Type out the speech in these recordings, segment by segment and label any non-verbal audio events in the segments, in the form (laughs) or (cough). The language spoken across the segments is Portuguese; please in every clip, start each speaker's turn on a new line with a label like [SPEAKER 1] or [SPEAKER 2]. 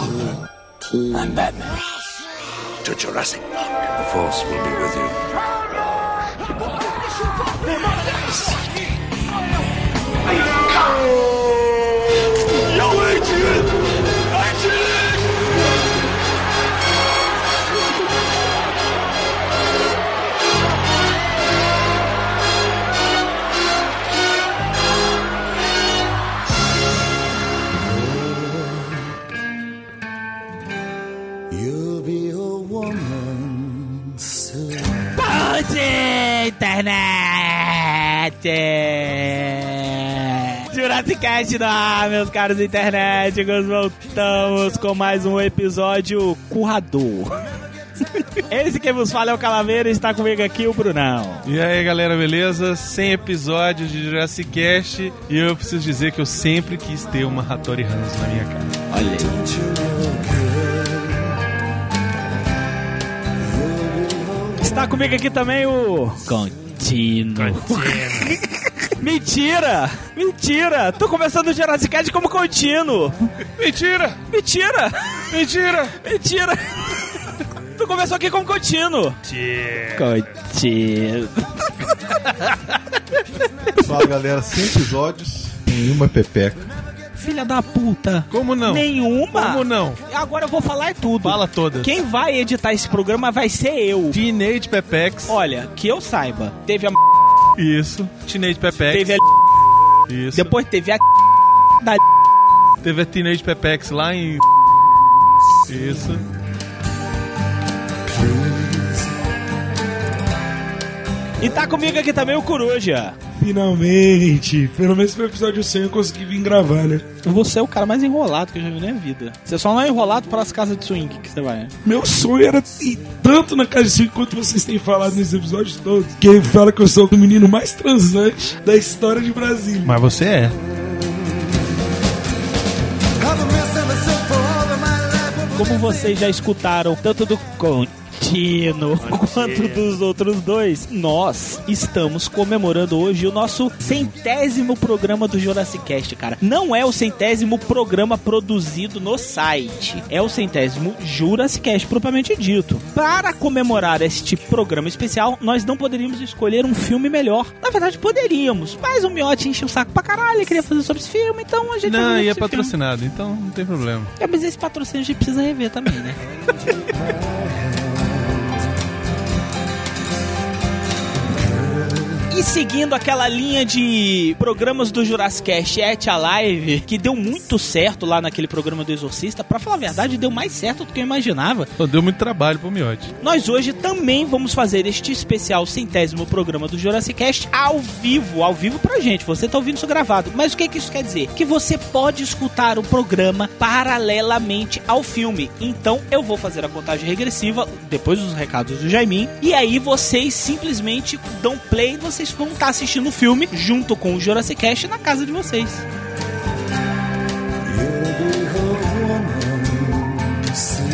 [SPEAKER 1] I'm Batman. To Jurassic Park. The Force will be with you.
[SPEAKER 2] You'll be a woman soon.
[SPEAKER 3] Bom dia, internet! Jurassic Cast no ar, meus caros internet! Nós voltamos com mais um episódio currador. Esse que vos fala é o Calaveira e está comigo aqui o Brunão.
[SPEAKER 4] E aí galera, beleza? 100 episódios de Jurassic Cast e eu preciso dizer que eu sempre quis ter uma Hattori Hanzo na minha casa.
[SPEAKER 3] Olha aí. Está comigo aqui também o. Contino. (laughs) Mentira! Mentira! Tô começando o Jurassic Cast como contínuo!
[SPEAKER 4] Mentira!
[SPEAKER 3] Mentira!
[SPEAKER 4] Mentira!
[SPEAKER 3] Mentira! Tu começou aqui como contínuo! Contínuo.
[SPEAKER 5] Fala galera, 100 episódios em uma pepeca.
[SPEAKER 3] (laughs) Filha da puta!
[SPEAKER 4] Como não?
[SPEAKER 3] Nenhuma!
[SPEAKER 4] Como não?
[SPEAKER 3] Agora eu vou falar é tudo.
[SPEAKER 4] Fala todas.
[SPEAKER 3] Quem vai editar esse programa vai ser eu.
[SPEAKER 4] Teenage Pepex.
[SPEAKER 3] Olha, que eu saiba, teve a. m****,
[SPEAKER 4] Isso. Teenage Pepex.
[SPEAKER 3] Teve a. l****,
[SPEAKER 4] Isso.
[SPEAKER 3] Depois teve a. Da. l****.
[SPEAKER 4] Teve a Teenage Pepex lá em... Isso.
[SPEAKER 3] E tá comigo aqui também o Coruja.
[SPEAKER 6] Finalmente! Pelo menos foi o episódio 100 eu consegui vir gravar, né?
[SPEAKER 3] Você é o cara mais enrolado que eu já vi na minha vida. Você só não é enrolado pelas casas de swing que você vai. né?
[SPEAKER 6] Meu sonho era ir tanto na casa de cinco quanto vocês têm falado nesses episódios todos. Quem fala que eu sou o menino mais transante da história de Brasília.
[SPEAKER 4] Mas você é.
[SPEAKER 3] Como vocês já escutaram, tanto do Contino quanto dos outros dois, nós estamos comemorando hoje o nosso centésimo programa do Jurassic Cast, cara. Não é o centésimo programa produzido no site, é o centésimo Jurassic Cast propriamente dito. Para comemorar este programa especial, nós não poderíamos escolher um filme melhor. Na verdade, poderíamos, mas o Miotti encheu o saco pra caralho, ele queria fazer sobre esse filme, então a gente vai
[SPEAKER 4] Não,
[SPEAKER 3] fazer sobre
[SPEAKER 4] e é
[SPEAKER 3] esse filme.
[SPEAKER 4] patrocinado, então não tem problema.
[SPEAKER 3] É, mas esse patrocínio a gente precisa rever também, né? E seguindo aquela linha de programas do Jurassic Cast et Alive, que deu muito certo lá naquele programa do Exorcista, pra falar a verdade, deu mais certo do que eu imaginava.
[SPEAKER 4] Só deu muito trabalho pro Miotti.
[SPEAKER 3] Nós hoje também vamos fazer este especial centésimo programa do Jurassic Cast ao vivo, ao vivo pra gente. Você tá ouvindo isso gravado. Mas o que, que isso quer dizer? Que você pode escutar o programa paralelamente ao filme. Então eu vou fazer a contagem regressiva, depois dos recados do Jaimin, e aí vocês simplesmente dão play e vocês vão estar assistindo o filme junto com o Jurassic Cast na casa de vocês.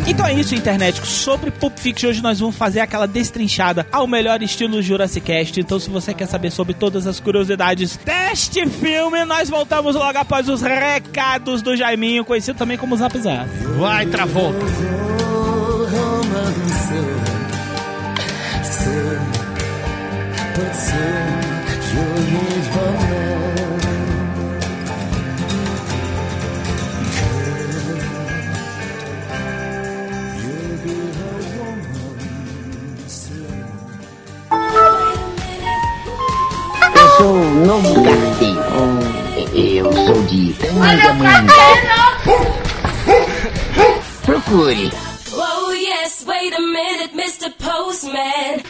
[SPEAKER 3] Então é isso, internet. Sobre Pulp Fiction, hoje nós vamos fazer aquela destrinchada ao melhor estilo Jurassic Cast. Então, se você quer saber sobre todas as curiosidades deste filme, nós voltamos logo após os recados do Jaiminho, conhecido também como Zap Zap.
[SPEAKER 4] Vai, Travolta.
[SPEAKER 7] Eu sou um novo carteiro. Eu sou de tamanho tamanho. Procure.
[SPEAKER 8] Whoa, yes, wait a minute, Mr. Postman.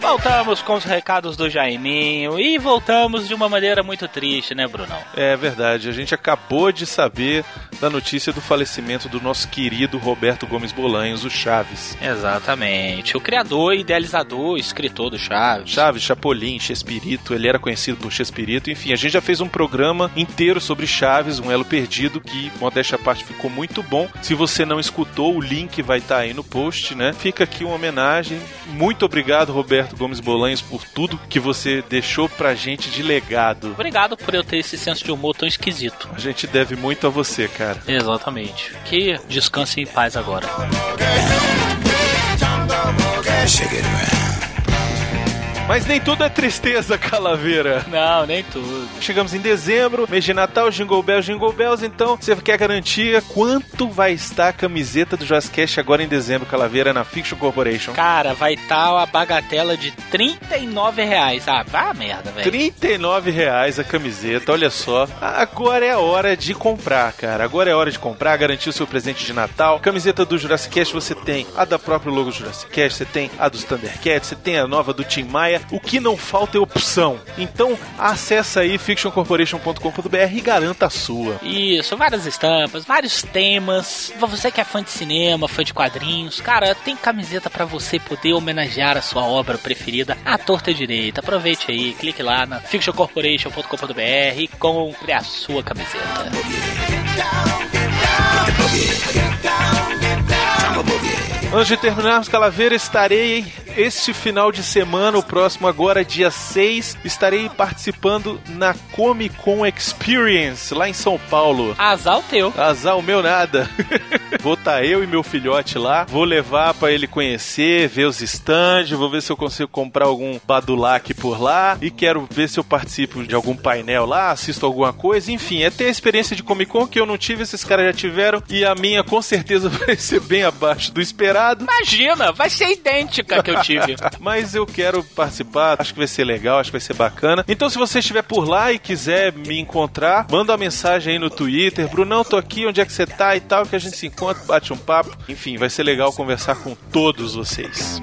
[SPEAKER 3] Voltamos com os recados do Jaiminho e voltamos de uma maneira muito triste, né, Brunão?
[SPEAKER 4] É verdade, a gente acabou de saber da notícia do falecimento do nosso querido Roberto Gomes Bolanhos, o Chaves.
[SPEAKER 3] Exatamente. O criador, idealizador, escritor do Chaves.
[SPEAKER 4] Chaves, Chapolin, Chespirito, ele era conhecido por Chespirito, enfim, a gente já fez um programa inteiro sobre Chaves, um elo perdido, que, modéstia à parte, ficou muito bom. Se você não escutou, o link vai estar aí no post, né? Fica aqui uma homenagem. Muito obrigado, Roberto Gomes Bolanhos, por tudo que você deixou pra gente de legado.
[SPEAKER 3] Obrigado por eu ter esse senso de humor tão esquisito.
[SPEAKER 4] A gente deve muito a você, cara.
[SPEAKER 3] Exatamente. Que descanse em paz agora.
[SPEAKER 4] Mas nem tudo é tristeza, (laughs) Calaveira.
[SPEAKER 3] Não, nem tudo.
[SPEAKER 4] Chegamos em dezembro, mês de Natal, Jingle Bells, Jingle Bells, então você quer garantia quanto vai estar a camiseta do Jazzcast agora em dezembro, Calaveira, na Fiction Corporation?
[SPEAKER 3] Cara, vai estar a bagatela de 39 reais. Ah, vá a merda,
[SPEAKER 4] R$
[SPEAKER 3] velho.
[SPEAKER 4] 39 reais a camiseta, olha só. Agora é a hora de comprar, cara. Agora é a hora de comprar, garantir o seu presente de Natal. Camiseta do Jurassic Cast você tem a da própria logo Jurassic Cast, você tem a dos Thundercats, você tem a nova do Tim Maia. O que não falta é opção. Então, acessa aí fictioncorporation.com.br e garanta a sua.
[SPEAKER 3] Isso, várias estampas, vários temas. Pra Você que é fã de cinema, fã de quadrinhos, cara, tem camiseta pra você poder homenagear a sua obra preferida à torta e direita. Aproveite aí, clique lá na fictioncorporation.com.br e compre a sua camiseta.
[SPEAKER 4] Antes de terminarmos, Calaveira, estarei este final de semana, o próximo agora, dia 6, estarei participando na Comic Con Experience, lá em São Paulo.
[SPEAKER 3] Azar o teu.
[SPEAKER 4] Azar o meu nada. (laughs) vou tá eu e meu filhote lá, vou levar pra ele conhecer, ver os stands, vou ver se eu consigo comprar algum badulac por lá e quero ver se eu participo de algum painel lá, assisto alguma coisa, enfim, é ter a experiência de Comic Con que eu não tive, esses caras já tiveram e a minha com certeza (laughs) vai ser bem abaixo do esperado.
[SPEAKER 3] Imagina, vai ser idêntica que eu tive.
[SPEAKER 4] (laughs) Mas eu quero participar, acho que vai ser legal, acho que vai ser bacana. Então, se você estiver por lá e quiser me encontrar, manda uma mensagem aí no Twitter, Brunão, tô aqui, onde é que você tá e tal, que a gente se encontra, bate um papo. Enfim, vai ser legal conversar com todos vocês.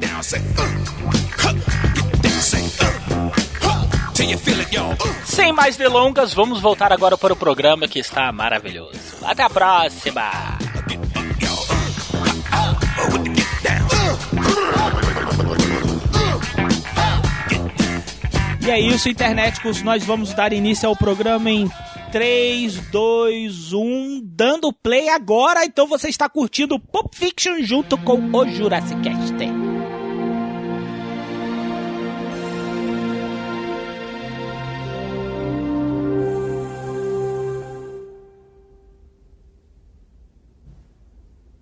[SPEAKER 3] Sem mais delongas, vamos voltar agora para o programa que está maravilhoso. Até a próxima!
[SPEAKER 9] E é isso, internéticos. Nós vamos dar início ao programa em 3, 2, 1, dando play agora. Então você está curtindo Pop Fiction junto com o Jurassic Cast.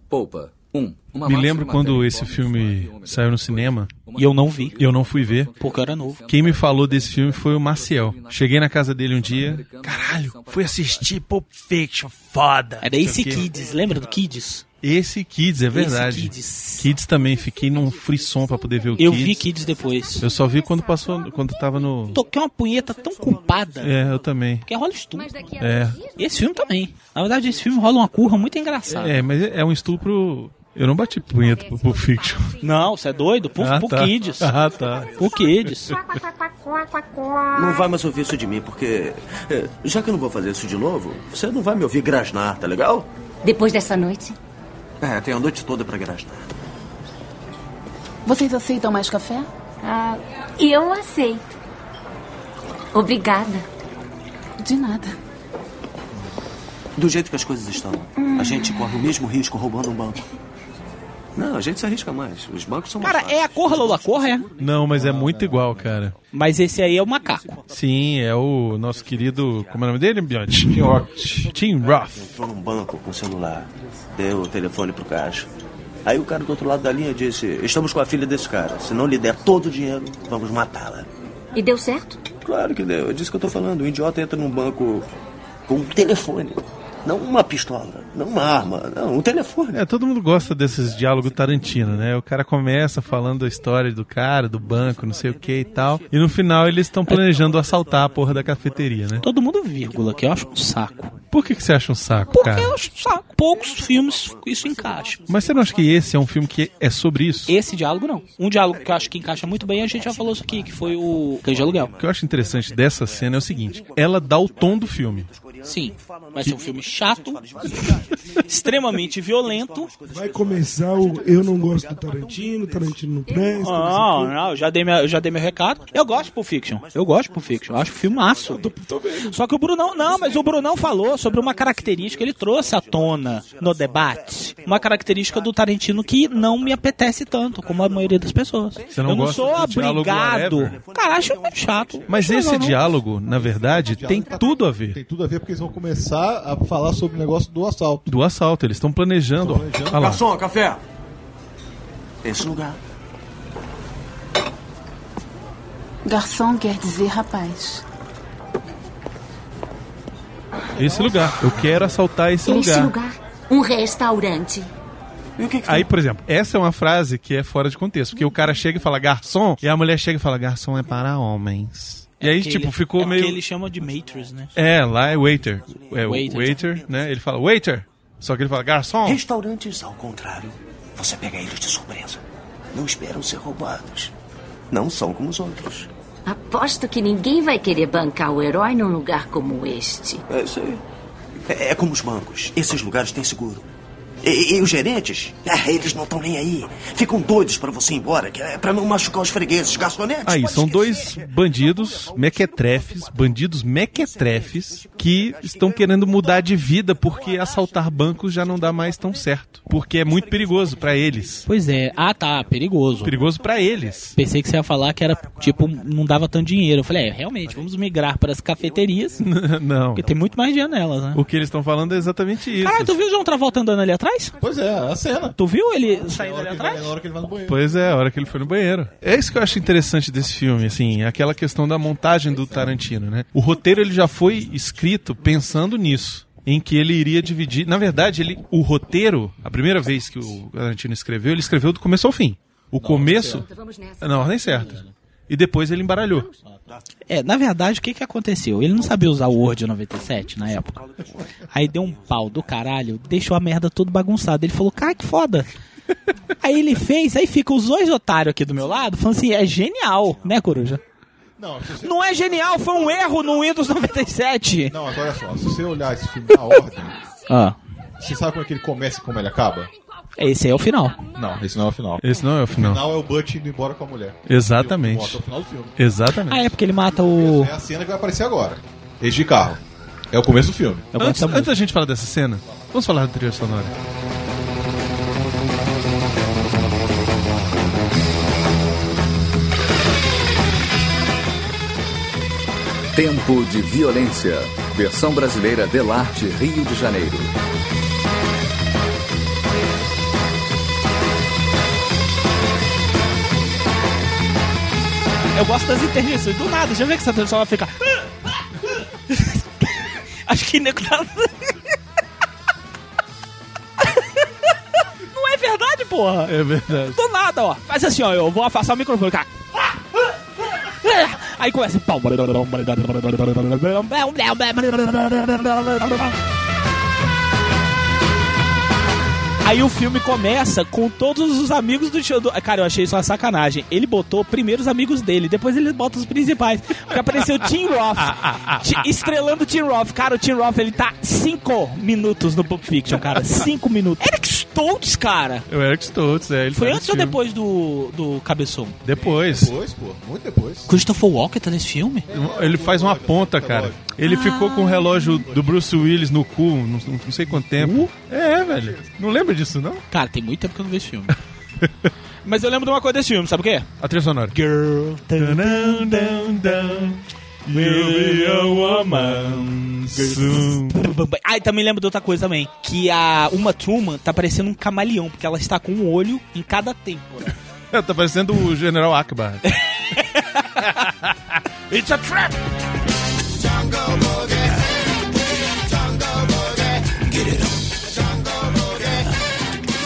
[SPEAKER 10] Poupa. Um. Uma
[SPEAKER 4] Me
[SPEAKER 10] massa,
[SPEAKER 4] lembro
[SPEAKER 10] uma
[SPEAKER 4] quando
[SPEAKER 10] tela,
[SPEAKER 4] esse
[SPEAKER 10] informe,
[SPEAKER 4] filme
[SPEAKER 10] informe,
[SPEAKER 4] saiu no cinema
[SPEAKER 9] E eu não vi,
[SPEAKER 4] e eu não fui ver.
[SPEAKER 9] porque eu era novo.
[SPEAKER 4] Quem me falou desse filme foi o Maciel. Cheguei na casa dele um dia. Caralho, fui assistir Pulp Fiction, foda.
[SPEAKER 9] Era esse É Kids, lembra do Kids?
[SPEAKER 4] Esse Kids, é verdade.
[SPEAKER 9] Kids.
[SPEAKER 4] Kids também, fiquei num frisson pra poder ver o
[SPEAKER 9] Eu
[SPEAKER 4] Kids.
[SPEAKER 9] vi Kids depois.
[SPEAKER 4] Eu só vi quando passou, quando tava no.
[SPEAKER 9] Toquei uma punheta tão culpada.
[SPEAKER 4] É, eu também.
[SPEAKER 9] Que rola estupro.
[SPEAKER 4] É.
[SPEAKER 9] E esse filme também. Na verdade, esse filme rola uma curva muito engraçada.
[SPEAKER 4] É, mas é um estupro. Eu não bati punheta pro Pulp Fiction.
[SPEAKER 9] Não, você é doido? Pro,
[SPEAKER 4] Ah,
[SPEAKER 9] pro
[SPEAKER 4] tá.
[SPEAKER 9] Kids.
[SPEAKER 4] Ah, tá.
[SPEAKER 9] Pro Kids.
[SPEAKER 11] Não vai mais ouvir isso de mim, porque. eh, Já que eu não vou fazer isso de novo, você não vai me ouvir grasnar, tá legal?
[SPEAKER 7] Depois dessa noite,
[SPEAKER 11] É, tem a noite toda pra grasnar.
[SPEAKER 12] Vocês aceitam mais café?
[SPEAKER 7] ah, eu aceito. Obrigada.
[SPEAKER 12] De nada.
[SPEAKER 11] Do jeito que as coisas estão, a gente corre o mesmo risco roubando um banco. Não, a gente se arrisca mais. Os bancos são
[SPEAKER 9] Cara, é a corra, Lola, corra, é?
[SPEAKER 4] Não, mas é muito igual, cara.
[SPEAKER 9] Mas esse aí é o macaco.
[SPEAKER 4] Sim, é o nosso querido. Como é o nome dele, Biote? Tim Roth. Tim Roth.
[SPEAKER 11] Entrou num banco com o celular, deu o telefone pro caixa. Aí o cara do outro lado da linha disse: Estamos com a filha desse cara. Se não lhe der todo o dinheiro, vamos matá-la.
[SPEAKER 7] E deu certo?
[SPEAKER 11] Claro que deu. É disso que eu tô
[SPEAKER 2] Um
[SPEAKER 11] falando. O idiota entra num banco com um telefone. Não uma pistola, não uma arma, não, um telefone.
[SPEAKER 4] É, todo mundo gosta desses diálogos Tarantino, né? O cara começa falando a história do cara, do banco, não sei o que e tal. E no final eles estão planejando assaltar a porra da cafeteria, né?
[SPEAKER 9] Todo mundo vírgula, que eu acho um saco.
[SPEAKER 4] Por que, que você acha um saco,
[SPEAKER 3] Porque
[SPEAKER 4] cara?
[SPEAKER 3] É, eu acho saco. poucos filmes isso encaixa.
[SPEAKER 4] Mas você não acha que esse é um filme que é sobre isso?
[SPEAKER 3] Esse diálogo não. Um diálogo que eu acho que encaixa muito bem, a gente já falou isso aqui, que foi o Cães de Aluguel.
[SPEAKER 4] O que eu acho interessante dessa cena é o seguinte: ela dá o tom do filme.
[SPEAKER 3] Sim, mas é um filme chato, (laughs) extremamente violento.
[SPEAKER 6] Vai começar o Eu Não Gosto do Tarantino, Tarantino não presta.
[SPEAKER 3] Não, Ah, não, eu já dei, minha, eu já dei meu recado. Eu gosto de Pulp Fiction. Eu gosto de Pulp Fiction. Eu acho filmaço. Só que o Brunão, não, mas o Brunão falou sobre uma característica, ele trouxe à tona no debate. Uma característica do Tarantino que não me apetece tanto, como a maioria das pessoas.
[SPEAKER 4] Você não
[SPEAKER 3] eu não
[SPEAKER 4] gosta
[SPEAKER 3] sou
[SPEAKER 4] do diálogo
[SPEAKER 3] obrigado.
[SPEAKER 4] whatever?
[SPEAKER 3] Cara, acho chato.
[SPEAKER 4] Mas
[SPEAKER 3] Não,
[SPEAKER 4] esse
[SPEAKER 3] não, não.
[SPEAKER 4] diálogo, na verdade, tem tudo a ver.
[SPEAKER 5] Tem tudo a ver porque eles vão começar a falar sobre o negócio do assalto.
[SPEAKER 4] Do assalto, eles estão planejando. ó. Olha lá.
[SPEAKER 2] Garçom, café! Esse lugar.
[SPEAKER 13] Garçom quer dizer rapaz.
[SPEAKER 4] Esse lugar. Eu quero assaltar esse
[SPEAKER 14] Esse
[SPEAKER 4] lugar.
[SPEAKER 14] lugar, um restaurante.
[SPEAKER 4] Aí, por exemplo, essa é uma frase que é fora de contexto. Porque o cara chega e fala garçom, e a mulher chega e fala garçom é para homens. E aí,
[SPEAKER 3] Que
[SPEAKER 4] tipo,
[SPEAKER 3] ele-
[SPEAKER 4] ficou
[SPEAKER 3] é
[SPEAKER 4] meio.
[SPEAKER 3] Que ele chama de Matrix, né?
[SPEAKER 4] É, lá é waiter. É o
[SPEAKER 3] Waiter.
[SPEAKER 4] waiter, né? Ele fala waiter. Só que ele fala garçom.
[SPEAKER 2] Restaurantes, ao contrário, você pega eles de surpresa. Não esperam ser roubados. Não são como os outros.
[SPEAKER 14] Aposto que ninguém vai querer bancar o herói num lugar como este.
[SPEAKER 2] É isso aí. É, é como os bancos. Esses lugares têm seguro. E, e os gerentes? Ah, eles não estão nem aí. Ficam doidos pra você ir embora, que é pra não machucar os fregueses. Garçonetes,
[SPEAKER 4] Aí,
[SPEAKER 2] pode
[SPEAKER 4] são dois bandidos mequetrefes, bandidos mequetrefes, que estão querendo mudar de vida porque assaltar bancos já não dá mais tão certo. Porque é muito perigoso pra eles.
[SPEAKER 3] Pois é. Ah, tá. Perigoso.
[SPEAKER 4] Perigoso pra eles.
[SPEAKER 3] Pensei que você ia falar que era, tipo, não dava tanto dinheiro. Eu falei, é, realmente, vamos migrar para as cafeterias.
[SPEAKER 4] (laughs) não.
[SPEAKER 3] Porque tem muito mais janelas, né?
[SPEAKER 4] O que eles estão falando é exatamente isso.
[SPEAKER 3] Caralho, tu viu o João Travolta andando ali atrás?
[SPEAKER 5] Pois é, a cena.
[SPEAKER 3] Tu viu ele saindo ali atrás?
[SPEAKER 5] Na hora que ele vai no banheiro.
[SPEAKER 4] Pois é, a hora que ele foi no banheiro. É isso que eu acho interessante desse filme, assim, aquela questão da montagem do Tarantino, né? O roteiro ele já foi escrito pensando nisso. Em que ele iria dividir. Na verdade, ele, o roteiro, a primeira vez que o Tarantino escreveu, ele escreveu do começo ao fim. O começo. Na ordem certa. E depois ele embaralhou.
[SPEAKER 3] É, na verdade, o que que aconteceu? Ele não sabia usar o Word 97 na época. Aí deu um pau do caralho, deixou a merda toda bagunçada. Ele falou, cara, que foda. Aí ele fez, aí fica os dois otários aqui do meu lado, falando assim, é genial, né, Coruja?
[SPEAKER 5] Não, se você-
[SPEAKER 3] Não é genial, foi um erro no Windows 97.
[SPEAKER 5] não, agora olha só. Se você olhar esse filme na ordem,
[SPEAKER 3] Ah,
[SPEAKER 5] você sabe como é que ele começa e como ele acaba?
[SPEAKER 3] esse aí é o final.
[SPEAKER 5] Não, esse não é o final.
[SPEAKER 4] Esse não é o
[SPEAKER 5] O
[SPEAKER 4] final.
[SPEAKER 5] final é o Butch indo embora com a mulher. Volta
[SPEAKER 4] Exatamente.
[SPEAKER 5] ao final do filme.
[SPEAKER 4] Exatamente.
[SPEAKER 3] Ah, é porque ele mata o...
[SPEAKER 5] É a cena que vai aparecer agora. Esse de carro. É o começo do filme.
[SPEAKER 3] Eu gosto
[SPEAKER 4] Antes,
[SPEAKER 3] da música.
[SPEAKER 4] antes da gente falar dessa cena, vamos falar da trilha sonora.
[SPEAKER 15] Tempo de Violência. Versão brasileira Delarte, Rio de Janeiro.
[SPEAKER 3] Eu gosto das intervenções. Do nada, já vê que essa pessoa vai ficar. (laughs) Acho que nego tá. (laughs) Não é verdade, porra!
[SPEAKER 4] É verdade.
[SPEAKER 3] Do nada, ó. Faz assim, ó. Eu vou afastar o microfone, cara. Aí começa. pau. Aí o filme começa com todos os amigos do tio. do- Cara, eu achei isso uma sacanagem. Ele botou primeiro os amigos dele, depois ele bota os principais. Porque apareceu (laughs) Tim Roth. Ti- estrelando o Tim Roth. Cara, o Tim Roth ele tá cinco minutos no Pulp Fiction, cara. Cinco minutos. Eric Stoltz, cara.
[SPEAKER 4] É o Eric Stoltz, é. Ele
[SPEAKER 3] Foi
[SPEAKER 4] tá
[SPEAKER 3] antes
[SPEAKER 4] nesse
[SPEAKER 3] ou
[SPEAKER 4] filme.
[SPEAKER 3] depois do, do Cabeção?
[SPEAKER 4] Depois.
[SPEAKER 5] Depois, pô. Muito depois.
[SPEAKER 3] Christopher Walker tá nesse filme? Ah.
[SPEAKER 4] Ele faz uma ponta, cara. Ele ficou com o relógio do Bruce Willis no cu, não, não sei quanto tempo. É, velho. Não lembra disso, não?
[SPEAKER 3] Cara, tem muito tempo que eu não vejo esse filme. (laughs) Mas eu lembro de uma coisa desse filme, sabe o quê?
[SPEAKER 4] A trilha sonora.
[SPEAKER 3] Girl, Ah, e também lembro de outra coisa também. Que a Uma Truman tá parecendo um camaleão, porque ela está com um olho em cada têmpora.
[SPEAKER 4] (laughs) tá parecendo o General Akbar.
[SPEAKER 3] It's a trap!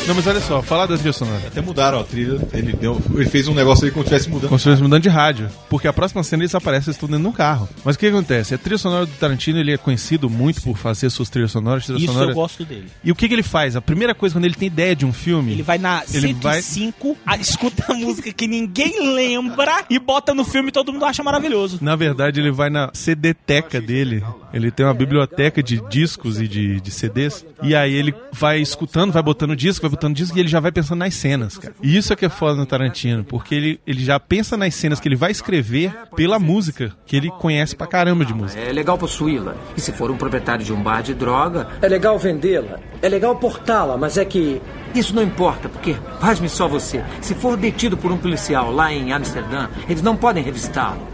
[SPEAKER 4] Não, mas olha só, falar da trilha sonora.
[SPEAKER 5] Até mudaram a trilha. Ele, deu, ele fez um negócio aí como se estivesse mudando.
[SPEAKER 4] Como se estivesse mudando de rádio. Porque a próxima cena eles aparecem, eles estão dentro de um carro. Mas o que acontece? A trilha sonora do Tarantino, ele é conhecido muito por fazer suas trilhas sonoras. trilha
[SPEAKER 3] Isso eu
[SPEAKER 4] sonora-
[SPEAKER 3] gosto dele.
[SPEAKER 4] E o que, que ele faz? A primeira coisa, quando ele tem ideia de um filme...
[SPEAKER 3] Ele vai na
[SPEAKER 4] Ele vai-
[SPEAKER 3] 105, a- escuta a música que ninguém lembra e bota no filme e todo mundo acha maravilhoso.
[SPEAKER 4] Na verdade, ele vai na CD-teca dele. Ele tem uma biblioteca de discos e de, de CDs. E aí ele vai escutando, vai botando disco, vai botando disco e ele já vai pensando nas cenas, cara. E isso é que é foda no Tarantino, porque ele, ele já pensa nas cenas que ele vai escrever pela música, que ele conhece pra caramba de música.
[SPEAKER 16] É legal possuí-la. E se for um proprietário de um bar de droga, é legal vendê-la. É legal portá-la, mas é que. Isso não importa, porque, faz-me só você, se for detido por um policial lá em Amsterdã, eles não podem revistá-lo.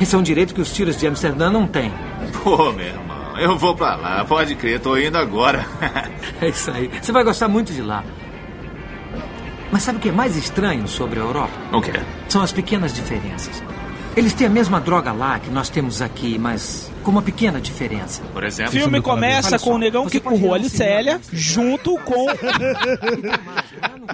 [SPEAKER 16] Esse é um direito que os tiros de Amsterdã não têm.
[SPEAKER 17] Pô, meu irmão, eu vou pra lá, Ah, pode crer, tô indo agora.
[SPEAKER 16] (laughs) É isso aí. Você vai gostar muito de lá. Mas sabe o que é mais estranho sobre a Europa?
[SPEAKER 17] O quê?
[SPEAKER 16] São as pequenas diferenças. Eles têm a mesma droga lá que nós temos aqui, mas com uma pequena diferença.
[SPEAKER 17] Por
[SPEAKER 3] O
[SPEAKER 17] exemplo,
[SPEAKER 3] filme começa
[SPEAKER 16] Olha
[SPEAKER 3] com
[SPEAKER 16] só,
[SPEAKER 3] o negão
[SPEAKER 16] você
[SPEAKER 3] que
[SPEAKER 16] pode
[SPEAKER 3] currou
[SPEAKER 16] ir
[SPEAKER 3] a
[SPEAKER 16] ao
[SPEAKER 3] Licélia junto com.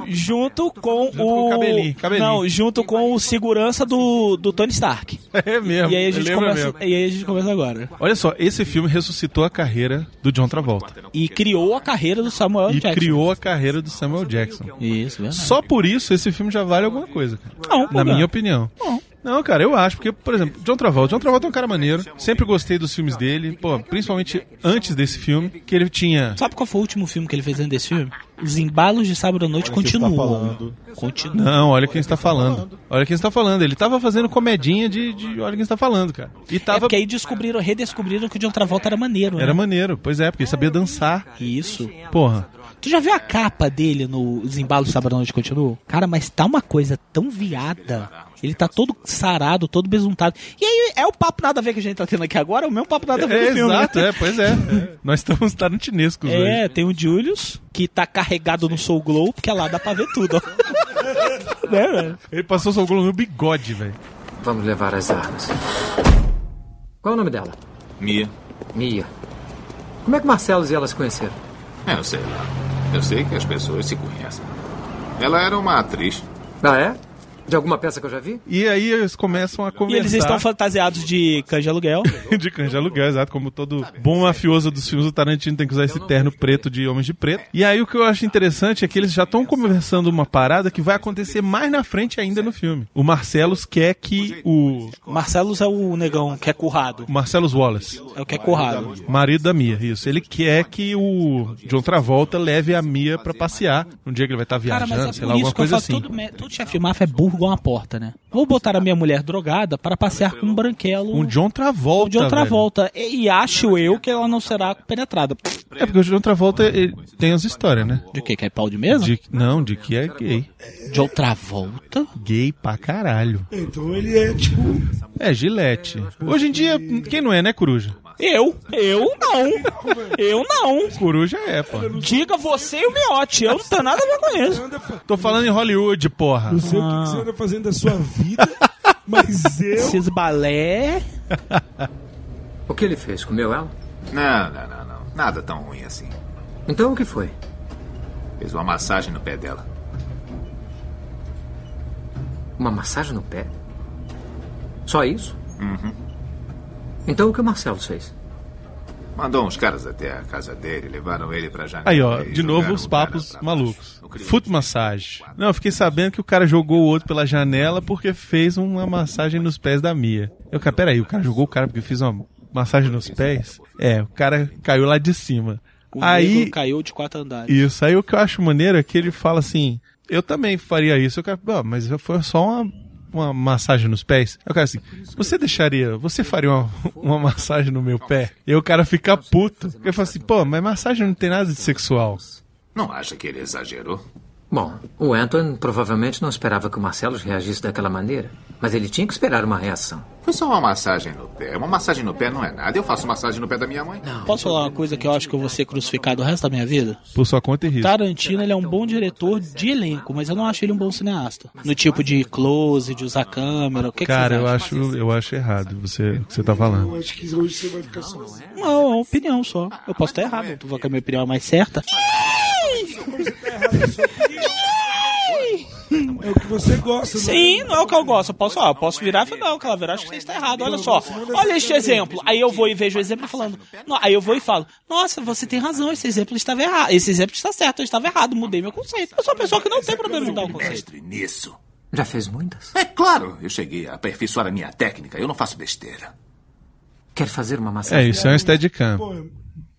[SPEAKER 3] junto com o.
[SPEAKER 4] cabelinho, cabelinho.
[SPEAKER 3] Não, junto com o segurança do, do Tony Stark.
[SPEAKER 4] É mesmo.
[SPEAKER 3] E aí a gente
[SPEAKER 4] lembra
[SPEAKER 3] começa,
[SPEAKER 4] mesmo.
[SPEAKER 3] e aí a gente começa agora.
[SPEAKER 4] Olha só, esse filme ressuscitou a carreira do John Travolta.
[SPEAKER 3] E criou a carreira do Samuel
[SPEAKER 4] E
[SPEAKER 3] Jackson.
[SPEAKER 4] criou a carreira do Samuel Jackson.
[SPEAKER 3] Isso, verdade.
[SPEAKER 4] Só por isso esse filme já vale alguma coisa, cara.
[SPEAKER 3] Não,
[SPEAKER 4] Na
[SPEAKER 3] pô,
[SPEAKER 4] minha
[SPEAKER 3] não.
[SPEAKER 4] opinião. Não, cara, eu acho, porque, por exemplo, John Travolta. John Travolta é um cara maneiro. Sempre gostei dos filmes dele, pô, principalmente antes desse filme, que ele tinha.
[SPEAKER 3] Sabe qual foi o último filme que ele fez dentro desse filme? Os embalos de sábado à noite
[SPEAKER 4] quem
[SPEAKER 3] continuam.
[SPEAKER 4] tá falando.
[SPEAKER 3] Continuam.
[SPEAKER 4] Não, olha quem está tá falando. Olha quem está tá falando. Ele tava fazendo comedinha de, de olha quem está tá falando, cara. E tava.
[SPEAKER 3] É porque aí descobriram, redescobriram que o de outra volta era maneiro, né?
[SPEAKER 4] Era maneiro, pois é, porque ele sabia dançar.
[SPEAKER 3] Isso.
[SPEAKER 4] Porra.
[SPEAKER 3] Tu já viu a capa dele no Embalo Sábado à Noite Continua? Cara, mas tá uma coisa tão viada. Ele tá todo sarado, todo besuntado. E aí é o papo nada a ver que a gente tá tendo aqui agora, é o mesmo papo nada a ver
[SPEAKER 4] É,
[SPEAKER 3] do filme, né?
[SPEAKER 4] exato, é, pois é. Nós estamos tarantinescos
[SPEAKER 3] É,
[SPEAKER 4] hoje.
[SPEAKER 3] tem o Julius, que tá carregado no Soul Glow, porque lá dá pra ver tudo, ó. (laughs) né, velho?
[SPEAKER 4] Ele passou seu golo no bigode, velho.
[SPEAKER 16] Vamos levar as armas. Qual é o nome dela?
[SPEAKER 17] Mia.
[SPEAKER 16] Mia. Como é que Marcelos e ela se conheceram?
[SPEAKER 17] É, eu sei lá. Eu sei que as pessoas se conhecem. Ela era uma atriz.
[SPEAKER 16] Ah, é? De alguma peça que eu já vi?
[SPEAKER 4] E aí eles começam a
[SPEAKER 3] E
[SPEAKER 4] conversar.
[SPEAKER 3] eles estão fantasiados de canja aluguel.
[SPEAKER 4] (laughs) de canja aluguel, exato. Como todo bom mafioso dos filmes do Tarantino tem que usar esse terno preto de Homens de Preto. E aí o que eu acho interessante é que eles já estão conversando uma parada que vai acontecer mais na frente ainda no filme. O Marcelos quer que o.
[SPEAKER 3] Marcelos é o negão que é currado.
[SPEAKER 4] Marcelos Wallace.
[SPEAKER 3] É o que é currado.
[SPEAKER 4] Marido da Mia, isso. Ele quer que o John Travolta leve a Mia pra passear. Um dia que ele vai estar
[SPEAKER 3] Cara,
[SPEAKER 4] viajando,
[SPEAKER 3] mas é
[SPEAKER 4] sei
[SPEAKER 3] por
[SPEAKER 4] lá, alguma
[SPEAKER 3] isso que eu
[SPEAKER 4] coisa
[SPEAKER 3] falo,
[SPEAKER 4] assim.
[SPEAKER 3] todo, me- todo chefe de máfia é burro igual uma porta, né? Vou botar a minha mulher drogada para passear com um branquelo...
[SPEAKER 4] Um John Travolta.
[SPEAKER 3] Um John
[SPEAKER 4] velho.
[SPEAKER 3] Travolta. E, e acho eu
[SPEAKER 6] é
[SPEAKER 3] que ela não será penetrada.
[SPEAKER 4] É porque o John Travolta ele tem as histórias, né?
[SPEAKER 3] De que? Que é pau de mesa?
[SPEAKER 4] não, de que é gay.
[SPEAKER 3] John Travolta?
[SPEAKER 4] Gay pra caralho.
[SPEAKER 6] Então ele é tipo.
[SPEAKER 4] É, Gillette. Hoje em dia, quem não é, né, Coruja?
[SPEAKER 3] Eu? Eu não. Eu não.
[SPEAKER 4] Coruja é, pô.
[SPEAKER 3] Diga você e o Miote. Eu não tenho nada a ver com isso. Ah.
[SPEAKER 4] Tô falando em Hollywood, porra.
[SPEAKER 6] Não sei o que que você anda fazendo da sua vida, mas eu.
[SPEAKER 3] Esses
[SPEAKER 4] (laughs)
[SPEAKER 3] balé.
[SPEAKER 16] O que ele fez? Comeu ela?
[SPEAKER 17] Não, não, não, não. Nada tão ruim assim.
[SPEAKER 16] Então o que foi?
[SPEAKER 17] Fez uma massagem no pé dela.
[SPEAKER 16] Uma massagem no pé? Só isso?
[SPEAKER 17] Uhum.
[SPEAKER 16] Então o que o Marcelo fez?
[SPEAKER 17] Mandou uns caras até a casa dele, levaram ele pra janela.
[SPEAKER 4] Aí, ó,
[SPEAKER 17] e
[SPEAKER 4] de novo
[SPEAKER 17] jogaram
[SPEAKER 4] os
[SPEAKER 17] o cara
[SPEAKER 4] papos
[SPEAKER 17] pra
[SPEAKER 4] malucos. Foot massage. Não, eu fiquei sabendo que o cara jogou o outro pela janela porque fez uma massagem nos pés da Mia. Eu, cara, peraí, o cara jogou o cara porque fez uma massagem nos pés? É, o cara caiu lá de cima.
[SPEAKER 3] O
[SPEAKER 4] Aí,
[SPEAKER 3] negro caiu de quatro andares.
[SPEAKER 4] Isso, aí o que eu acho maneiro é que ele fala assim: eu também faria isso. Eu quero, ah, mas foi só uma, uma massagem nos pés. Aí o cara assim: você deixaria, você faria uma, (laughs) uma massagem no meu pé? E aí o cara fica puto. Porque Ele fala assim: pô, mas massagem não tem nada de sexual.
[SPEAKER 17] Não acha que ele exagerou?
[SPEAKER 16] Bom, o Anton provavelmente não esperava que o Marcelo reagisse daquela maneira, mas ele tinha que esperar uma reação.
[SPEAKER 17] Foi só uma massagem no pé. Uma massagem no pé não é nada. Eu faço massagem no pé da minha mãe.
[SPEAKER 3] Posso falar uma coisa que eu acho que eu vou ser crucificado o resto da minha vida?
[SPEAKER 4] Por sua conta e risco.
[SPEAKER 3] Tarantino ele é um bom diretor de elenco, mas eu não acho ele um bom cineasta. No tipo de close, de usar câmera, o que
[SPEAKER 4] cara,
[SPEAKER 3] que
[SPEAKER 4] eu
[SPEAKER 3] vocês
[SPEAKER 4] acho, eu acho errado você, o que você tá falando.
[SPEAKER 6] Eu acho que hoje você vai ficar assim. sozinho.
[SPEAKER 3] acham? Não, é uma opinião só. Eu posso estar errado, tu vai que a minha opinião é mais certa.
[SPEAKER 6] pessoa É o que você gosta, não
[SPEAKER 3] Sim, não é o que eu gosto. Eu posso, ó, eu posso virar e falar, não, Calaveira, acho que você está errado. Olha só. Olha este exemplo. Aí eu vou e vejo o exemplo e falando. não, aí eu vou e falo, nossa, você tem razão, esse exemplo estava errado. Esse exemplo está certo, eu estava errado, mudei meu conceito. Eu sou uma pessoa que não tem problema em dar um conceito.
[SPEAKER 17] Mestre nisso.
[SPEAKER 16] Já fez muitas?
[SPEAKER 17] É claro, eu cheguei a aperfeiçoar a minha técnica. Eu não faço besteira.
[SPEAKER 16] Quer fazer uma massagem?
[SPEAKER 4] É, isso é um steadicam.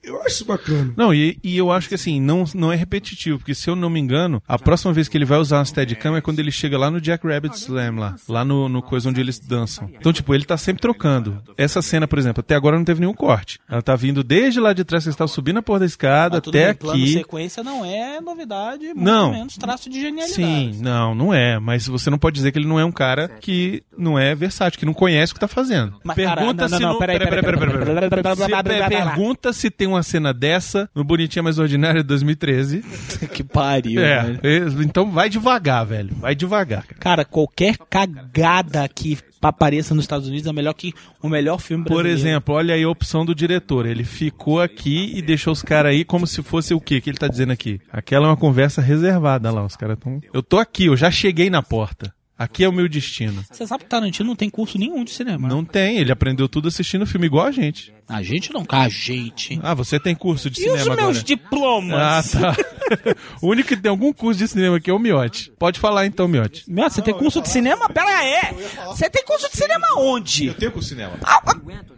[SPEAKER 6] Eu acho bacana.
[SPEAKER 4] Não, e, e eu acho que assim, não, não é repetitivo, porque se eu não me engano, a próxima vez que ele vai usar uma Steadicam é quando ele chega lá no Jack Rabbit Slam, lá, lá no, no coisa onde eles dançam. Então, tipo, ele tá sempre trocando. Essa cena, por exemplo, até agora não teve nenhum corte. Ela tá vindo desde lá de trás, que está subindo a porra da escada
[SPEAKER 3] Mas Ah, tudo
[SPEAKER 4] até
[SPEAKER 3] bem, plano
[SPEAKER 4] aqui.
[SPEAKER 3] sequência não é novidade, muito
[SPEAKER 4] Não.
[SPEAKER 3] menos traço de
[SPEAKER 4] Sim,
[SPEAKER 3] genialidade.
[SPEAKER 4] não, não é. Mas você não pode dizer que ele não é um cara que não é versátil, que não conhece o que tá fazendo.
[SPEAKER 3] Mas, cara,
[SPEAKER 4] Pergunta
[SPEAKER 3] não, não,
[SPEAKER 4] se
[SPEAKER 3] não,
[SPEAKER 4] não-
[SPEAKER 3] peraí,
[SPEAKER 4] peraí,
[SPEAKER 3] peraí,
[SPEAKER 4] peraí,
[SPEAKER 3] peraí, peraí,
[SPEAKER 4] peraí, peraí.
[SPEAKER 3] peraí,
[SPEAKER 4] Se-
[SPEAKER 3] peraí, peraí.
[SPEAKER 4] Pergunta se tem uma cena dessa no Bonitinha Mais Ordinária de 2013.
[SPEAKER 3] (laughs) que pariu,
[SPEAKER 4] É, e- então vai devagar, velho. Vai devagar.
[SPEAKER 3] Cara, qualquer cagada que apareça nos Estados Unidos é melhor que o melhor filme
[SPEAKER 4] Por
[SPEAKER 3] brasileiro.
[SPEAKER 4] exemplo, olha aí a opção do diretor. Ele ficou aqui e deixou os caras aí como se fosse o quê? que ele tá dizendo aqui? Aquela é uma conversa reservada lá. Os caras tão. Eu tô aqui, eu já cheguei na porta. Aqui é o meu destino.
[SPEAKER 3] Você sabe que Tarantino não tem curso nenhum de cinema.
[SPEAKER 4] Não tem, ele aprendeu tudo assistindo filme igual a gente.
[SPEAKER 3] A gente não, a gente.
[SPEAKER 4] Ah, você tem curso de
[SPEAKER 3] E
[SPEAKER 4] cinema
[SPEAKER 3] os meus
[SPEAKER 4] agora?
[SPEAKER 3] diplomas?
[SPEAKER 4] Ah, tá. (laughs) o único que tem algum curso de cinema aqui é o Miote. Pode falar então, Miote.
[SPEAKER 3] Miote, você tem curso de cinema? Pera aí! é. Você tem curso de cinema onde? Ah, Eu
[SPEAKER 4] tenho curso de cinema.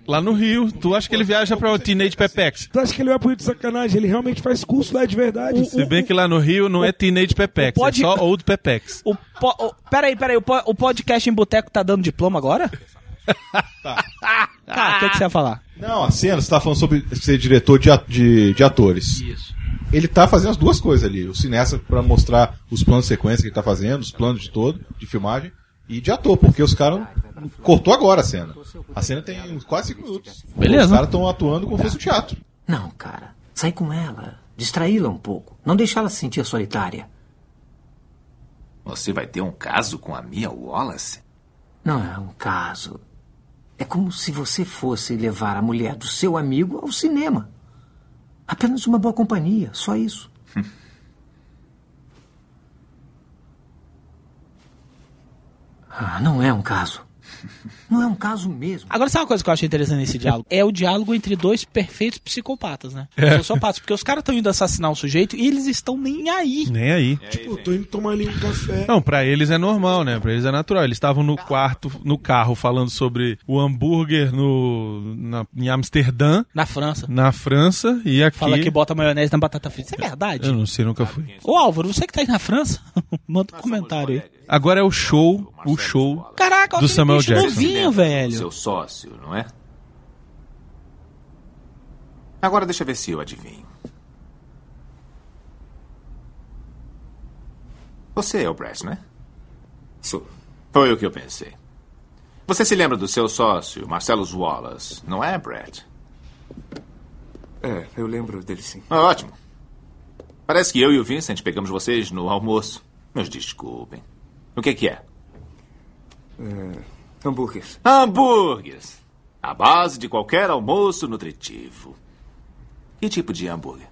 [SPEAKER 4] Lá no Rio. Tu acha que ele viaja pra o Teenage Pepex?
[SPEAKER 6] Tu acha que ele vai por de sacanagem? Ele realmente faz curso lá de verdade.
[SPEAKER 4] Se bem que lá no Rio não é Teenage Pepex,
[SPEAKER 3] pode-
[SPEAKER 4] é só Old Pepex.
[SPEAKER 3] O po- o- peraí, peraí, o, po- o podcast em boteco tá dando diploma
[SPEAKER 4] (laughs)
[SPEAKER 3] agora? tá. o que, que você ia falar?
[SPEAKER 5] (laughs) Não, a cena, você tá falando sobre ser diretor de, a- de, de atores. Isso. Ele tá fazendo as duas coisas ali. O cineasta pra mostrar os planos de sequência que ele tá fazendo, os planos de todo, de filmagem, e de ator, porque os caras cortou agora a cena. A cena tem uns quase cinco minutos.
[SPEAKER 16] Beleza.
[SPEAKER 5] Os caras estão atuando como se fosse um teatro.
[SPEAKER 16] Não, cara. Sai com ela. Distraí-la um pouco. Não deixá-la se sentir solitária.
[SPEAKER 17] Você vai ter um caso com a minha Wallace?
[SPEAKER 16] Não é um caso. É como se você fosse levar a mulher do seu amigo ao cinema. Apenas uma boa companhia, só
[SPEAKER 17] (laughs)
[SPEAKER 16] isso. Ah, não é um caso. Não é um caso mesmo.
[SPEAKER 3] Agora, sabe uma coisa que eu achei interessante nesse diálogo? É o diálogo entre dois perfeitos psicopatas, né?
[SPEAKER 4] É.
[SPEAKER 3] Sociopatas, porque os caras estão indo assassinar um sujeito e eles estão nem aí.
[SPEAKER 4] Nem aí.
[SPEAKER 6] Tipo, tô indo tomar ali um café.
[SPEAKER 4] Não, pra eles é normal, né? Pra eles é natural. Eles estavam no quarto, no carro, falando sobre o hambúrguer no, na, em Amsterdã,
[SPEAKER 3] Na França.
[SPEAKER 4] na França, e aqui.
[SPEAKER 3] Fala que bota maionese na batata frita. Isso é verdade?
[SPEAKER 4] Eu não sei, nunca fui.
[SPEAKER 3] Ô Álvaro, você que tá aí na França, (laughs) manda um comentário aí.
[SPEAKER 4] Agora é o show, o show.
[SPEAKER 3] Caraca, olha
[SPEAKER 4] Do
[SPEAKER 3] aquele
[SPEAKER 4] Samuel
[SPEAKER 3] bicho
[SPEAKER 4] Jackson.
[SPEAKER 3] novinho, velho.
[SPEAKER 17] Seu sócio, não é? Agora deixa eu ver se eu adivinho. Você é o Brett, né? Sou. Foi o que eu pensei. Você se lembra do seu sócio, Marcelo Wallace, não é, Brett?
[SPEAKER 9] É, eu lembro dele sim.
[SPEAKER 17] Ah, ótimo. Parece que eu e o Vincent pegamos vocês no almoço. Meus desculpem. O que, que é?
[SPEAKER 9] É, hambúrgueres.
[SPEAKER 17] Hambúrgueres. A base de qualquer almoço nutritivo. Que tipo de hambúrguer?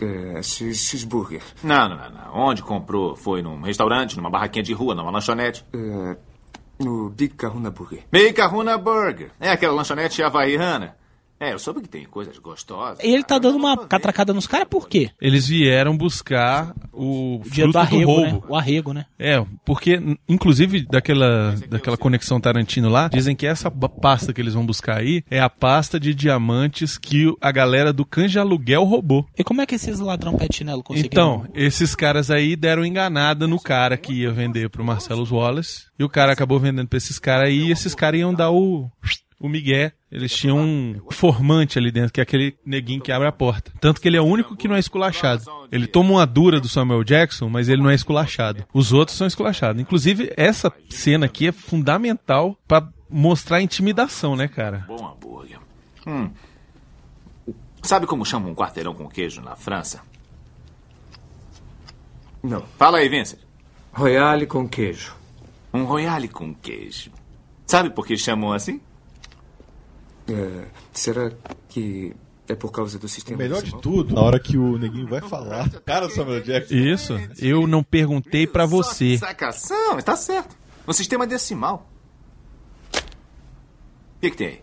[SPEAKER 9] É, che- cheeseburger.
[SPEAKER 17] Não, não, não, não. Onde comprou? Foi num restaurante, numa barraquinha de rua, numa lanchonete?
[SPEAKER 9] É, no Big Kahuna Burger.
[SPEAKER 17] Meikaruna Burger. É aquela lanchonete havaiana. É, eu soube que tem coisas gostosas.
[SPEAKER 3] E ele tá dando uma catracada nos caras por quê?
[SPEAKER 4] Eles vieram buscar
[SPEAKER 3] O
[SPEAKER 4] o
[SPEAKER 3] dia
[SPEAKER 4] fruto
[SPEAKER 3] do
[SPEAKER 4] do,
[SPEAKER 3] arrego, né?
[SPEAKER 4] roubo.
[SPEAKER 3] O arrego, né?
[SPEAKER 4] É, porque, n- inclusive, daquela, daquela conexão Tarantino lá, dizem que essa ba- pasta que eles vão buscar aí é a pasta de diamantes que o- a galera do Canja Aluguel roubou.
[SPEAKER 3] E como é que esses ladrão petinelo conseguiram?
[SPEAKER 4] Então, esses caras aí deram enganada no cara que ia vender pro Marcelo Wallace. E o cara acabou vendendo pra esses caras aí. E esses caras iam dar o. O Miguel. Eles tinham um formante ali dentro, que é aquele neguinho que abre a porta. Tanto que ele é o único que não é esculachado. Ele toma uma dura do Samuel Jackson, mas ele não é esculachado. Os outros são esculachados. Inclusive, essa cena aqui é fundamental pra mostrar a intimidação, né, cara?
[SPEAKER 17] Bom hambúrguer. Hum. Sabe como chamam um quarteirão com queijo na França?
[SPEAKER 9] Não.
[SPEAKER 17] Fala aí, Vincent.
[SPEAKER 9] Royale com queijo.
[SPEAKER 17] Um royale com queijo. Sabe por que chamam assim?
[SPEAKER 9] É, será que
[SPEAKER 18] É por causa do sistema.
[SPEAKER 5] Melhor de
[SPEAKER 18] decimal?
[SPEAKER 5] tudo, na hora que o neguinho vai falar, cara do Samuel Jackson.
[SPEAKER 4] Isso. Eu não perguntei pra você.
[SPEAKER 9] Sacação, está certo. No sistema decimal. O que, que tem aí?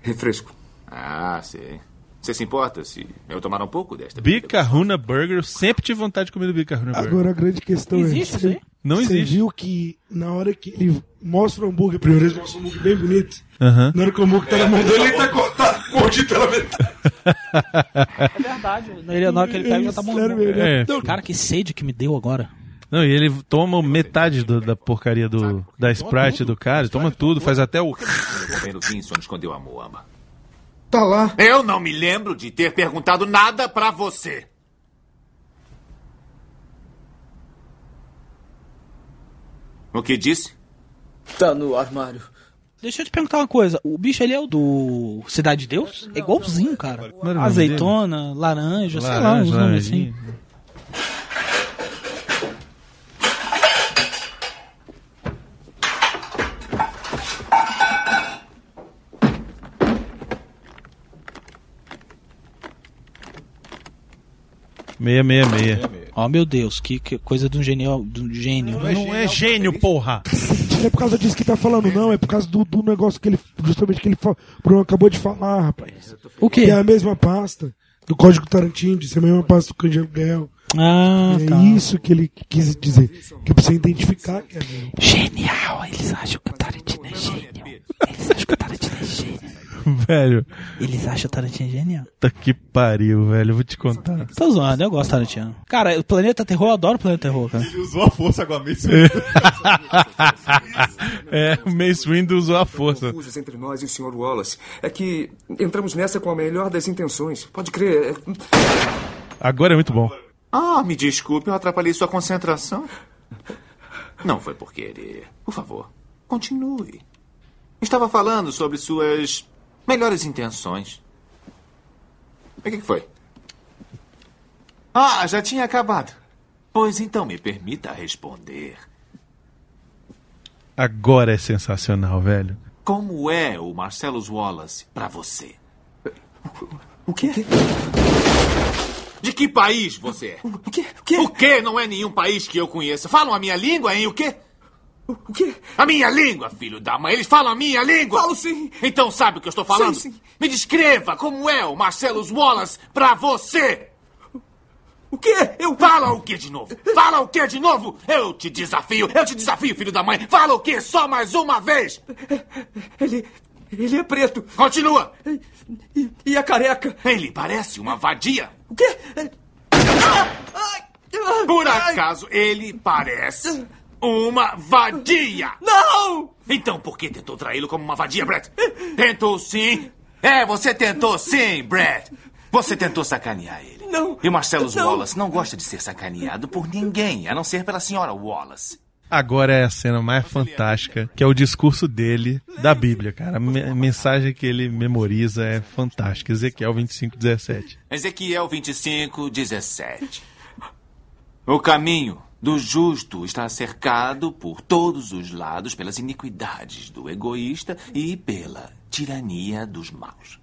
[SPEAKER 18] Refresco.
[SPEAKER 9] Ah, sei. Você se importa se eu tomar um pouco desta?
[SPEAKER 4] Bicarruna Burger. Eu sempre tive vontade de comer do Bicarruna Burger.
[SPEAKER 6] Agora a grande questão
[SPEAKER 4] Existe
[SPEAKER 6] é.
[SPEAKER 4] isso aí? Não existe.
[SPEAKER 6] Você viu que na hora que ele mostra o hambúrguer, primeiro ele mostra um hambúrguer bem bonito.
[SPEAKER 4] Aham.
[SPEAKER 6] Na hora que o hambúrguer tá na mão dele, ele tá, co- tá mordido pela metade.
[SPEAKER 3] (laughs) É verdade. Ele, na hora que ele pega, já tá morrendo.
[SPEAKER 4] É.
[SPEAKER 3] Cara, que sede que me deu agora.
[SPEAKER 4] Não, e ele toma metade do- da porcaria do, da Sprite do cara, toma
[SPEAKER 5] é
[SPEAKER 4] tudo, faz até o.
[SPEAKER 9] O governo Vinson escondeu a Moamba.
[SPEAKER 6] Tá lá.
[SPEAKER 9] Eu não me lembro de ter perguntado nada pra você. O que disse?
[SPEAKER 3] Tá no armário. Deixa eu te perguntar uma coisa. O bicho ali é o do Cidade de Deus? É igualzinho, cara.
[SPEAKER 4] o nome
[SPEAKER 3] Azeitona, laranja, sei lá, uns
[SPEAKER 4] Laranja,
[SPEAKER 3] nomes assim.
[SPEAKER 4] Meia, meia, meia.
[SPEAKER 3] Ó, meu Deus, que, que coisa de um genial, de um gênio.
[SPEAKER 4] Não é gênio, porra!
[SPEAKER 6] Não é por causa disso que tá falando, não. É por causa do, do negócio que ele. Justamente que ele fa- o Bruno acabou de falar, rapaz.
[SPEAKER 3] O quê?
[SPEAKER 6] Que é a mesma pasta do Código Tarantino, de ser a mesma pasta do Cândido Gael.
[SPEAKER 3] (laughs) Ah,
[SPEAKER 6] é
[SPEAKER 3] tá.
[SPEAKER 6] isso que ele quis dizer. Que é pra você identificar que é mesmo.
[SPEAKER 3] Genial, eles acham que o Tarantino é gênio. Eles acham que o Tarantino é gênio.
[SPEAKER 4] velho,
[SPEAKER 3] Eles acham o Tarantino genial.
[SPEAKER 4] tá que pariu, velho, eu vou te contar.
[SPEAKER 3] Tô zoando, eu gosto do Tarantino. Cara, o Planeta Terror, eu adoro o Planeta Terror, cara.
[SPEAKER 5] Ele usou a força agora mesmo.
[SPEAKER 4] (laughs) é, o Mace Windu usou a força.
[SPEAKER 18] Confusas entre nós e o Sr. Wallace. É que entramos nessa com a melhor das intenções. Pode crer. é-
[SPEAKER 4] Agora é muito bom.
[SPEAKER 9] Ah, me desculpe, eu atrapalhei sua concentração. Não foi por querer. Por favor, continue. Estava falando sobre suas melhores intenções. O que que foi? Ah, já tinha acabado. Pois então, me permita responder.
[SPEAKER 4] Agora é sensacional, velho.
[SPEAKER 9] Como é o Marcelo Wallace para você?
[SPEAKER 18] O quê?
[SPEAKER 9] De que país você é? O
[SPEAKER 18] quê? O
[SPEAKER 9] quê? Não é nenhum país que eu conheça. Falam a minha língua, hein? O quê? O quê? A minha língua, filho da mãe. Eles falam a minha língua. Falo sim. Então sabe o que eu estou falando?
[SPEAKER 18] Sim, sim.
[SPEAKER 9] Me descreva como é o Marcelo Wallace pra você.
[SPEAKER 18] O quê? Eu...
[SPEAKER 9] Fala o quê de novo? Fala o quê de novo? Eu te desafio. Eu te desafio, filho da mãe. Fala o quê só mais uma vez.
[SPEAKER 18] Ele. Ele é preto.
[SPEAKER 9] Continua.
[SPEAKER 18] E, e a careca?
[SPEAKER 9] Ele parece uma vadia.
[SPEAKER 18] O quê?
[SPEAKER 9] Por acaso ele parece uma vadia?
[SPEAKER 18] Não!
[SPEAKER 9] Então por que tentou traí-lo como uma vadia, Brett? Tentou sim. É, você tentou sim, Brett. Você tentou sacanear ele.
[SPEAKER 18] Não.
[SPEAKER 9] E o Marcelo
[SPEAKER 18] Não.
[SPEAKER 9] Wallace não gosta de ser sacaneado por ninguém, a não ser pela senhora Wallace.
[SPEAKER 4] Agora é a cena mais fantástica, que é o discurso dele da Bíblia, cara. A me- mensagem que ele memoriza é fantástica. Ezequiel 25, 17.
[SPEAKER 9] Ezequiel 25, 17. O caminho do justo está cercado por todos os lados pelas iniquidades do egoísta e pela tirania dos maus.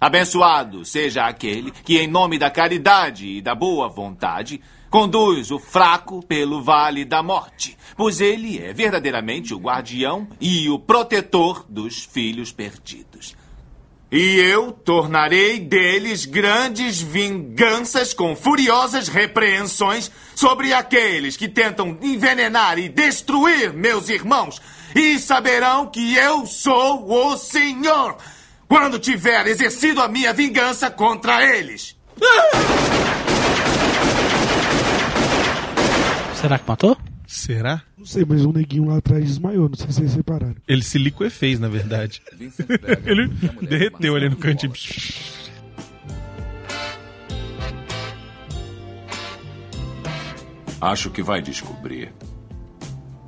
[SPEAKER 9] Abençoado seja aquele que, em nome da caridade e da boa vontade, conduz o fraco pelo vale da morte, pois ele é verdadeiramente o guardião e o protetor dos filhos perdidos. E eu tornarei deles grandes vinganças com furiosas repreensões sobre aqueles que tentam envenenar e destruir meus irmãos. E saberão que eu sou o Senhor quando tiver exercido a minha vingança contra eles.
[SPEAKER 3] Será que matou?
[SPEAKER 4] Será?
[SPEAKER 6] Não sei, mas um neguinho lá atrás desmaiou. Não sei se vocês separaram.
[SPEAKER 4] Ele se liquefez, na verdade. ele derreteu ali no cantinho.
[SPEAKER 1] Acho que vai descobrir.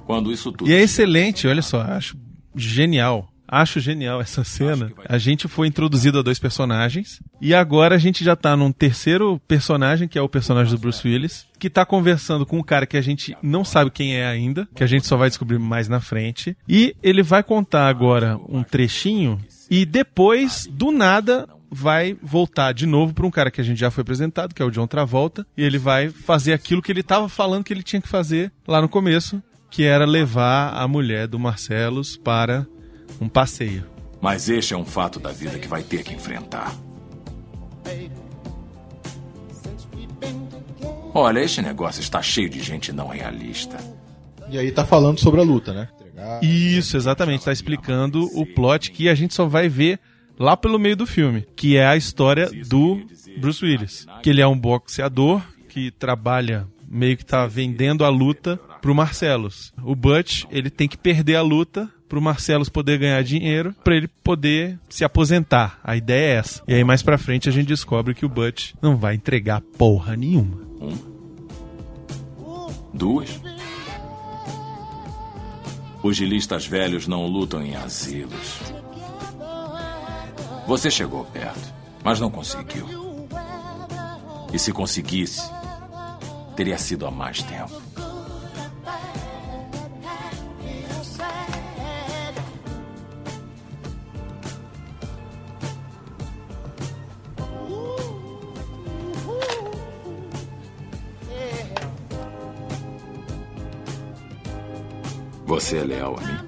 [SPEAKER 1] Quando isso tudo.
[SPEAKER 4] E é excelente, olha só, acho genial. Acho genial essa cena. A gente foi introduzido a dois personagens e agora a gente já tá num terceiro personagem, que é o personagem do Bruce Willis, que tá conversando com um cara que a gente não sabe quem é ainda, que a gente só vai descobrir mais na frente, e ele vai contar agora um trechinho e depois do nada vai voltar de novo para um cara que a gente já foi apresentado, que é o John Travolta, e ele vai fazer aquilo que ele estava falando que ele tinha que fazer lá no começo, que era levar a mulher do Marcelos para um passeio.
[SPEAKER 1] Mas este é um fato da vida que vai ter que enfrentar. Olha, este negócio está cheio de gente não realista.
[SPEAKER 5] E aí tá falando sobre a luta, né?
[SPEAKER 4] Isso, exatamente. Tá explicando o plot que a gente só vai ver lá pelo meio do filme, que é a história do Bruce Willis, que ele é um boxeador que trabalha meio que tá vendendo a luta pro Marcelos. O Butch, ele tem que perder a luta pro Marcelos poder ganhar dinheiro, para ele poder se aposentar. A ideia é essa. E aí mais pra frente a gente descobre que o Butch não vai entregar porra nenhuma.
[SPEAKER 1] Duas? Os gilistas velhos não lutam em asilos. Você chegou perto, mas não conseguiu. E se conseguisse, teria sido há mais tempo. Você é leal a mim?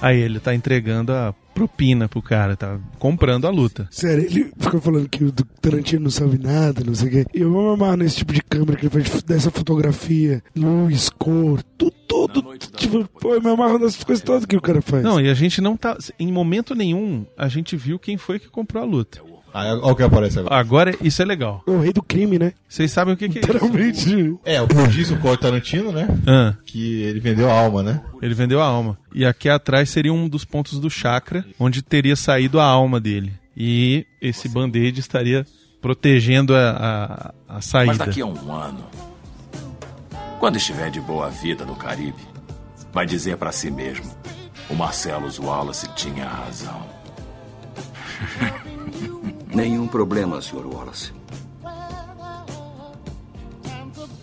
[SPEAKER 4] Aí ele tá entregando a propina pro cara, tá comprando a luta.
[SPEAKER 6] Sério, ele ficou falando que o do Tarantino não sabe nada, não sei o quê. E eu vou amar nesse tipo de câmera que ele faz dessa fotografia, luz, cor, tudo, tudo. Tipo, pô, eu me amarro nessas coisas todas que o cara faz.
[SPEAKER 4] Não, e a gente não tá. Em momento nenhum, a gente viu quem foi que comprou a luta.
[SPEAKER 5] Ah, é, Olha o que aparece agora.
[SPEAKER 4] Agora isso é legal.
[SPEAKER 6] É o rei do crime, né?
[SPEAKER 4] Vocês sabem o que, que é isso?
[SPEAKER 6] Literalmente.
[SPEAKER 5] É, o que diz o Código Tarantino, né?
[SPEAKER 4] Ah.
[SPEAKER 5] Que ele vendeu a alma, né?
[SPEAKER 4] Ele vendeu a alma. E aqui atrás seria um dos pontos do chakra, onde teria saído a alma dele. E esse band-aid estaria protegendo a, a, a saída.
[SPEAKER 1] Mas daqui a um ano, quando estiver de boa vida no Caribe, vai dizer pra si mesmo: o Marcelo Wallace tinha razão.
[SPEAKER 8] (laughs) Nenhum problema, Sr. Wallace.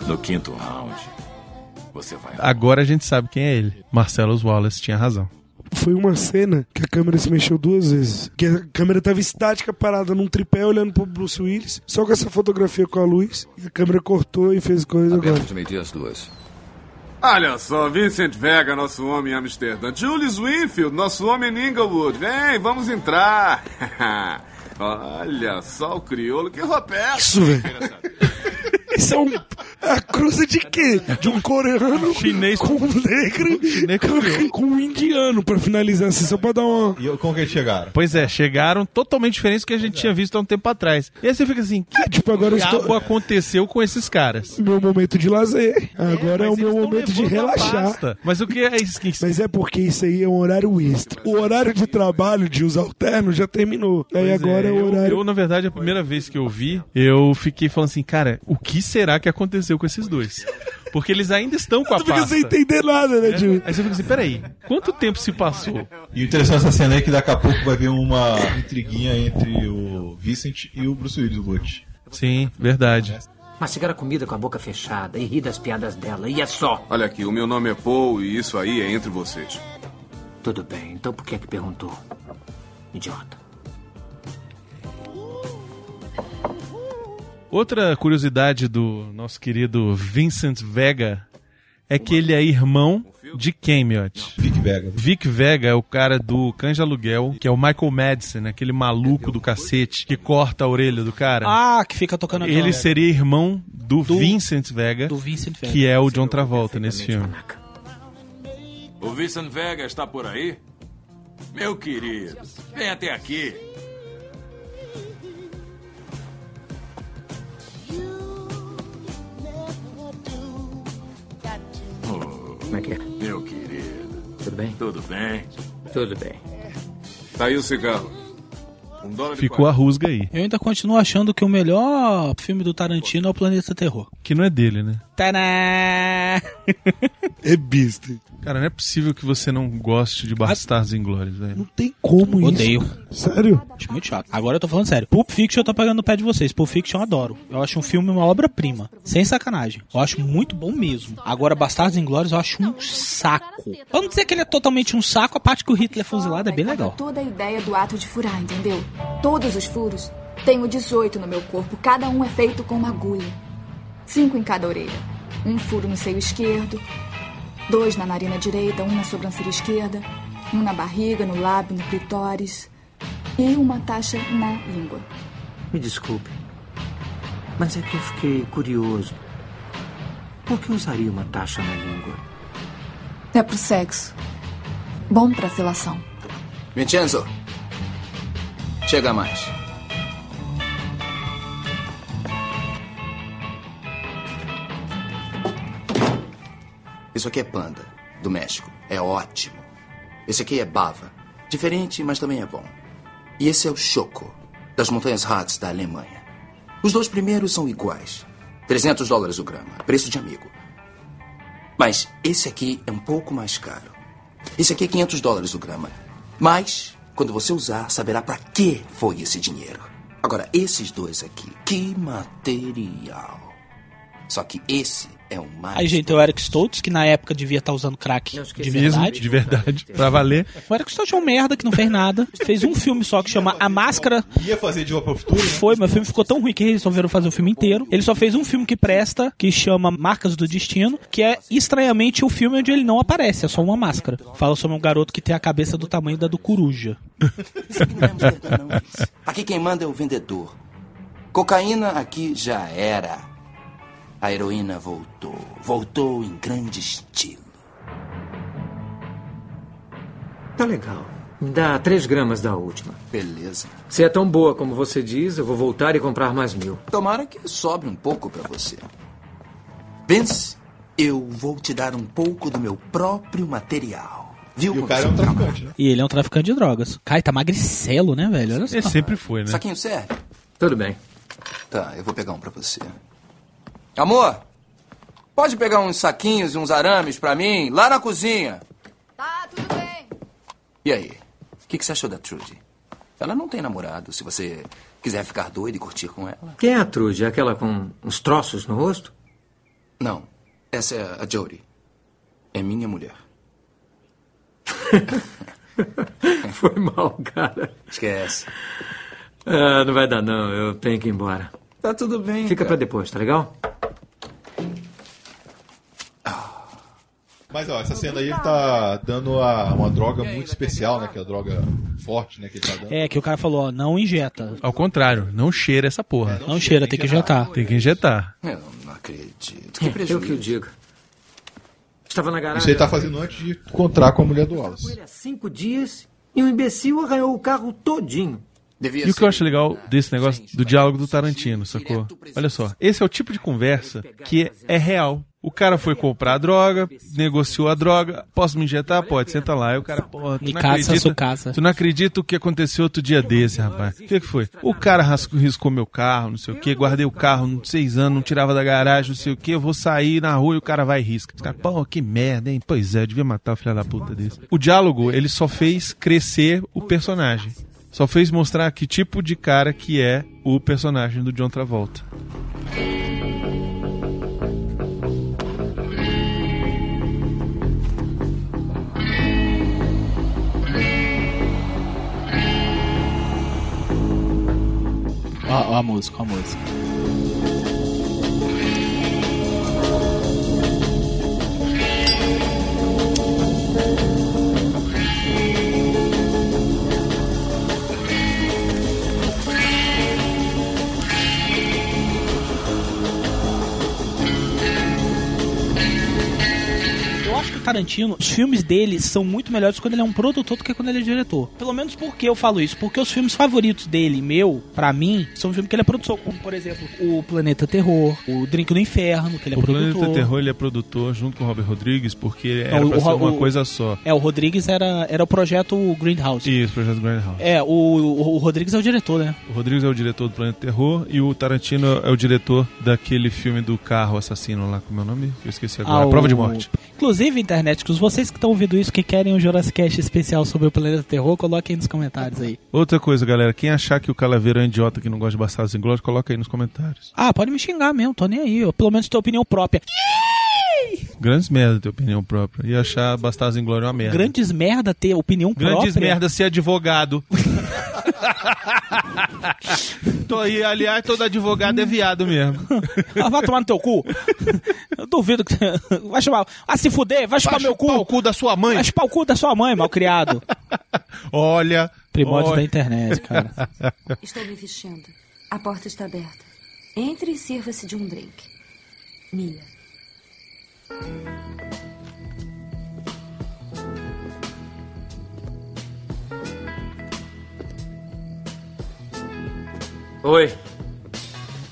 [SPEAKER 1] No quinto round, você vai.
[SPEAKER 4] Agora a gente sabe quem é ele. Marcelo Wallace tinha razão.
[SPEAKER 6] Foi uma cena que a câmera se mexeu duas vezes. Que a câmera tava estática, parada num tripé, olhando pro Bruce Willis, só com essa fotografia com a luz. E a câmera cortou e fez coisa agora.
[SPEAKER 8] Aberto de meio-dia às duas.
[SPEAKER 19] Olha só, Vincent Vega, nosso homem em Amsterdã. Julius Winfield, nosso homem em Inglewood. Vem, vamos entrar. Ah, (laughs) Olha só o crioulo que Roberto.
[SPEAKER 6] Isso, velho. Isso é um. A cruza de quê? De um coreano
[SPEAKER 4] Chinês.
[SPEAKER 6] com um negro com, com um indiano pra finalizar assim, só pra dar uma.
[SPEAKER 5] E como que eles chegaram?
[SPEAKER 4] Pois é, chegaram totalmente diferentes do que a gente tinha visto há um tempo atrás. E aí você fica assim, que
[SPEAKER 6] é. Tipo, agora eu
[SPEAKER 4] diabo
[SPEAKER 6] estou-
[SPEAKER 4] aconteceu com esses caras?
[SPEAKER 6] Meu momento de lazer. Agora é, o
[SPEAKER 4] mas
[SPEAKER 6] meu
[SPEAKER 4] eles tão
[SPEAKER 6] momento de
[SPEAKER 4] levando a
[SPEAKER 6] relaxar.
[SPEAKER 4] pasta. Mas o que é isso? que- é.
[SPEAKER 6] Mas é porque isso aí é um horário extra. O horário de trabalho de os alternos já terminou. Aí
[SPEAKER 4] Pois
[SPEAKER 6] agora é
[SPEAKER 4] eu-
[SPEAKER 6] o horário.
[SPEAKER 4] Eu, na verdade, a primeira vez que eu vi, eu fiquei falando assim, cara, o que será que aconteceu com esses dois? Porque eles ainda estão com a
[SPEAKER 6] Não fica
[SPEAKER 4] pasta.
[SPEAKER 6] sem entender nada, né, Júlio?
[SPEAKER 4] Aí você fica assim, peraí, quanto tempo se passou?
[SPEAKER 5] E o interessante dessa cena é que daqui a pouco vai vir uma intriguinha entre o Vincent e o Bruce Willis, o Butch.
[SPEAKER 4] Sim, verdade.
[SPEAKER 17] Mastigar a comida com a boca fechada e rir das piadas dela, e é só.
[SPEAKER 19] Olha aqui, o meu nome é Paul e isso aí é entre vocês.
[SPEAKER 17] Tudo bem, então por que é que perguntou? Idiota.
[SPEAKER 4] Outra curiosidade do nosso querido Vincent Vega é que ele é irmão de quem, Miotti?
[SPEAKER 5] Vic Vega.
[SPEAKER 4] Vic Vega é o cara do Cães de Aluguel, que é o Michael Madison, aquele maluco do cacete que corta a orelha do cara.
[SPEAKER 3] Ah, que fica tocando aquela-
[SPEAKER 4] Ele seria irmão do, Vincent Vega,
[SPEAKER 3] do Vincent Vega.
[SPEAKER 4] que é o John Travolta nesse filme.
[SPEAKER 1] O Vincent Vega está por aí? Meu querido, vem até aqui.
[SPEAKER 17] Como é que é?
[SPEAKER 1] Meu querido,
[SPEAKER 17] Tudo bem?
[SPEAKER 1] tudo bem?
[SPEAKER 17] Tudo bem.
[SPEAKER 19] Tá aí o cigarro. Um dólar
[SPEAKER 4] Ficou a rusga aí.
[SPEAKER 3] Eu ainda continuo achando que o melhor filme do Tarantino é o Planeta Terror.
[SPEAKER 4] Que não é dele, né?
[SPEAKER 3] Tadá!
[SPEAKER 4] É besta. Cara, não é possível que você não goste de Bastardos Inglórios, velho. Não
[SPEAKER 3] tem como
[SPEAKER 4] isso.
[SPEAKER 3] Odeio. Sério? Acho muito chato. Agora eu tô falando sério. Pulp Fiction eu tô pagando no pé de vocês. Pulp Fiction eu adoro. Eu acho um filme uma obra-prima. Sem sacanagem. Eu acho muito bom mesmo. Agora Bastardos Inglórios eu acho um saco. Vamos dizer que ele é totalmente um saco. A parte que o Hitler é fuzilado é bem legal.
[SPEAKER 20] Toda a ideia do ato de furar, entendeu? Todos os furos. Tenho 18 no meu corpo, cada um é feito com uma agulha. Cinco em cada orelha. Um furo no seio esquerdo, dois na narina direita, um na sobrancelha esquerda, um na barriga, no lábio, no clitóris e uma taxa na língua.
[SPEAKER 16] Me desculpe, mas é que eu fiquei curioso. Por que usaria uma taxa na língua?
[SPEAKER 20] É pro sexo. Bom pra filação.
[SPEAKER 8] Vincenzo! Chega mais.
[SPEAKER 21] Isso aqui é panda, do México. É ótimo.
[SPEAKER 8] Esse aqui é bava. Diferente, mas também é bom. E esse é o choco, das montanhas Harz da Alemanha. Os dois primeiros são iguais. 300 dólares o grama, preço de amigo. Mas esse aqui é um pouco mais caro. Esse aqui é 500 dólares o grama. Mas, quando você usar, saberá para que foi esse dinheiro. Agora, esses dois aqui, que material. Só que esse é o mais...
[SPEAKER 3] Aí, gente, é o Eric Stoltz, que na época devia estar usando crack de verdade.
[SPEAKER 4] de verdade, pra valer.
[SPEAKER 3] O Eric Stoltz é um merda que não fez nada. Fez um filme só que chama A Máscara.
[SPEAKER 5] Ia fazer de roupa pro futuro, né?
[SPEAKER 3] Foi, mas o filme ficou tão ruim que eles resolveram fazer o filme inteiro. Ele só fez um filme que presta, que chama Marcas do Destino, que é estranhamente o filme onde ele não aparece, é só uma máscara. Fala sobre um garoto que tem a cabeça do tamanho da do coruja.
[SPEAKER 8] Aqui quem manda é o vendedor. Cocaína aqui já era. A heroína voltou. Voltou em grande estilo.
[SPEAKER 16] Tá legal. Me dá três gramas da última.
[SPEAKER 8] Beleza.
[SPEAKER 16] Se é tão boa como você diz, eu vou voltar e comprar mais mil.
[SPEAKER 8] Tomara que sobre um pouco pra você. Vince, eu vou te dar um pouco do meu próprio material. Viu? como você tá me trata?
[SPEAKER 3] E ele é um traficante de drogas. Cai, tá magricelo, né, velho? Olha só.
[SPEAKER 8] Ele sempre foi,
[SPEAKER 3] né?
[SPEAKER 8] Saquinho serve?
[SPEAKER 16] Tudo bem.
[SPEAKER 8] Tá, eu vou pegar um pra você. Amor, pode pegar uns saquinhos e uns arames pra mim lá na cozinha. E aí, o que, que você achou da Trudy? Ela não tem namorado. Se você quiser ficar doido e curtir com ela.
[SPEAKER 16] Quem é a Trude? Aquela com uns troços no rosto?
[SPEAKER 8] Não, essa é a Jody. É minha mulher.
[SPEAKER 16] (laughs) Foi mal, cara.
[SPEAKER 8] Esquece.
[SPEAKER 16] Ah, não vai dar, não. Eu tenho que ir embora.
[SPEAKER 8] Tá tudo bem.
[SPEAKER 16] Fica pra
[SPEAKER 8] cara.
[SPEAKER 16] depois, tá legal?
[SPEAKER 5] Mas ó, essa cena aí ele tá dando a- uma droga muito especial, né? Que é a droga forte, né? Que ele tá dando.
[SPEAKER 3] É, que o cara falou, ó, não injeta.
[SPEAKER 4] Ao contrário, não cheira essa porra.
[SPEAKER 3] Não cheira, tem que injetar.
[SPEAKER 4] Tem que injetar.
[SPEAKER 8] Eu não acredito.
[SPEAKER 16] É, (laughs) Eu que o digo. Estava na garagem.
[SPEAKER 5] Isso ele tá fazendo antes de encontrar com a mulher do Wallace.
[SPEAKER 16] Ele há cinco dias e um imbecil arranhou o carro todinho.
[SPEAKER 8] Devia
[SPEAKER 4] E o que eu acho legal desse negócio do diálogo do Tarantino, sacou? Olha só, esse é o tipo de conversa que é- é real. O cara foi comprar a droga, negociou a droga, posso me injetar? Pode, senta lá. Aí o cara, porra, tu
[SPEAKER 3] Me
[SPEAKER 4] não
[SPEAKER 3] caça,
[SPEAKER 4] acredita,
[SPEAKER 3] sou caça.
[SPEAKER 4] tu não acredita o que aconteceu outro dia desse, rapaz. O que, que foi? O cara rascou- riscou meu carro, não sei o que, guardei o carro uns seis anos, não tirava da garagem, não sei o que, eu vou sair na rua e o cara vai e risca. Os caras, pô, que merda, hein? Pois é, eu devia matar o filho da puta desse. O diálogo, ele só fez crescer o personagem. Só fez mostrar que tipo de cara que é o personagem do John Travolta.
[SPEAKER 3] Ó, ó a música, ó a música. Eu acho que O Tarantino, os filmes dele são muito melhores quando ele é um produtor do que quando ele é diretor. Pelo menos por que eu falo isso? Porque os filmes favoritos dele, meu, pra mim, são filmes que ele é produtor, como por exemplo, o Planeta Terror, o Drink no Inferno, que ele é
[SPEAKER 4] o
[SPEAKER 3] produtor.
[SPEAKER 4] Planeta Terror ele é produtor junto com o Robert Rodrigues, porque era
[SPEAKER 3] Não, o-
[SPEAKER 4] pra ser
[SPEAKER 3] o-
[SPEAKER 4] uma
[SPEAKER 3] o-
[SPEAKER 4] coisa só.
[SPEAKER 3] É, o Rodrigues era, era o projeto Grindhouse.
[SPEAKER 4] Isso, projeto Grindhouse.
[SPEAKER 3] É, o, o, o Rodrigues é o diretor, né?
[SPEAKER 4] O Rodrigues é o diretor do Planeta Terror e o Tarantino é o diretor daquele filme do carro assassino lá, como é o nome? Eu esqueci agora.
[SPEAKER 3] Ah,
[SPEAKER 4] Prova de
[SPEAKER 3] o-
[SPEAKER 4] Morte.
[SPEAKER 3] Inclusive, internet, vocês que estão ouvindo isso, que querem um Jurassic Cast especial sobre o Planeta Terror, coloquem aí nos comentários aí.
[SPEAKER 4] Outra coisa, galera, quem achar que o Calaveira é um idiota que não gosta de Bastardos Inglórios, coloca aí nos comentários.
[SPEAKER 3] Ah, pode me xingar mesmo, tô nem aí. Eu, pelo menos tenho opinião própria.
[SPEAKER 4] Grandes merda, ter opinião própria. E achar Bastardos Inglórios uma merda.
[SPEAKER 3] Grandes merda ter opinião
[SPEAKER 4] É. Grandes
[SPEAKER 3] própria.
[SPEAKER 4] merda
[SPEAKER 3] (laughs)
[SPEAKER 4] ser advogado. Tô aí, aliás, todo advogado é viado mesmo.
[SPEAKER 3] Ah, vai tomar no teu cu. Eu duvido que. (laughs) Vai chamar. Ah, se fuder, vai chupar meu cu. Vai chupar o
[SPEAKER 4] cu da sua mãe.
[SPEAKER 3] Vai chupar o cu da sua mãe, mal criado.
[SPEAKER 4] (laughs) Olha.
[SPEAKER 3] Primórdio
[SPEAKER 4] olha.
[SPEAKER 3] da internet, cara.
[SPEAKER 12] Estou me vestindo. A porta está aberta. Entre e sirva-se de um drink. Mia.
[SPEAKER 17] Oi.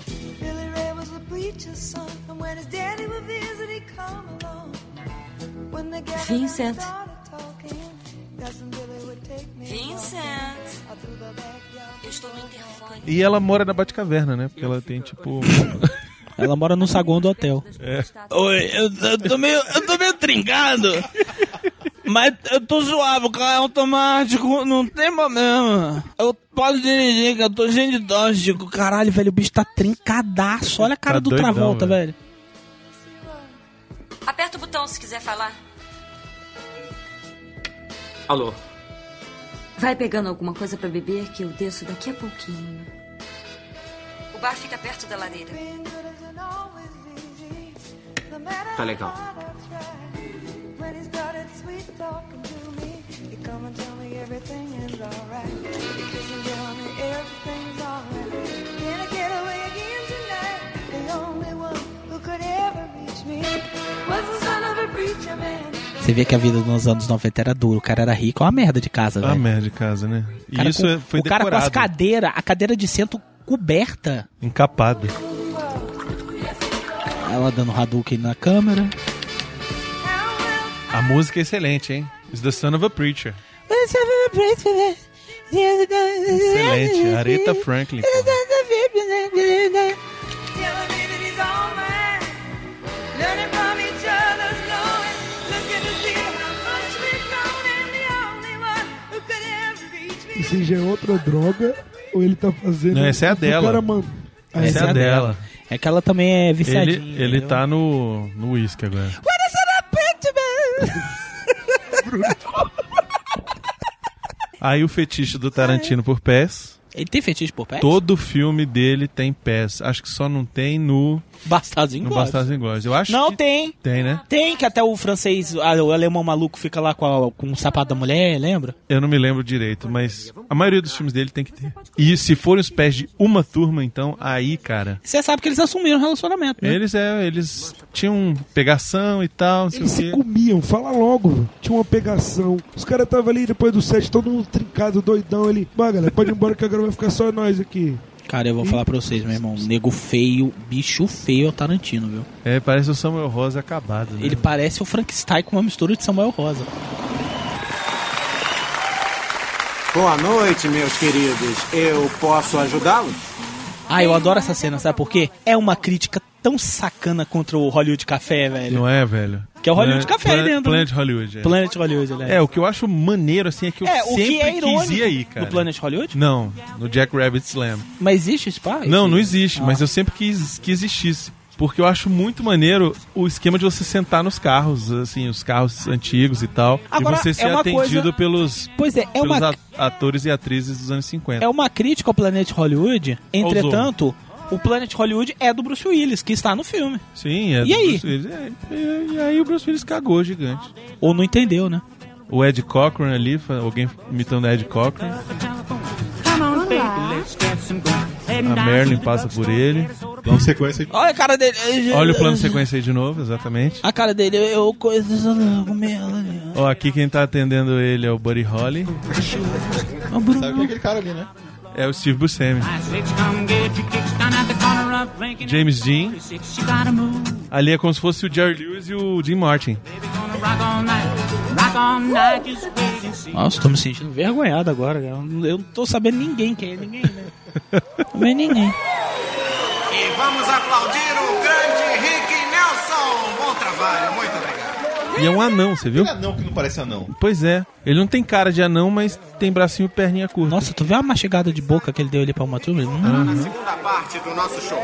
[SPEAKER 20] Billy Ray was a preacher's son, and when his daddy would visit, he'd come along. When they gathered and
[SPEAKER 12] Vincent.
[SPEAKER 20] started talking, Cousin Billy would take me
[SPEAKER 12] Vincent.
[SPEAKER 20] walking, out through the backyard.
[SPEAKER 12] Eu estou no interfone.
[SPEAKER 4] E ela mora na Batcaverna, né? Porque ela tem tipo.
[SPEAKER 3] Ela mora no saguão do hotel.
[SPEAKER 4] (laughs) É.
[SPEAKER 3] Oi, eu, eu tô meio, eu tô meio trincado. Mas eu tô suave, o carro é automático, não tem problema. Eu posso dirigir, que eu tô cheio de tóxico. Caralho, velho, o bicho tá trincadaço. Olha a cara
[SPEAKER 4] Tá
[SPEAKER 3] do
[SPEAKER 4] doidão,
[SPEAKER 3] Travolta, velho.
[SPEAKER 12] Aperta o botão se quiser falar.
[SPEAKER 17] Alô.
[SPEAKER 12] Vai pegando alguma coisa pra beber que eu desço daqui a pouquinho. O bar fica perto da lareira.
[SPEAKER 17] Tá legal.
[SPEAKER 20] When he started sweet talking to me, he come and tell me everything is alright. He kiss and tell me everything's alright. Can I get away again tonight? The only one who could ever reach me was the son of a preacher man.
[SPEAKER 3] Você vê que a vida nos anos 90 era dura, o cara era rico, é uma merda de casa,
[SPEAKER 4] Ah,
[SPEAKER 3] velho.
[SPEAKER 4] merda de casa, né?
[SPEAKER 3] O
[SPEAKER 4] E
[SPEAKER 3] cara
[SPEAKER 4] isso
[SPEAKER 3] com-
[SPEAKER 4] é- foi
[SPEAKER 3] O cara com as
[SPEAKER 4] decorado,
[SPEAKER 3] cadeiras, a cadeira de centro coberta.
[SPEAKER 4] encapado.
[SPEAKER 3] Ela dando Hadouken na câmera.
[SPEAKER 4] A música é excelente, hein? It's the Son of a Preacher.
[SPEAKER 3] É.
[SPEAKER 4] Excelente, Aretha Franklin. pô.
[SPEAKER 20] Telling me that he's all mine. Learning from each other's knowing. Looking to see how much we've grown. And the only one who could ever reach me.
[SPEAKER 6] Isso aí já é outra droga ou ele tá fazendo.
[SPEAKER 4] Não, essa é a
[SPEAKER 6] o que o
[SPEAKER 4] dela.
[SPEAKER 6] cara manda? Ah,
[SPEAKER 4] Essa é a dela.
[SPEAKER 3] É que ela também é viciadinha.
[SPEAKER 4] Ele, ele tá no no uísque
[SPEAKER 3] (laughs)
[SPEAKER 4] agora. Aí o fetiche do Tarantino por pés.
[SPEAKER 3] Ele tem fetiche por pés?
[SPEAKER 4] Todo filme dele tem pés. Acho que só não tem no.
[SPEAKER 3] Bastardos
[SPEAKER 4] No
[SPEAKER 3] Inglórios.
[SPEAKER 4] Bastardos Inglórios. Eu acho
[SPEAKER 3] Não
[SPEAKER 4] que
[SPEAKER 3] tem.
[SPEAKER 4] tem, né?
[SPEAKER 3] Tem que até o francês, ah, o alemão maluco fica lá com, a- com o sapato da mulher, lembra?
[SPEAKER 4] Eu não me lembro direito, mas a maioria dos filmes dele tem que ter. E se forem os pés de uma turma, então, aí, cara.
[SPEAKER 3] Você sabe que eles assumiram o relacionamento, né?
[SPEAKER 4] Eles é, eles tinham pegação e tal, não sei
[SPEAKER 6] Eles
[SPEAKER 4] o
[SPEAKER 6] se
[SPEAKER 4] quê.
[SPEAKER 6] comiam, fala logo. Tinha uma pegação. Os caras estavam ali depois do set, todo mundo trincado, doidão ali. Bah, galera, pode ir embora que agora vai ficar só nós aqui.
[SPEAKER 3] Cara, eu vou falar pra vocês, meu irmão. Nego feio, bicho feio é o Tarantino, viu?
[SPEAKER 4] É, parece o Samuel Rosa acabado, né?
[SPEAKER 3] Ele parece o Frankenstein com uma mistura de Samuel Rosa.
[SPEAKER 22] Boa noite, meus queridos. Eu posso ajudá-los?
[SPEAKER 3] Ah, eu adoro essa cena, sabe por quê? É uma crítica tão sacana contra o Hollywood Café, velho.
[SPEAKER 4] Não é, velho?
[SPEAKER 3] Que é o Hollywood
[SPEAKER 4] Plan-
[SPEAKER 3] Café aí
[SPEAKER 4] Plan-
[SPEAKER 3] dentro.
[SPEAKER 4] Planet
[SPEAKER 3] né?
[SPEAKER 4] Hollywood.
[SPEAKER 3] Planet Hollywood, né?
[SPEAKER 4] É. o que eu acho maneiro, assim, é que eu
[SPEAKER 3] É, o que
[SPEAKER 4] sempre
[SPEAKER 3] é
[SPEAKER 4] quis
[SPEAKER 3] irônico
[SPEAKER 4] ir aí,
[SPEAKER 3] no
[SPEAKER 4] cara.
[SPEAKER 3] Planet Hollywood?
[SPEAKER 4] Não, no Jack Rabbit Slam.
[SPEAKER 3] Mas existe esse pai?
[SPEAKER 4] Não,
[SPEAKER 3] Esse-
[SPEAKER 4] não existe,
[SPEAKER 3] Ah.
[SPEAKER 4] mas eu sempre quis que existisse. Porque eu acho muito maneiro o esquema de você sentar nos carros, assim, os carros antigos e tal.
[SPEAKER 3] Agora,
[SPEAKER 4] e você
[SPEAKER 3] é
[SPEAKER 4] ser
[SPEAKER 3] uma
[SPEAKER 4] atendido
[SPEAKER 3] coisa-
[SPEAKER 4] pelos,
[SPEAKER 3] Pois é, é
[SPEAKER 4] pelos
[SPEAKER 3] uma-
[SPEAKER 4] a- atores e atrizes dos anos 50.
[SPEAKER 3] É uma crítica ao Planet Hollywood, entretanto, o Planet Hollywood é do Bruce Willis, que está no filme.
[SPEAKER 4] Sim, é
[SPEAKER 3] E
[SPEAKER 4] do
[SPEAKER 3] aí?
[SPEAKER 4] Bruce Willis. É, e- e aí o Bruce Willis cagou gigante.
[SPEAKER 3] Ou não entendeu, né?
[SPEAKER 4] O Ed Cochran ali, fa- alguém imitando o Ed Cochran.
[SPEAKER 22] Olá.
[SPEAKER 4] A Merlin passa por ele.
[SPEAKER 5] Plano sequência de...
[SPEAKER 3] Olha a cara dele.
[SPEAKER 4] Olha o plano sequência aí de novo, exatamente.
[SPEAKER 3] A cara dele, eu, eu coisa. Merda.
[SPEAKER 4] Ó, aqui quem tá atendendo ele é o Buddy Holly.
[SPEAKER 5] Sabe quem é aquele cara ali, né?
[SPEAKER 4] É o Steve Buscemi. James Dean. Ali é como se fosse o Jerry Lewis e o Dean Martin.
[SPEAKER 3] Nossa, tô me sentindo envergonhado agora, cara. Eu não- Eu não tô sabendo ninguém quem é ninguém, né? Também ninguém.
[SPEAKER 23] E vamos aplaudir o grande Rick Nelson. Bom trabalho, muito
[SPEAKER 4] E é um anão, você viu?
[SPEAKER 5] Ele é anão que não parece anão.
[SPEAKER 4] Pois é. Ele não tem cara de anão, mas tem bracinho e perninha curta.
[SPEAKER 3] Nossa, tu vê a mastigada de boca que ele deu ali pra uma turma? Hum.
[SPEAKER 23] segunda parte do nosso show.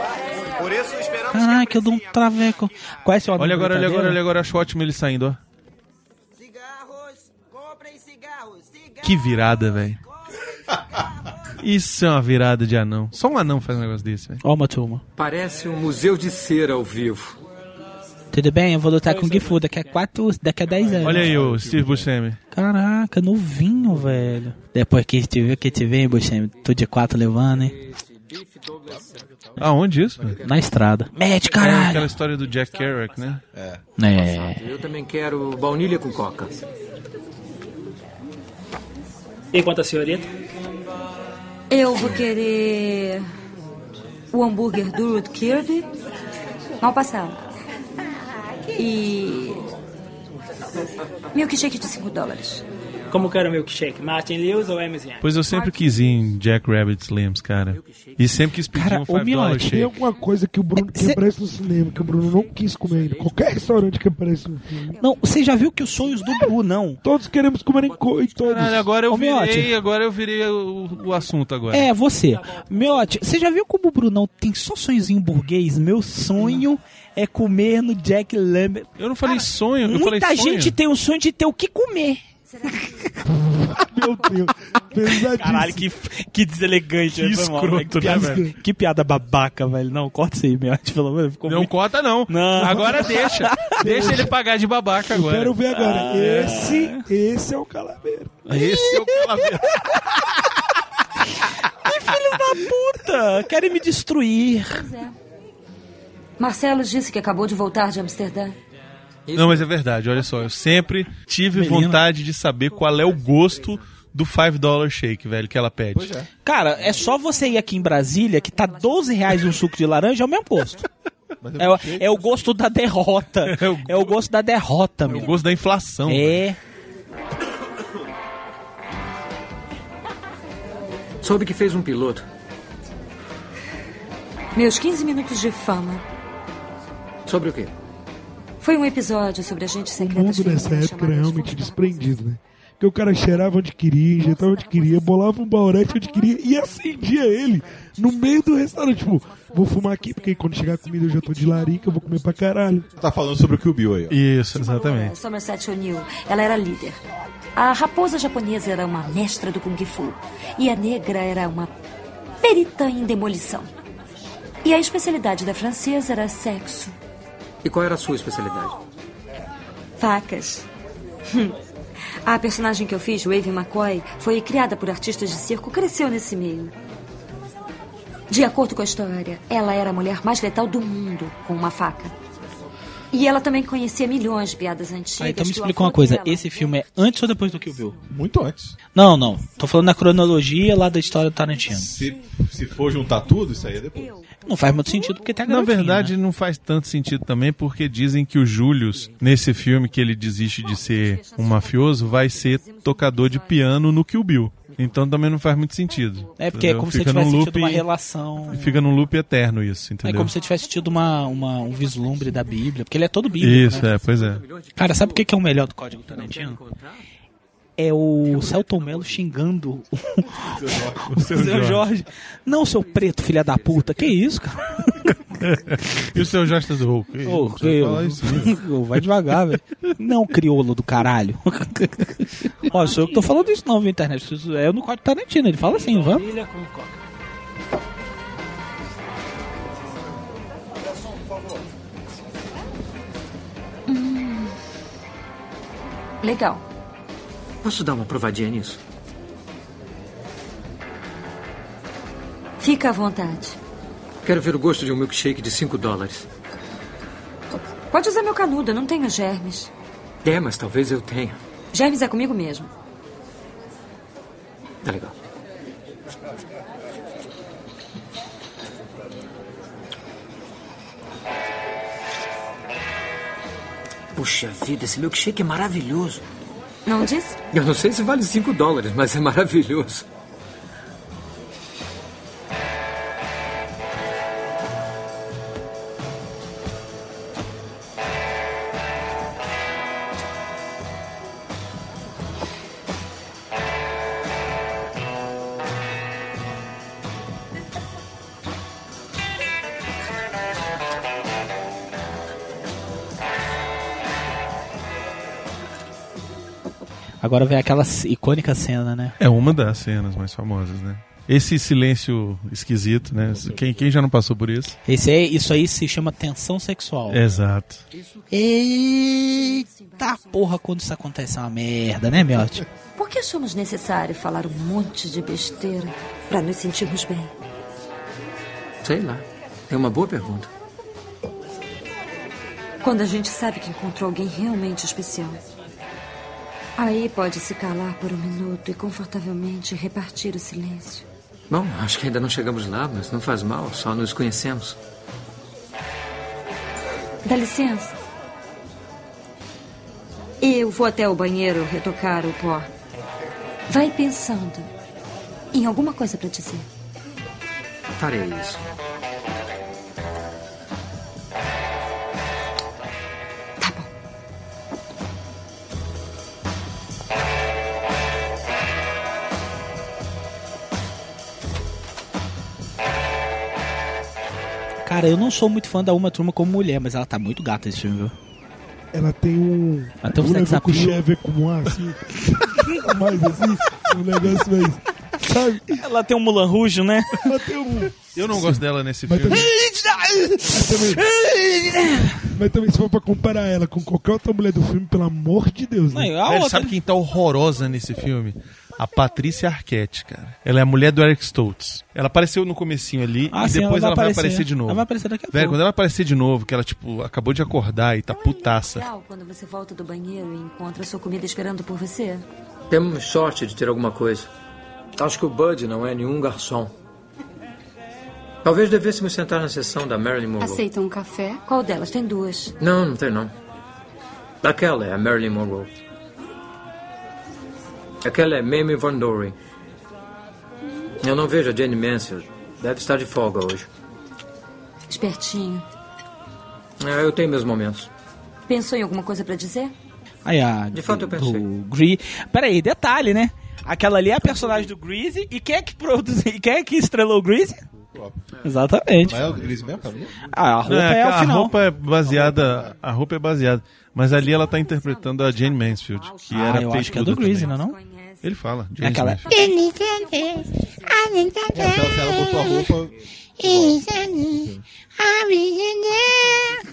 [SPEAKER 23] Por isso esperamos
[SPEAKER 3] Caraca, eu dou um traveco. Qual é seu
[SPEAKER 4] Olha
[SPEAKER 3] amigo
[SPEAKER 4] agora, olha
[SPEAKER 3] verdadeiro?
[SPEAKER 4] agora, olha agora. Acho ótimo ele saindo, ó. Que virada, velho. Isso é uma virada de anão. Só um anão faz um negócio desse, velho.
[SPEAKER 3] Ó, uma turma.
[SPEAKER 18] Parece um museu de cera ao vivo.
[SPEAKER 3] Tudo bem? Eu vou lutar com o Gifu daqui a 4, daqui a 10 anos.
[SPEAKER 4] Olha aí o Steve Buscemi.
[SPEAKER 3] Caraca, novinho, velho. Depois que te vê, que te vem, Buxem, tu de 4 levando, hein?
[SPEAKER 4] Aonde isso?
[SPEAKER 3] Na estrada. Mete,
[SPEAKER 4] É
[SPEAKER 3] caralho!
[SPEAKER 4] aquela história do Jack Kerouac, né?
[SPEAKER 18] É.
[SPEAKER 3] É.
[SPEAKER 17] Eu também quero baunilha com coca.
[SPEAKER 16] E quanto à senhorita?
[SPEAKER 12] Eu vou querer o hambúrguer duro do Kirby, mal passado. E milkshake de 5 dólares.
[SPEAKER 16] Como que era o milkshake? Martin Lewis ou MZM?
[SPEAKER 4] Pois eu sempre quis ir em Jack Rabbit Slims, cara. E sempre quis pedir
[SPEAKER 16] Cara,
[SPEAKER 4] um
[SPEAKER 16] ô,
[SPEAKER 4] 5
[SPEAKER 16] Miotti,
[SPEAKER 4] dollar
[SPEAKER 6] Tem
[SPEAKER 4] shake.
[SPEAKER 6] alguma coisa que o Bruno que aparece no cinema, que o Bruno não quis comer ainda. Qualquer restaurante que aparece no filme.
[SPEAKER 3] Não, você já viu que os sonhos do Bruno, não?
[SPEAKER 6] Todos queremos comer em, co em todos.
[SPEAKER 4] Caralho, agora eu
[SPEAKER 6] Ô, Miotti.
[SPEAKER 4] virei, agora eu virei o, o assunto agora.
[SPEAKER 3] É,
[SPEAKER 4] Tá
[SPEAKER 3] você. Miote, você já viu como o Brunão tem só sonhozinho burguês? Meu sonho é comer no Jack Lambert.
[SPEAKER 4] Eu não falei sonho, eu
[SPEAKER 3] muita
[SPEAKER 4] falei sonho.
[SPEAKER 3] gente tá- tem o sonho de ter o que comer.
[SPEAKER 4] (laughs)
[SPEAKER 6] Meu Deus, pesadíssimo.
[SPEAKER 3] Caralho, que, que deselegante.
[SPEAKER 4] Que
[SPEAKER 3] foi mal,
[SPEAKER 4] escroto,
[SPEAKER 3] velho.
[SPEAKER 4] né,
[SPEAKER 3] que, piada,
[SPEAKER 4] velho?
[SPEAKER 3] que piada babaca, velho. Não, corta isso aí, Miote, pelo amor. Ficou
[SPEAKER 4] Não
[SPEAKER 3] muito...
[SPEAKER 4] corta, não.
[SPEAKER 3] Não.
[SPEAKER 4] Agora deixa.
[SPEAKER 3] (laughs)
[SPEAKER 4] deixa ele pagar de babaca
[SPEAKER 6] Eu
[SPEAKER 4] agora.
[SPEAKER 6] quero ver agora.
[SPEAKER 4] Ah, é.
[SPEAKER 6] esse, esse é o calaveiro.
[SPEAKER 4] Esse é o calaveiro.
[SPEAKER 3] Que filho da puta! Querem me destruir.
[SPEAKER 12] é. Marcelo disse que acabou de voltar de Amsterdã.
[SPEAKER 4] Não, mas é verdade, olha só. Eu sempre tive
[SPEAKER 3] Menino.
[SPEAKER 4] vontade de saber qual é o gosto do 5 dollar shake, velho, que ela pede. Pois é.
[SPEAKER 3] Cara, é só você ir aqui em Brasília, que tá 12 reais um suco de laranja, é o mesmo gosto. É, o- é o gosto da derrota.
[SPEAKER 4] (laughs)
[SPEAKER 3] É o, gosto da derrota, meu. É o
[SPEAKER 4] gosto da inflação.
[SPEAKER 3] É.
[SPEAKER 17] Soube que fez um piloto.
[SPEAKER 12] Meus 15 minutos de fama.
[SPEAKER 17] Sobre o quê?
[SPEAKER 12] Foi um episódio sobre agentes
[SPEAKER 6] O
[SPEAKER 12] secretos
[SPEAKER 6] mundo nessa época era realmente desprendido, né? Porque o cara cheirava onde queria, injetava onde queria, bolava um baurete onde queria e acendia ele no meio do restaurante. Tipo, vou fumar aqui, porque quando chegar a comida eu já tô de larica, eu vou comer pra caralho.
[SPEAKER 5] Tá falando sobre o Kill Bill aí, ó.
[SPEAKER 4] Isso, exatamente.
[SPEAKER 12] Somerset O'Neill. Ela era líder. A raposa japonesa era uma mestra do Kung Fu. E a negra era uma perita em demolição. E a especialidade da francesa era sexo.
[SPEAKER 17] E qual era a sua especialidade?
[SPEAKER 12] Facas. Hum. A personagem que eu fiz, Wave McCoy, foi criada por artistas de circo, cresceu nesse meio. De acordo com a história, ela era a mulher mais letal do mundo com uma faca. E ela também conhecia milhões de piadas antigas.
[SPEAKER 3] Ah, então me
[SPEAKER 12] que o
[SPEAKER 3] explica uma
[SPEAKER 12] avô
[SPEAKER 3] coisa.
[SPEAKER 12] dela-
[SPEAKER 3] Esse filme é antes ou depois do Kill Bill?
[SPEAKER 5] Muito antes.
[SPEAKER 3] Não, não. Tô falando da cronologia lá da história do Tarantino.
[SPEAKER 5] Se, se for juntar tudo, isso aí é depois.
[SPEAKER 3] Não faz muito sentido porque tem a
[SPEAKER 4] Na
[SPEAKER 3] garotinha,
[SPEAKER 4] verdade, não faz tanto sentido também, porque dizem que o Július, nesse filme que ele desiste de ser um mafioso, vai ser tocador de piano no Kill Bill. Então também não faz muito sentido.
[SPEAKER 3] né? É porque é
[SPEAKER 4] entendeu?
[SPEAKER 3] como se
[SPEAKER 4] Fica
[SPEAKER 3] tivesse
[SPEAKER 4] num
[SPEAKER 3] tido uma
[SPEAKER 4] loop-
[SPEAKER 3] relação.
[SPEAKER 4] Fica num loop eterno isso,
[SPEAKER 3] É
[SPEAKER 4] entendeu?
[SPEAKER 3] como se tivesse tido uma, uma- um vislumbre da Bíblia, porque ele é todo bíblico.
[SPEAKER 4] Isso,
[SPEAKER 3] né?
[SPEAKER 4] é, pois é.
[SPEAKER 3] Cara, sabe o que que é o melhor do Código Tarantino? É
[SPEAKER 4] um
[SPEAKER 3] o Celton Mello
[SPEAKER 4] (laughs)
[SPEAKER 3] xingando o, o seu Jorge. Não, seu preto, filha da puta. Que isso, cara?
[SPEAKER 4] (laughs) E o seu tá Josta do Hulk? Ei,
[SPEAKER 3] Ô,
[SPEAKER 4] não precisa
[SPEAKER 3] eu-
[SPEAKER 4] falar isso,
[SPEAKER 3] Ô, (laughs) Vai devagar, velho. Não, crioulo do
[SPEAKER 4] (laughs)
[SPEAKER 3] caralho. Ó, sou eu que tô falando isso não, viu, internet. Isso é no Código Tarantino. Ele fala assim, vamos.
[SPEAKER 16] Baunilha com coca.
[SPEAKER 12] Hum. Legal.
[SPEAKER 17] Posso dar uma provadinha nisso?
[SPEAKER 12] Fica à vontade.
[SPEAKER 16] Quero ver o gosto de um milkshake de 5 dólares.
[SPEAKER 12] Pode usar meu canudo, eu não tenho germes.
[SPEAKER 16] É, mas talvez eu tenha.
[SPEAKER 12] Germes é comigo mesmo.
[SPEAKER 16] Tá legal. Puxa vida, esse milkshake é maravilhoso.
[SPEAKER 12] Não disse?
[SPEAKER 16] Eu não sei se vale 5 dólares, mas é maravilhoso.
[SPEAKER 3] Agora vem aquela c- icônica cena, né?
[SPEAKER 4] É uma das cenas mais famosas, né? Esse silêncio esquisito, né? Quem, quem já não passou por isso?
[SPEAKER 3] Esse aí, É, isso aí se chama tensão sexual.
[SPEAKER 4] Exato.
[SPEAKER 3] Eita porra, quando isso acontece é uma merda, né, Miotti?
[SPEAKER 12] Por que achamos necessário falar um monte de besteira para nos sentirmos bem?
[SPEAKER 16] Sei lá. É uma boa pergunta.
[SPEAKER 12] Quando a gente sabe que encontrou alguém realmente especial. Aí pode se calar por um minuto e confortavelmente repartir o silêncio.
[SPEAKER 16] Bom, acho que ainda não chegamos lá, mas não faz mal, só nos conhecemos.
[SPEAKER 12] Dá licença. Eu vou até o banheiro retocar o pó. Vai pensando em alguma coisa para dizer.
[SPEAKER 16] Farei isso.
[SPEAKER 3] Cara, eu não sou muito fã da Uma Turma como mulher, mas ela tá muito gata esse filme, viu?
[SPEAKER 6] Ela tem um.
[SPEAKER 3] Ela tem um
[SPEAKER 6] Vou
[SPEAKER 3] sex
[SPEAKER 6] levar com
[SPEAKER 3] appeal.
[SPEAKER 6] cheve com ar,
[SPEAKER 4] (laughs)
[SPEAKER 6] assim. mais assim. Um negócio mais. Sabe?
[SPEAKER 3] Ela tem um Mulan Rouge, né?
[SPEAKER 6] Ela tem um.
[SPEAKER 4] Eu não gosto dela nesse
[SPEAKER 6] Mas
[SPEAKER 4] filme.
[SPEAKER 6] também, mas, também, mas também, se for pra comparar ela com qualquer outra mulher do filme, pelo amor de Deus, né?
[SPEAKER 4] Velho, sabe quem tá horrorosa nesse filme? A Patrícia Arquette, cara. Ela é a mulher do Eric Stoltz. Ela apareceu no comecinho ali
[SPEAKER 3] Ah,
[SPEAKER 4] e
[SPEAKER 3] sim,
[SPEAKER 4] depois ela, vai aparecer, de novo.
[SPEAKER 3] Ela vai aparecer daqui a
[SPEAKER 4] Velho,
[SPEAKER 3] pouco.
[SPEAKER 4] quando ela aparecer de novo, que ela, tipo, acabou de acordar e tá putaça.
[SPEAKER 12] Legal quando você volta do banheiro e encontra sua comida esperando por você.
[SPEAKER 16] Temos sorte de ter alguma coisa. Acho que o Bud não é nenhum garçom. Talvez devêssemos sentar na sessão da Marilyn Monroe.
[SPEAKER 12] Aceitam um café? Qual delas? Tem duas.
[SPEAKER 16] Não, não tem não. Aquela é a Marilyn Monroe. Aquela é Mamie Van Doren. Eu não vejo a Jane Mansfield. Deve estar de folga hoje.
[SPEAKER 12] Espertinho.
[SPEAKER 16] É, eu tenho meus momentos.
[SPEAKER 12] Pensou em alguma coisa pra dizer?
[SPEAKER 3] Aí a
[SPEAKER 16] De fato, eu pensei.
[SPEAKER 3] do Gree. Peraí, detalhe, né? Aquela ali é a personagem do Greasy e quem é que produziu, e quem é que estrelou o Greasy? Exatamente.
[SPEAKER 24] Não é o Gris mesmo, cara?
[SPEAKER 3] Ah, a roupa é, o
[SPEAKER 4] a
[SPEAKER 3] final.
[SPEAKER 4] roupa é baseada. A roupa é baseada. Mas ali ela tá interpretando a Jane Mansfield, que
[SPEAKER 3] Ah,
[SPEAKER 4] era
[SPEAKER 3] eu acho que é
[SPEAKER 4] peituda
[SPEAKER 3] do Greasy,
[SPEAKER 4] também.
[SPEAKER 3] não é não?
[SPEAKER 4] Ele fala.
[SPEAKER 3] É aquela-
[SPEAKER 4] Mansfield.
[SPEAKER 3] É,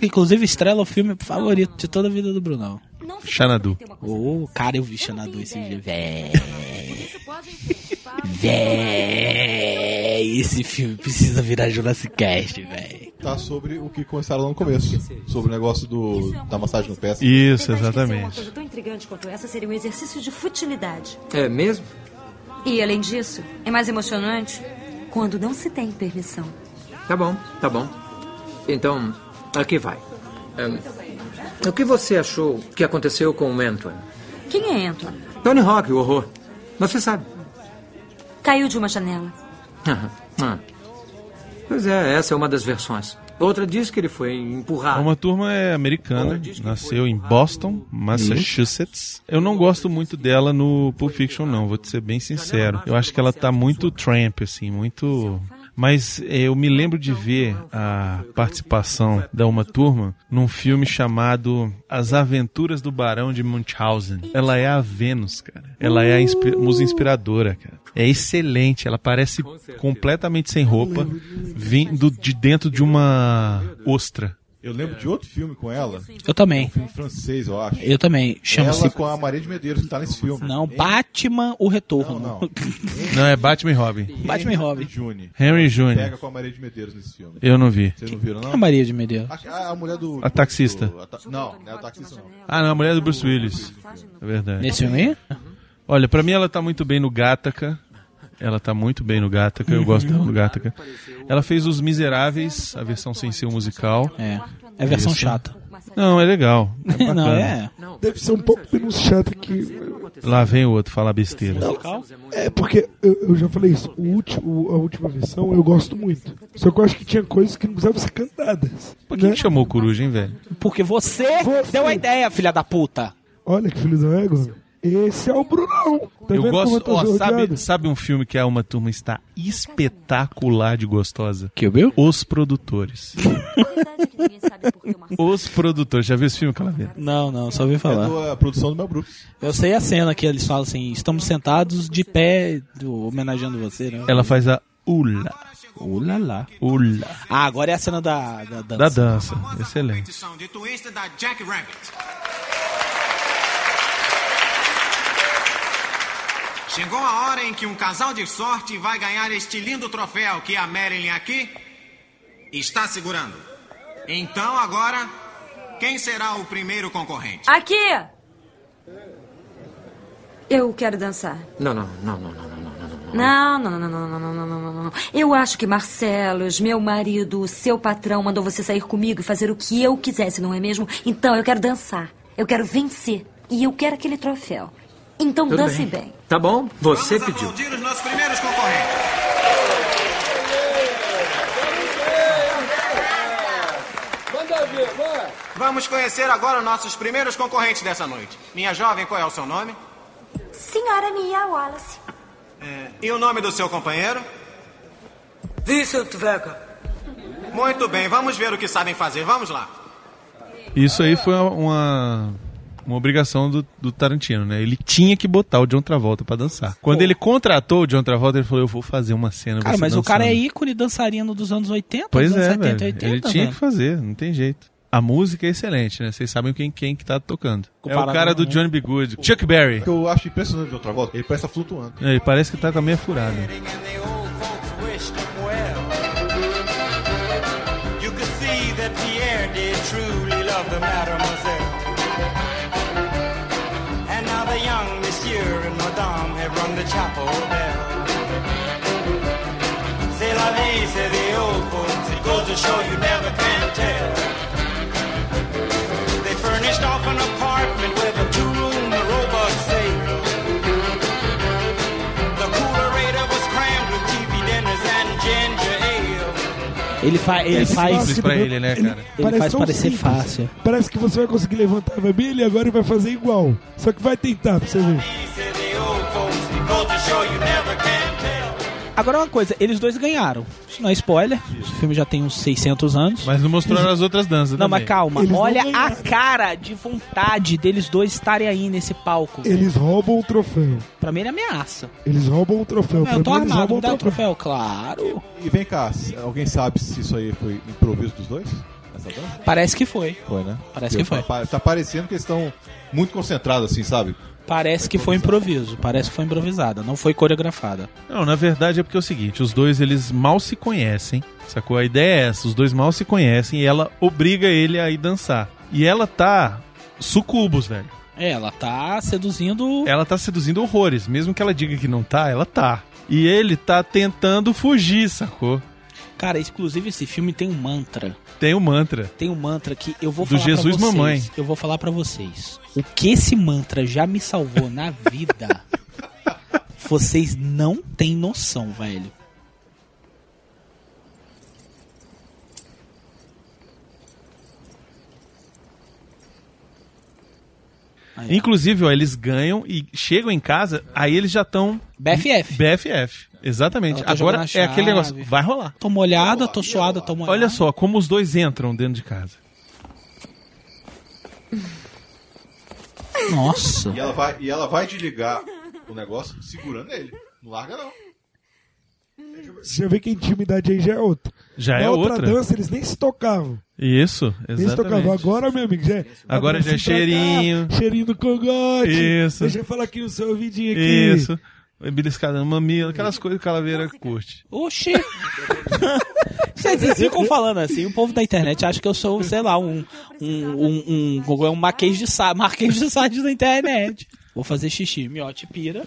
[SPEAKER 3] Inclusive estrela o filme favorito de toda a vida do Brunão.
[SPEAKER 4] Xanadu.
[SPEAKER 3] Ô, cara, eu vi Xanadu esse dia, véi. Véi, esse filme precisa virar Jurassic Cast, véi.
[SPEAKER 24] Tá sobre o que começaram lá no começo. Sobre o negócio do, da massagem no
[SPEAKER 5] assim.
[SPEAKER 24] pé.
[SPEAKER 4] Isso,
[SPEAKER 12] Uma coisa tão intrigante quanto essa seria um exercício de futilidade.
[SPEAKER 16] É mesmo?
[SPEAKER 12] E, além disso, é mais emocionante quando não se tem permissão.
[SPEAKER 16] Tá bom, tá bom. Então, aqui vai. É, o que você achou que aconteceu com o Antoine?
[SPEAKER 12] Quem é Anton?
[SPEAKER 16] Tony Hawk, o horror. Você
[SPEAKER 3] (laughs)
[SPEAKER 16] sabe.
[SPEAKER 12] Caiu de uma janela.
[SPEAKER 16] Aham, ah. Pois é, essa é uma das versões. Outra diz que ele foi empurrado.
[SPEAKER 4] Uma turma é americana, nasceu em Boston, Massachusetts. Eu não gosto muito dela no Pulp Fiction, não, vou te ser bem sincero. Eu acho que ela tá muito tramp, assim, muito. Mas eh, eu me lembro de ver a participação da Uma Turma num filme chamado As Aventuras do Barão de Munchausen. Ela é a Vênus, cara. Ela é a inspi- musa inspiradora, cara. É excelente, ela parece completamente sem roupa, vindo de dentro de uma ostra.
[SPEAKER 5] Eu lembro de outro filme com ela.
[SPEAKER 3] Eu também.
[SPEAKER 5] Um filme francês, eu acho.
[SPEAKER 3] Eu também. Chama-se-
[SPEAKER 5] Ela com a Maria de Medeiros, que tá nesse filme.
[SPEAKER 3] Não, Batman, o retorno.
[SPEAKER 4] Não, é Batman e Robin.
[SPEAKER 3] Batman e Robin.
[SPEAKER 5] June.
[SPEAKER 4] Henry Jr.
[SPEAKER 5] Pega com a Maria de Medeiros nesse filme.
[SPEAKER 4] Eu não vi.
[SPEAKER 5] Vocês não viram, não? é
[SPEAKER 3] Quem é Maria de Medeiros?
[SPEAKER 5] A, a mulher do.
[SPEAKER 4] A taxista.
[SPEAKER 5] do- a ta- não, não é a taxista, não.
[SPEAKER 4] Ah, não, a mulher do Bruce Willis. É verdade.
[SPEAKER 3] Nesse filme aí?
[SPEAKER 4] Olha, pra mim ela tá muito bem no Gataca. Ela tá muito bem no Gataca, eu gosto dela no Gataca. Ela fez Os Miseráveis, a versão sem ser o musical.
[SPEAKER 3] É. É a versão
[SPEAKER 4] Isso.
[SPEAKER 3] chata.
[SPEAKER 4] Não, é legal. É bacana.
[SPEAKER 3] (laughs) Não, é.
[SPEAKER 6] Deve ser um pouco menos chato que.
[SPEAKER 4] Lá vem o outro falar besteira.
[SPEAKER 6] É, porque eu, eu já falei isso. O último, a última versão eu gosto muito. Só que eu acho que tinha coisas que não precisavam ser cantadas.
[SPEAKER 4] Por
[SPEAKER 3] né?
[SPEAKER 4] que, que chamou o Coruja, hein, velho?
[SPEAKER 3] Porque você, deu a ideia, filha da puta.
[SPEAKER 6] Olha que filho do ego. Esse é o Brunão. Tá
[SPEAKER 4] eu
[SPEAKER 6] vendo como
[SPEAKER 4] gosto.
[SPEAKER 6] tô
[SPEAKER 4] ó,
[SPEAKER 6] rodeado?
[SPEAKER 4] sabe, sabe um filme que a Uma Turma está espetacular de gostosa?
[SPEAKER 3] é
[SPEAKER 4] Que viu? Os Produtores. (laughs) Os Produtores. Já viu esse filme, Calaveira?
[SPEAKER 3] Não, não, só ouvi falar.
[SPEAKER 5] É a produção do Mel Brooks.
[SPEAKER 3] Eu sei a cena que eles falam assim: estamos sentados de pé, do- homenageando você, né?
[SPEAKER 4] Ela faz a Ula.
[SPEAKER 3] Ula lá.
[SPEAKER 4] Ula.
[SPEAKER 3] Ah, agora é a cena da, da dança.
[SPEAKER 4] Da dança. Excelente.
[SPEAKER 23] de turista da Jack Rabbit. Chegou a hora em que um casal de sorte vai ganhar este lindo troféu que a Marilyn aqui está segurando. Então agora, quem será o primeiro concorrente?
[SPEAKER 12] Aqui! Eu quero dançar.
[SPEAKER 17] Não, não, não, não, não, não, não, não.
[SPEAKER 12] Não, não, não, não, não, não, não, não, não, não. Eu acho que Marcelos, meu marido, o seu patrão, mandou você sair comigo e fazer o que eu quisesse, não é mesmo? Então eu quero dançar. Eu quero vencer. E eu quero aquele troféu. Então
[SPEAKER 17] Tudo
[SPEAKER 12] dance
[SPEAKER 17] bem.
[SPEAKER 12] bem.
[SPEAKER 17] Tá bom? Você pediu.
[SPEAKER 23] Aplaudir os nossos primeiros concorrentes.
[SPEAKER 25] Manda ver, vai!
[SPEAKER 23] Vamos conhecer agora nossos primeiros concorrentes dessa noite. Minha jovem, qual é o seu nome?
[SPEAKER 10] Senhora Mia Wallace.
[SPEAKER 23] É, e o nome do seu companheiro?
[SPEAKER 10] Vincent Vega.
[SPEAKER 23] Muito bem, vamos ver o que sabem fazer. Vamos lá.
[SPEAKER 4] Isso aí foi uma, uma obrigação do, do Tarantino, né? Ele tinha que botar o John Travolta pra dançar. Quando ele contratou o John Travolta, ele falou: Eu vou fazer uma cena.
[SPEAKER 3] Cara,
[SPEAKER 4] você
[SPEAKER 3] mas o cara é
[SPEAKER 4] dançando."
[SPEAKER 3] ícone dançarino dos anos 80,
[SPEAKER 4] Pois
[SPEAKER 3] dos anos né?
[SPEAKER 4] é,
[SPEAKER 3] 70,
[SPEAKER 4] velho.
[SPEAKER 3] 80.
[SPEAKER 4] Ele tinha
[SPEAKER 3] velho.
[SPEAKER 4] que fazer, não tem jeito. A música é excelente, né? Vocês sabem quem, quem que tá tocando. é o
[SPEAKER 5] Comparado
[SPEAKER 4] cara do
[SPEAKER 5] com-
[SPEAKER 4] Johnny B. Good, Chuck Berry.
[SPEAKER 5] O que eu acho impressionante de outra volta, ele parece estar flutuando.
[SPEAKER 4] É, Ele parece que tá com a meia furada.
[SPEAKER 25] You could see that Pierre did truly love the mademoiselle. And now the young monsieur and madame have rung the chapel bell. C'est la vie, say the old folks. It goes to show you never can tell. They furnished off an apartment with a two-room robot safe. The coolerator was crammed with TV dinners and ginger ale.
[SPEAKER 3] Ele, fa
[SPEAKER 6] É
[SPEAKER 3] ele
[SPEAKER 4] Esse
[SPEAKER 3] faz.
[SPEAKER 4] simples pra ele, né, cara?
[SPEAKER 3] Ele
[SPEAKER 6] Parece
[SPEAKER 3] faz
[SPEAKER 6] tão
[SPEAKER 3] parecer
[SPEAKER 6] simples.
[SPEAKER 3] fácil.
[SPEAKER 6] Parece que você vai conseguir levantar a família e agora vai fazer igual. Só que vai tentar pra você ver.
[SPEAKER 3] Agora uma coisa: eles dois ganharam. Isso não é spoiler. O filme já tem uns 600 anos.
[SPEAKER 4] Mas não mostraram as outras danças.
[SPEAKER 3] Não,
[SPEAKER 4] também.
[SPEAKER 3] mas calma.
[SPEAKER 6] Eles não
[SPEAKER 3] Olha a
[SPEAKER 6] ganharam.
[SPEAKER 3] cara de vontade deles dois estarem aí nesse palco.
[SPEAKER 6] Eles roubam o troféu.
[SPEAKER 3] Pra mim ele ameaça.
[SPEAKER 6] Eles roubam o troféu.
[SPEAKER 3] Não, eu
[SPEAKER 6] Pra
[SPEAKER 3] tô
[SPEAKER 6] mim, eles
[SPEAKER 3] armado, me
[SPEAKER 6] roubam o
[SPEAKER 3] dá É, o
[SPEAKER 6] troféu.
[SPEAKER 3] troféu, claro.
[SPEAKER 5] E vem cá, se- alguém sabe se isso aí foi improviso dos dois? Essa dança?
[SPEAKER 3] Parece que foi.
[SPEAKER 5] Foi, né?
[SPEAKER 3] Parece que foi.
[SPEAKER 5] Tá, tá parecendo que eles estão muito concentrados, assim, sabe?
[SPEAKER 3] Parece que foi improviso, parece que foi improvisada, não foi coreografada.
[SPEAKER 4] Não, na verdade é porque é o seguinte, os dois eles mal se conhecem, sacou? A ideia é essa, os dois mal se conhecem e ela obriga ele a ir dançar. E ela tá sucubos, velho.
[SPEAKER 3] É, ela tá seduzindo.
[SPEAKER 4] Ela tá seduzindo horrores, mesmo que ela diga que não tá, ela tá. E ele tá tentando fugir, sacou?
[SPEAKER 3] Cara, inclusive esse filme tem um mantra.
[SPEAKER 4] Tem o mantra.
[SPEAKER 3] Tem um mantra que eu vou
[SPEAKER 4] Do
[SPEAKER 3] falar
[SPEAKER 4] Jesus
[SPEAKER 3] pra vocês.
[SPEAKER 4] Mamãe.
[SPEAKER 3] Eu vou falar pra vocês. O que esse mantra já me salvou na
[SPEAKER 4] (laughs)
[SPEAKER 3] vida, vocês não têm noção, velho.
[SPEAKER 4] Inclusive, ó, eles ganham e chegam em casa, aí eles já estão
[SPEAKER 3] BFF.
[SPEAKER 4] BFF. Exatamente.
[SPEAKER 3] Ela tá
[SPEAKER 4] Agora
[SPEAKER 3] jogando a
[SPEAKER 4] é aquele negócio,
[SPEAKER 3] chave.
[SPEAKER 4] vai rolar.
[SPEAKER 3] Tô molhada, tô suada, tô molhada.
[SPEAKER 4] Olha só como os dois entram dentro de casa.
[SPEAKER 3] Nossa.
[SPEAKER 5] E ela vai, e ela vai desligar o negócio segurando ele. Não larga, não.
[SPEAKER 6] Você já vê que a intimidade aí já é outra.
[SPEAKER 4] Já
[SPEAKER 6] Na
[SPEAKER 4] é outra.
[SPEAKER 6] outra dança eles nem se tocavam.
[SPEAKER 4] Isso,
[SPEAKER 6] Esse tocava
[SPEAKER 4] exatamente.
[SPEAKER 6] agora, meu amigo. Já,
[SPEAKER 4] Agora já é
[SPEAKER 6] se tratar,
[SPEAKER 4] cheirinho.
[SPEAKER 6] Cheirinho do cogote.
[SPEAKER 4] Isso.
[SPEAKER 6] Deixa eu falar aqui no seu ouvidinho aqui.
[SPEAKER 4] Isso. Beliscada no mamilo, aquelas coisas que a Calaveira curte.
[SPEAKER 3] Oxi! Vocês ficam falando assim, o povo da internet acha que eu sou, sei lá, um. um. um. um, um marquês de Sade, marquês de Sade da internet. Vou fazer xixi, miote pira.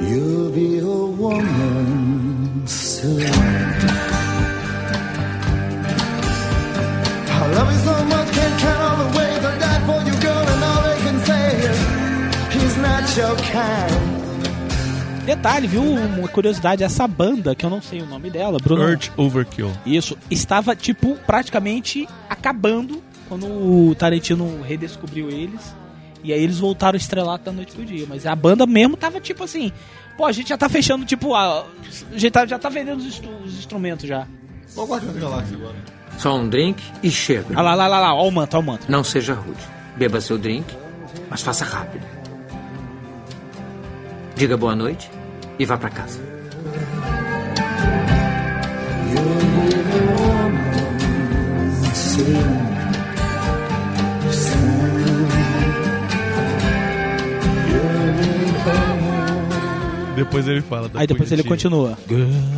[SPEAKER 8] You'll be a woman soon. I love you so much, can't count all the ways I died for you, girl, and all they can say is he's not your kind.
[SPEAKER 3] Detalhe, viu? Uma curiosidade, essa banda, que eu não sei o nome dela, Bruno.
[SPEAKER 4] Urge Overkill.
[SPEAKER 3] Isso, estava, tipo, praticamente acabando quando o Tarantino redescobriu eles. E aí eles voltaram a estrelar da noite pro dia. Mas a banda mesmo tava, tipo assim... Pô, a gente já tá fechando, tipo... A, a gente tá- já tá vendendo os, instru- os instrumentos já.
[SPEAKER 5] Qual Guardiões da Galáxia agora?
[SPEAKER 16] Só um drink e chega.
[SPEAKER 3] Olha lá, lá, lá, lá. Ó o manto, ó o manto.
[SPEAKER 16] Não seja rude. Beba seu drink, mas faça rápido. Diga boa noite e vá pra casa.
[SPEAKER 4] Depois ele fala. da
[SPEAKER 3] Aí depois ele
[SPEAKER 4] punhetinha.
[SPEAKER 3] continua.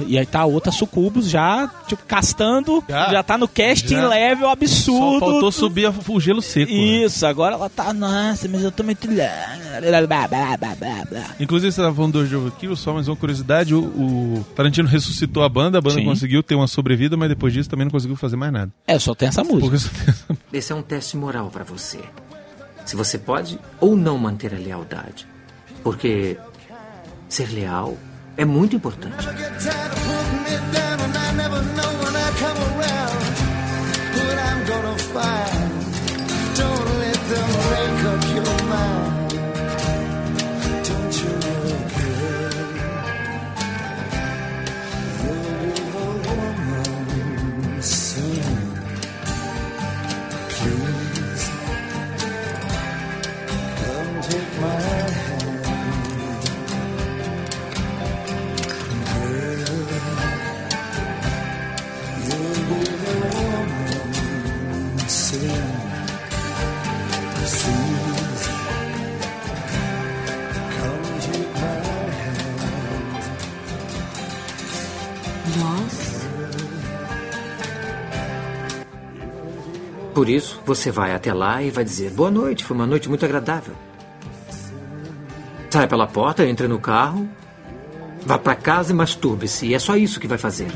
[SPEAKER 3] E aí tá a outra sucubus já, tipo, castando. Já, tá no casting
[SPEAKER 4] Já.
[SPEAKER 3] level absurdo.
[SPEAKER 4] Só faltou subir a- o gelo seco. né?
[SPEAKER 3] Isso, agora ela tá... Nossa, mas eu tô muito... lá- blá, blá, blá, blá, blá."
[SPEAKER 4] Inclusive, você estava falando do Jogo Kill, só mais uma curiosidade: o, o Tarantino ressuscitou a banda, a banda
[SPEAKER 3] Sim.
[SPEAKER 4] conseguiu ter uma sobrevida, mas depois disso também não conseguiu fazer mais nada.
[SPEAKER 3] É, só tem essa música.
[SPEAKER 4] Porque só tem essa
[SPEAKER 16] (laughs) Esse é um teste moral pra você. Se você pode ou não manter a lealdade. Porque ser leal é muito importante.
[SPEAKER 8] Get tired of putting it down, and I never know when I come around what I'm gonna find. Don't let them break up your mind. Don't you look good? You'll be a woman soon. Please come take my hand.
[SPEAKER 26] Nossa.
[SPEAKER 16] Por isso, você vai até lá e vai dizer boa noite, foi uma noite muito agradável. Sai pela porta, entra no carro, vá pra casa e masturbe-se. E é só isso que vai fazer.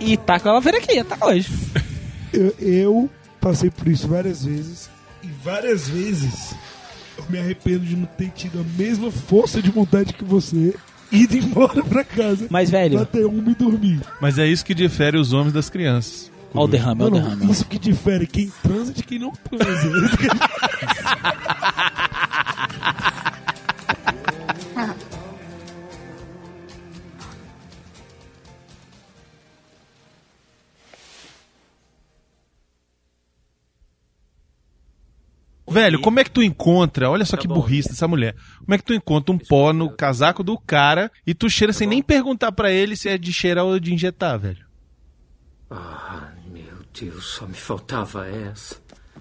[SPEAKER 3] E tá com a laveira aqui, tá hoje.
[SPEAKER 6] Eu, eu passei por isso várias vezes. E várias vezes eu me arrependo de não ter tido a mesma força de vontade que você. Ido embora pra casa.
[SPEAKER 3] Mas, velho.
[SPEAKER 6] Bater uma e dormir.
[SPEAKER 4] Mas é isso que difere os homens das crianças. Olha o
[SPEAKER 3] derrame,
[SPEAKER 6] Mano, isso que difere quem transa de quem
[SPEAKER 3] (laughs)
[SPEAKER 6] não transa. Isso que-
[SPEAKER 4] Velho, como é que tu encontra? Olha só que burrice dessa mulher. Como é que tu encontra um pó no casaco do cara e tu cheira sem nem perguntar pra ele se é de cheirar ou de injetar, velho?
[SPEAKER 16] Ah, meu Deus, só me faltava essa.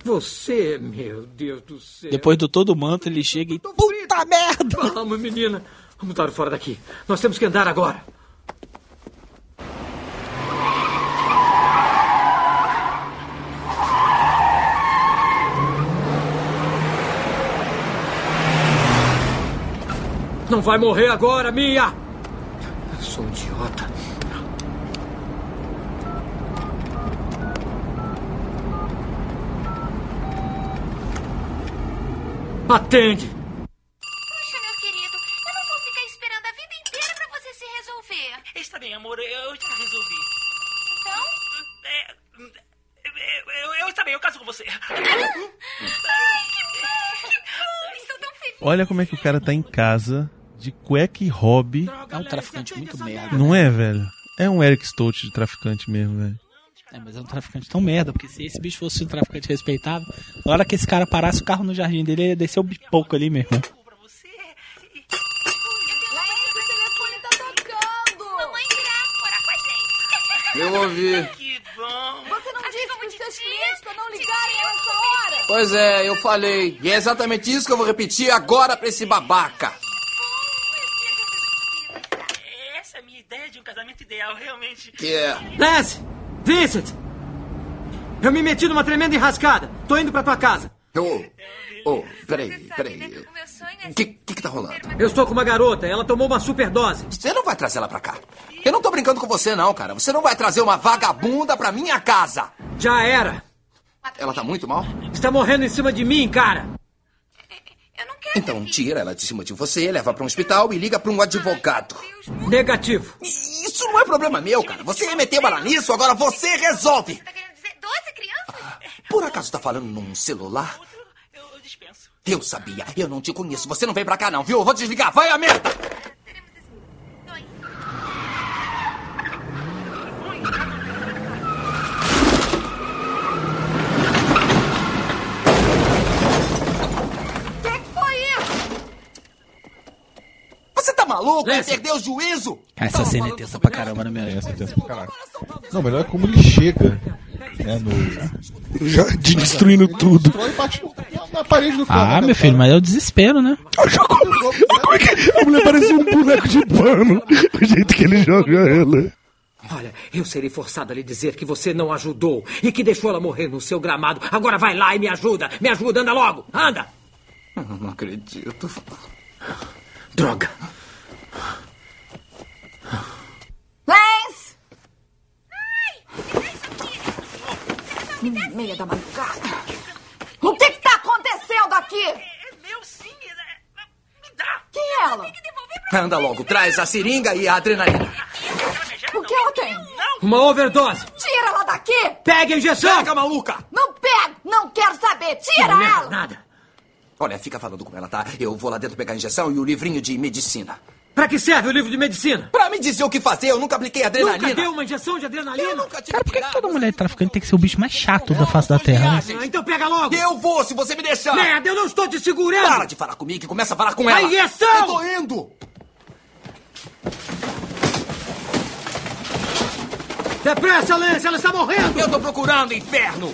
[SPEAKER 16] Você, meu Deus do céu.
[SPEAKER 3] Depois do todo o manto, ele chega e. Puta merda!
[SPEAKER 16] Vamos, menina. Vamos dar fora daqui. Nós temos que andar agora. Não vai morrer agora, Mia! Eu sou um idiota. Atende!
[SPEAKER 7] Puxa, meu querido, eu não vou ficar esperando a vida inteira pra você se resolver. Está bem, amor, eu já resolvi. Então?
[SPEAKER 27] Eu, eu também, eu caso com você.
[SPEAKER 7] Ai, que bom, que bom. Estou tão feliz.
[SPEAKER 4] Olha como é que o cara tá em casa, de cueca e hobby.
[SPEAKER 2] É um traficante muito merda.
[SPEAKER 4] Não é, velho? É um Eric Stoltz de traficante mesmo, velho.
[SPEAKER 2] É,
[SPEAKER 3] mas é um traficante tão merda, porque se esse bicho fosse um traficante respeitável, na hora que esse cara parasse o carro no jardim dele, ele ia descer o bipoco ali, meu irmão.
[SPEAKER 20] Tá
[SPEAKER 15] Eu ouvi.
[SPEAKER 20] Você não disse que os seus clientes pra não ligarem a essa hora?
[SPEAKER 8] Pois é, eu falei. E é exatamente isso que eu vou repetir agora pra esse babaca.
[SPEAKER 16] Essa é a minha ideia de um casamento ideal, realmente.
[SPEAKER 8] Que é?
[SPEAKER 17] Lance! Vincent! Eu me meti numa tremenda enrascada. Tô indo pra tua casa.
[SPEAKER 8] Ô, ô, peraí, peraí. O que, que que tá rolando?
[SPEAKER 17] é Eu estou com uma garota, ela tomou uma superdose.
[SPEAKER 8] Você não vai trazer ela pra cá. Eu não tô brincando com você, não, cara. Você não vai trazer uma vagabunda pra minha casa.
[SPEAKER 17] Já era.
[SPEAKER 8] Ela tá muito mal?
[SPEAKER 17] Está morrendo em cima de mim, cara.
[SPEAKER 8] Então tira ela de cima de você, leva pra um hospital e liga pra um advogado.
[SPEAKER 17] Negativo.
[SPEAKER 8] Isso não é problema meu, cara. Você meteu ela nisso, agora você resolve.
[SPEAKER 17] tá
[SPEAKER 8] Por acaso tá falando num celular?
[SPEAKER 16] Eu dispenso.
[SPEAKER 8] Eu sabia, eu não te conheço. Você não vem pra cá, não, viu? Eu vou desligar, vai a merda!
[SPEAKER 20] Que que foi isso?
[SPEAKER 8] Você tá maluco? Vai perder o juízo?
[SPEAKER 3] Essa cena é tensa pra caramba, né, meu?
[SPEAKER 5] Essa é tensa pra caralho. Não, melhor é como ele chega. Né, no...
[SPEAKER 6] Jardim destruindo tudo.
[SPEAKER 5] Destrói e bate no- na parede do né,
[SPEAKER 3] Ah, meu filho, mas é o desespero, né?
[SPEAKER 6] A mulher parece um boneco de pano.
[SPEAKER 3] (laughs)
[SPEAKER 6] O jeito que ele joga ela.
[SPEAKER 17] Olha, eu serei forçado a lhe dizer que você não ajudou e que deixou ela morrer no seu gramado. Agora vai lá e me ajuda. Me ajuda, anda logo. Anda.
[SPEAKER 8] Eu não acredito.
[SPEAKER 17] Droga.
[SPEAKER 7] Lance! Meia da madrugada.
[SPEAKER 20] O que que tá acontecendo aqui? É meu sim, me dá. Quem é ela?
[SPEAKER 8] Anda logo, traz a seringa e a adrenalina.
[SPEAKER 20] O que ela tem?
[SPEAKER 17] Uma overdose.
[SPEAKER 20] Tira ela daqui!
[SPEAKER 17] Pega a injeção.
[SPEAKER 8] Pega, maluca!
[SPEAKER 20] Não pega! Não quero saber! Tira
[SPEAKER 8] Não leva
[SPEAKER 20] ela!
[SPEAKER 17] Nada.
[SPEAKER 8] Olha, fica falando com ela, tá? Eu vou lá dentro pegar a injeção e o livrinho de medicina.
[SPEAKER 17] Pra que serve o livro de medicina?
[SPEAKER 8] Pra me dizer o que fazer, eu nunca apliquei adrenalina.
[SPEAKER 17] Nunca deu uma injeção de adrenalina?
[SPEAKER 3] Cara, por que que toda mulher traficante tem que ser o bicho mais chato da face da terra? né?
[SPEAKER 17] Ah, então pega logo.
[SPEAKER 8] Eu vou, se você me deixar.
[SPEAKER 17] Merda, eu não estou te segurando. é
[SPEAKER 8] Para de falar comigo e começa a falar com
[SPEAKER 17] A
[SPEAKER 8] ela.
[SPEAKER 17] injeção!
[SPEAKER 8] Eu tô indo.
[SPEAKER 17] Depressa, Lance, ela está morrendo.
[SPEAKER 8] Eu tô procurando, inferno.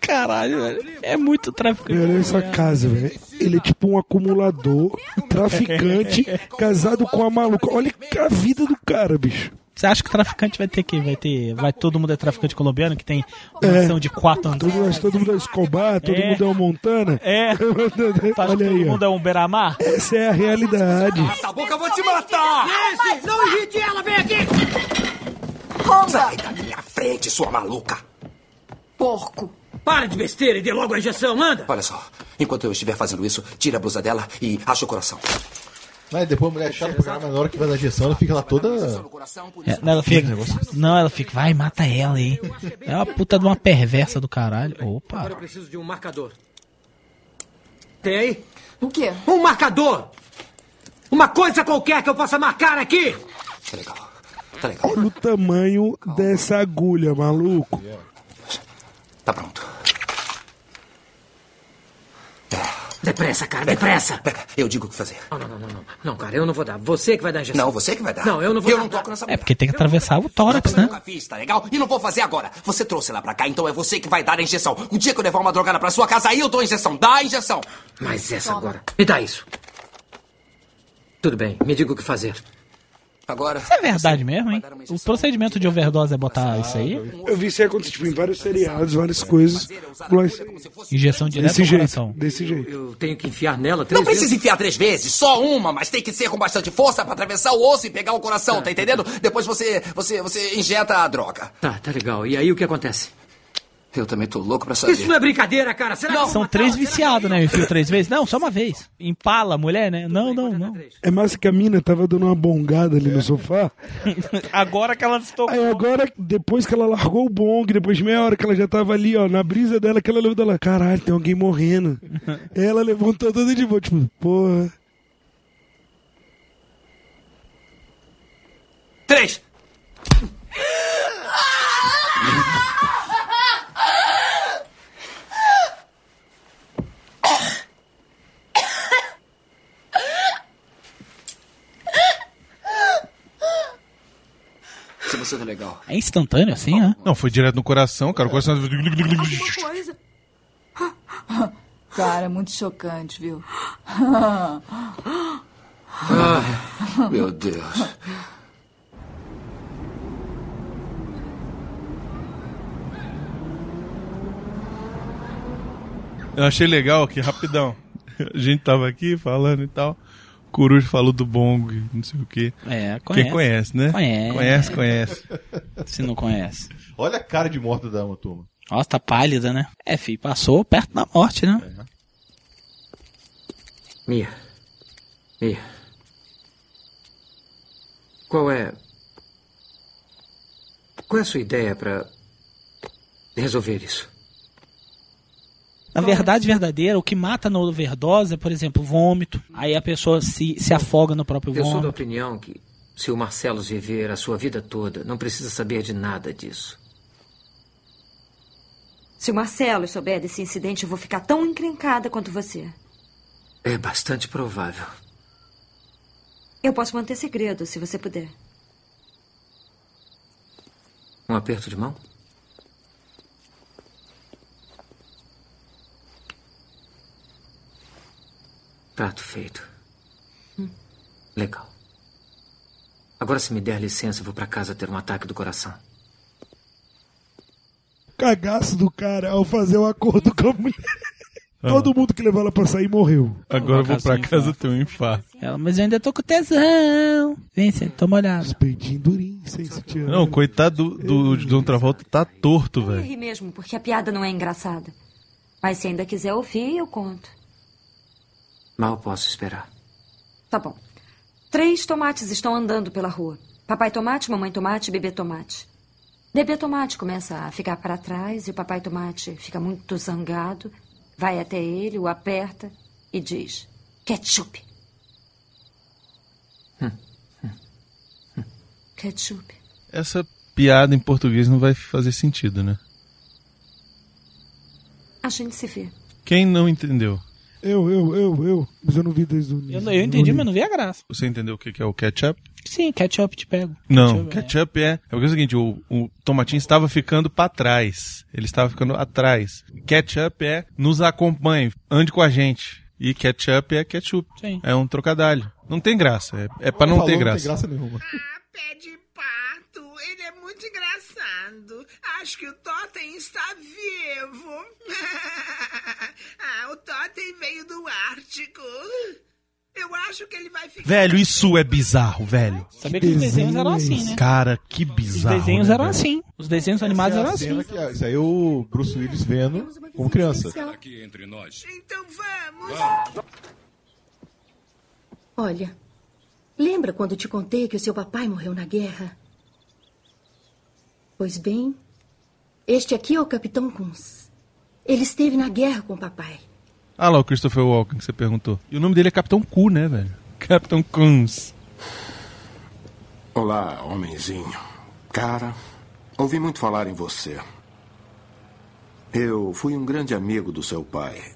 [SPEAKER 3] Caralho, velho. É muito traficante.
[SPEAKER 6] Olha essa casa, velho. Ele é tipo um acumulador,
[SPEAKER 3] (laughs)
[SPEAKER 6] traficante, casado com a maluca. Olha a vida do cara, bicho.
[SPEAKER 3] Você acha que traficante vai ter que vai ter vai todo mundo é traficante colombiano que tem
[SPEAKER 6] É.
[SPEAKER 3] mansão de quatro
[SPEAKER 6] Todo
[SPEAKER 3] andares?
[SPEAKER 6] mundo, todo mundo é Escobar, todo
[SPEAKER 3] É.
[SPEAKER 6] mundo é o Montana.
[SPEAKER 3] É.
[SPEAKER 6] (laughs)
[SPEAKER 3] Tu acha que
[SPEAKER 6] Olha
[SPEAKER 3] todo
[SPEAKER 6] aí, ó.
[SPEAKER 3] mundo é um beramar?
[SPEAKER 6] Essa é a realidade.
[SPEAKER 8] Essa boca eu vou te matar.
[SPEAKER 17] Lance, não irrite ela. Vem aqui.
[SPEAKER 8] Sai da minha frente, sua maluca.
[SPEAKER 7] Porco.
[SPEAKER 17] Para de besteira e dê logo a injeção. Anda.
[SPEAKER 8] Olha só, enquanto eu estiver fazendo isso, tira a blusa dela e acha o coração.
[SPEAKER 5] Mas depois a mulher é chata pra caramba, na hora que vai dar injeção, ela fica lá toda.
[SPEAKER 3] É, não, ela fica, não, ela fica, vai, mata ela, hein? É uma puta de uma perversa do caralho. Opa.
[SPEAKER 17] Agora eu preciso de um marcador. Tem aí?
[SPEAKER 7] O quê?
[SPEAKER 17] Um marcador! Uma coisa qualquer que eu possa marcar aqui!
[SPEAKER 6] Olha o tamanho dessa agulha, maluco.
[SPEAKER 8] Tá pronto.
[SPEAKER 17] Depressa, cara, depressa!
[SPEAKER 8] Pega, É. eu digo o que fazer.
[SPEAKER 17] Não, não, não, não, não. Não, cara, eu não vou dar. Você que vai dar a injeção.
[SPEAKER 8] Não, você que vai dar.
[SPEAKER 17] Não, eu não vou
[SPEAKER 8] Eu
[SPEAKER 17] dar.
[SPEAKER 8] não toco nessa
[SPEAKER 3] É porque tem que atravessar o tórax, né?
[SPEAKER 8] nunca fiz, tá legal? E não vou fazer agora. Você trouxe ela pra cá, então é você que vai dar a injeção. O dia que eu levar uma drogada pra sua casa, aí eu dou a injeção. Dá a injeção.
[SPEAKER 17] Mas essa agora. Me dá isso. Tudo bem, me diga o que fazer.
[SPEAKER 8] Agora.
[SPEAKER 3] Isso é verdade mesmo, hein? O procedimento de overdose é botar isso aí?
[SPEAKER 6] Eu vi isso aí acontecer tipo, em vários seriados, várias coisas. Mas
[SPEAKER 3] Injeção direta
[SPEAKER 6] desse
[SPEAKER 3] no
[SPEAKER 6] jeito,
[SPEAKER 3] coração.
[SPEAKER 6] desse jeito.
[SPEAKER 17] Eu tenho que enfiar nela três
[SPEAKER 8] Não precisa
[SPEAKER 17] vezes.
[SPEAKER 8] enfiar três vezes, só uma, mas tem que ser com bastante força pra atravessar o osso e pegar o coração,
[SPEAKER 17] É.
[SPEAKER 8] tá entendendo? Depois você, você, você injeta a droga.
[SPEAKER 17] Tá, tá legal. E aí o que acontece?
[SPEAKER 8] Eu também tô louco pra saber.
[SPEAKER 17] Isso não é brincadeira, cara. Será que
[SPEAKER 3] São três viciados, né? Enfio três vezes. Não, só uma vez. Empala a mulher, né? Não, não,
[SPEAKER 17] (laughs)
[SPEAKER 3] não.
[SPEAKER 6] É massa que a mina tava dando uma bongada ali no sofá.
[SPEAKER 3] Agora que ela se tocou.
[SPEAKER 6] Aí agora, depois que ela largou o bong, depois de meia hora que ela já tava ali, ó, na brisa dela, que ela levou dela, caralho, tem
[SPEAKER 3] (laughs)
[SPEAKER 6] alguém morrendo. ela levantou toda de boa, tipo, porra.
[SPEAKER 17] Três!
[SPEAKER 8] Se você tá legal.
[SPEAKER 3] É instantâneo assim, né?
[SPEAKER 4] Não, foi direto no coração, cara. O coração.
[SPEAKER 7] Alguma coisa.
[SPEAKER 20] é
[SPEAKER 7] Cara, muito chocante, viu?
[SPEAKER 10] Ah.
[SPEAKER 8] Ai, meu Deus.
[SPEAKER 4] Eu achei legal que, rapidão, a gente tava aqui falando e tal. O Coruja falou do bongo, e não sei o quê.
[SPEAKER 3] É,
[SPEAKER 4] Quem conhece, né?
[SPEAKER 3] Conhece.
[SPEAKER 4] Conhece, conhece.
[SPEAKER 3] Se não conhece.
[SPEAKER 5] Olha a cara de morta da uma turma.
[SPEAKER 3] Nossa, tá pálida, né? É, filho, passou perto da morte, né?
[SPEAKER 17] Mia. Mia. Qual é. Qual é a sua ideia pra resolver isso?
[SPEAKER 3] Na verdade verdadeira, o que mata na overdose é, por exemplo, vômito. Aí a pessoa se, se afoga no próprio
[SPEAKER 17] Eu sou da
[SPEAKER 3] vômito.
[SPEAKER 17] opinião que, se o Marcelo viver a sua vida toda, não precisa saber de nada disso.
[SPEAKER 12] Se o Marcelo souber desse incidente, eu vou ficar tão encrencada quanto você.
[SPEAKER 17] É bastante provável.
[SPEAKER 12] Eu posso manter segredo, se você puder.
[SPEAKER 17] Um aperto de mão? Trato feito.
[SPEAKER 12] Hum.
[SPEAKER 17] Legal. Agora, se me der licença, eu vou pra casa ter um ataque do coração.
[SPEAKER 6] Cagaço do cara ao fazer o acordo com a mulher.
[SPEAKER 4] Ah.
[SPEAKER 6] Todo mundo que levou ela pra sair morreu.
[SPEAKER 4] Agora eu vou pra casa ter um infarto.
[SPEAKER 3] Ela, mas eu ainda tô com tesão. Vem, cê, toma olhada.
[SPEAKER 6] Peitinho durinho, sem sentir.
[SPEAKER 4] Não, coitado do, do John Travolta tá torto,
[SPEAKER 12] Eu
[SPEAKER 4] velho.
[SPEAKER 12] ri mesmo, porque a piada não é engraçada. Mas se ainda quiser ouvir, eu conto.
[SPEAKER 17] Mal posso esperar.
[SPEAKER 12] Tá bom. Três tomates estão andando pela rua. Papai tomate, mamãe tomate, bebê tomate. Bebê tomate começa a ficar para trás e o papai tomate fica muito zangado. Vai até ele, o aperta e diz: ketchup. Ketchup.
[SPEAKER 4] Essa piada em português não vai fazer sentido, né?
[SPEAKER 12] A gente se vê.
[SPEAKER 4] Quem não entendeu?
[SPEAKER 6] Eu, eu, eu, eu. Mas eu não vi desde o início.
[SPEAKER 3] Eu, eu entendi, mas não vi a graça.
[SPEAKER 4] Você entendeu o que que é o ketchup?
[SPEAKER 3] Sim, ketchup né? te pego.
[SPEAKER 4] Não, ketchup é. É o seguinte, o, o tomatinho estava ficando pra trás. Ele estava ficando atrás. Ketchup é nos acompanhe, ande com a gente. E ketchup é ketchup.
[SPEAKER 3] Sim.
[SPEAKER 4] É um trocadalho. Não tem graça. É, é pra não
[SPEAKER 5] Falou,
[SPEAKER 4] ter graça.
[SPEAKER 5] Não tem graça nenhuma.
[SPEAKER 2] Pé de pato, ele é muito engraçado. Acho que o Totem está vivo. (laughs) ah, o Totem veio do Ártico. Eu acho que ele vai ficar.
[SPEAKER 4] Velho, isso é bizarro, velho.
[SPEAKER 3] Sabia que os desenhos eram assim, né?
[SPEAKER 4] Cara, que bizarro.
[SPEAKER 3] Os desenhos
[SPEAKER 4] né,
[SPEAKER 3] eram
[SPEAKER 4] velho?
[SPEAKER 3] assim. Os desenhos animados
[SPEAKER 5] Essa é a
[SPEAKER 3] eram
[SPEAKER 5] cena
[SPEAKER 3] assim.
[SPEAKER 5] que é- isso aí é o Bruce Willis vendo como criança.
[SPEAKER 1] Aqui entre nós.
[SPEAKER 2] Então vamos.
[SPEAKER 14] Olha, lembra quando te contei que o seu papai morreu na guerra? Pois bem, este aqui é o Capitão Kunz. Ele esteve na guerra com o papai.
[SPEAKER 4] Ah lá o Christopher Walken que você perguntou. E o nome dele é Capitão Cu, né, velho? (laughs) Capitão Coons.
[SPEAKER 13] Olá, homenzinho. Cara, ouvi muito falar em você. Eu fui um grande amigo do seu pai.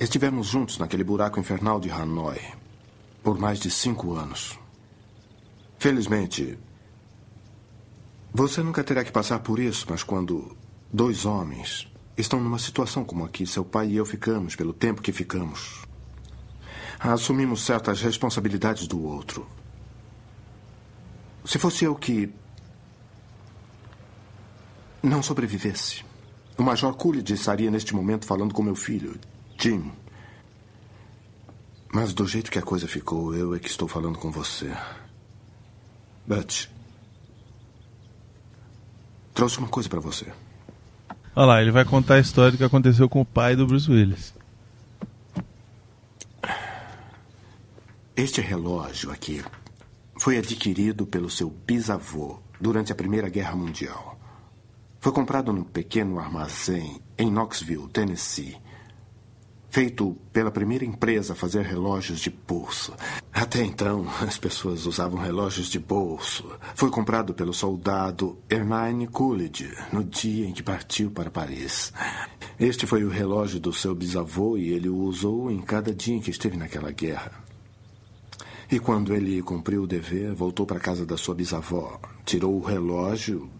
[SPEAKER 13] Estivemos juntos naquele buraco infernal de Hanoi por mais de cinco anos. Felizmente, você nunca terá que passar por isso, mas quando dois homens estão numa situação como a que seu pai e eu ficamos pelo tempo que ficamos, assumimos certas responsabilidades do outro. Se fosse eu que. não sobrevivesse, o Major Coolidge estaria neste momento falando com meu filho, Jim. Mas do jeito que a coisa ficou, eu é que estou falando com você. Butch. Trouxe uma coisa para você.
[SPEAKER 4] Olha lá, ele vai contar a história do que aconteceu com o pai do Bruce Willis.
[SPEAKER 13] Este relógio aqui foi adquirido pelo seu bisavô durante a Primeira Guerra Mundial. Foi comprado num pequeno armazém em Knoxville, Tennessee. Feito pela primeira empresa a fazer relógios de bolso. Até então, as pessoas usavam relógios de bolso. Foi comprado pelo soldado Hermione Coolidge no dia em que partiu para Paris. Este foi o relógio do seu bisavô e ele o usou em cada dia em que esteve naquela guerra. E quando ele cumpriu o dever, voltou para a casa da sua bisavó, tirou o relógio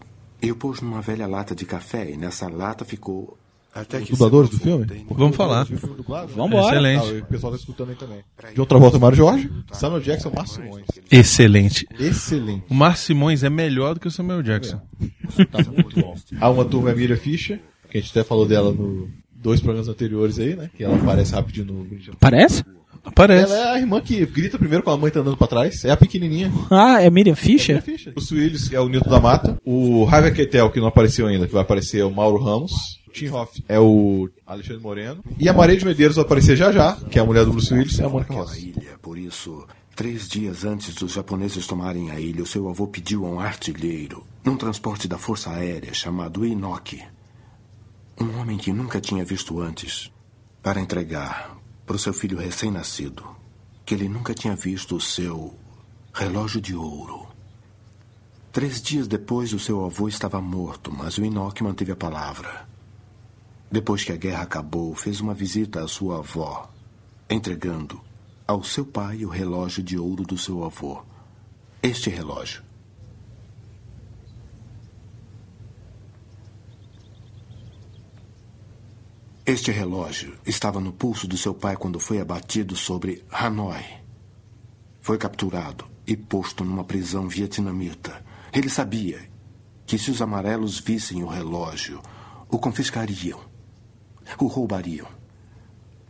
[SPEAKER 13] e o pôs numa velha lata de café. E nessa lata ficou. Até
[SPEAKER 5] Os dubladores do filme?
[SPEAKER 4] Vamos falar.
[SPEAKER 5] embora.
[SPEAKER 4] Excelente.
[SPEAKER 5] o pessoal tá escutando aí também. De outra volta, Mário Jorge. Samuel Jackson, Márcio Simões.
[SPEAKER 4] Excelente.
[SPEAKER 5] Excelente.
[SPEAKER 4] O Mar Simões é melhor do que o Samuel Jackson.
[SPEAKER 5] Há uma turma é Miriam Fischer, que a gente até falou dela no dois programas anteriores aí, né? Que ela aparece rapidinho no.
[SPEAKER 3] Aparece? Aparece.
[SPEAKER 5] Ela é a irmã que grita primeiro com a mãe tá andando pra trás. É a pequenininha.
[SPEAKER 3] Ah, é Miriam Fischer?
[SPEAKER 5] O Suílis é o Nilton da Mata. O Javier Quetel, que não apareceu ainda, que vai aparecer, é o Mauro Ramos. Tim Hoff é o Alexandre Moreno. E a Maria de Medeiros vai aparecer já já, que é a mulher do Bruce Willis, é a Mônica
[SPEAKER 13] Aquela ilha, por isso, três dias antes dos japoneses tomarem a ilha, o seu avô pediu a um artilheiro, num transporte da Força Aérea chamado Inoki, um homem que nunca tinha visto antes, para entregar para o seu filho recém-nascido, que ele nunca tinha visto o seu relógio de ouro. Três dias depois, o seu avô estava morto, mas o Inoki manteve a palavra. Depois que a guerra acabou, fez uma visita à sua avó, entregando ao seu pai o relógio de ouro do seu avô. Este relógio. Este relógio estava no pulso do seu pai quando foi abatido sobre Hanoi. Foi capturado e posto numa prisão vietnamita. Ele sabia que se os amarelos vissem o relógio, o confiscariam, o roubariam.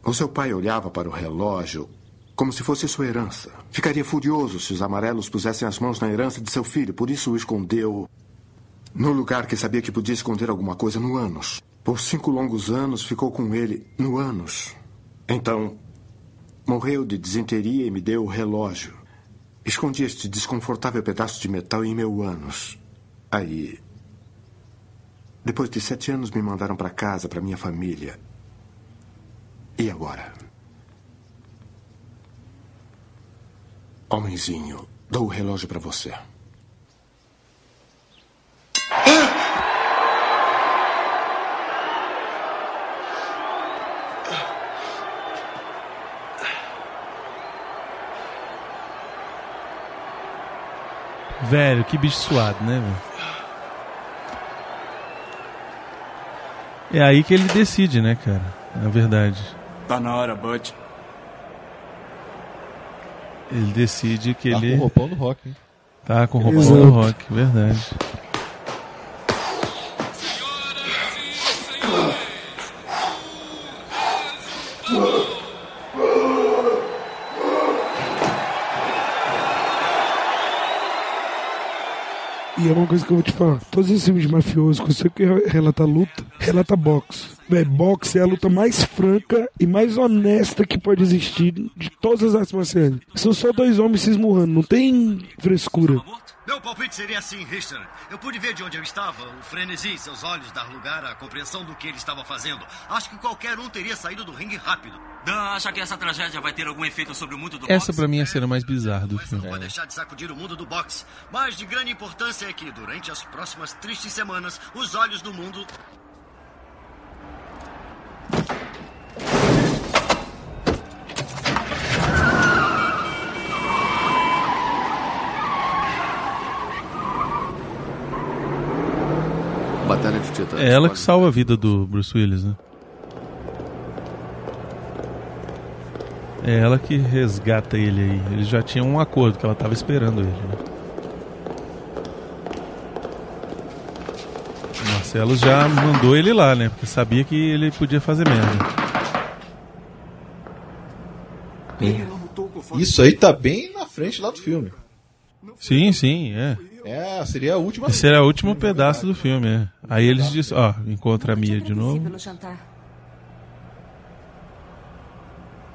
[SPEAKER 13] O seu pai olhava para o relógio como se fosse sua herança. Ficaria furioso se os amarelos pusessem as mãos na herança de seu filho, por isso o escondeu no lugar que sabia que podia esconder alguma coisa no ânus. Por cinco longos anos ficou com ele no ânus. Então, morreu de disenteria e me deu o relógio. Escondi este desconfortável pedaço de metal em meu ânus. Aí, depois de sete anos, me mandaram para casa, para minha família. E agora? Homenzinho, dou o relógio para você.
[SPEAKER 4] Velho, que bicho suado, né, velho? É aí que ele decide, né, cara? Na verdade.
[SPEAKER 9] Tá na hora, Butch.
[SPEAKER 4] Ele decide que
[SPEAKER 5] Tá
[SPEAKER 4] ele.
[SPEAKER 5] com o roupão do rock, hein?
[SPEAKER 4] Tá com o roupão
[SPEAKER 5] Exato.
[SPEAKER 4] do rock, verdade.
[SPEAKER 6] E é uma coisa que eu vou te falar. Todos esses filmes de mafioso, que eu sei que relata luta, relata boxe. Véi, boxe é a luta mais franca e mais honesta que pode existir de todas as artes marciais. São só dois homens se esmurrando, não tem frescura.
[SPEAKER 19] Meu palpite seria assim, Richard. Eu pude ver de onde eu estava, o frenesi em seus olhos dar lugar à compreensão do que ele estava fazendo. Acho que qualquer um teria saído do ringue rápido.
[SPEAKER 9] Dan acha que essa tragédia vai ter algum efeito sobre o mundo do
[SPEAKER 4] Essa pra mim é a cena mais bizarra do filme.
[SPEAKER 19] Vai deixar de sacudir o mundo do boxe. Mas de grande importância é que, durante as próximas tristes semanas, os olhos do mundo.
[SPEAKER 8] Batalha de
[SPEAKER 10] Tá,
[SPEAKER 8] Titãs.
[SPEAKER 4] É ela que salva a vida do Bruce Willis, né? É ela que resgata ele aí. Eles já tinham um acordo que ela tava esperando ele, né? O Marcelo já mandou ele lá, né? Porque sabia que ele podia fazer merda.
[SPEAKER 5] Isso aí tá bem na frente lá do filme.
[SPEAKER 4] Sim, sim, é.
[SPEAKER 5] É, seria a última.
[SPEAKER 4] Esse era o último pedaço do filme, é. Aí eles dizem, ó, encontra a Mia de novo.
[SPEAKER 12] Pelo jantar.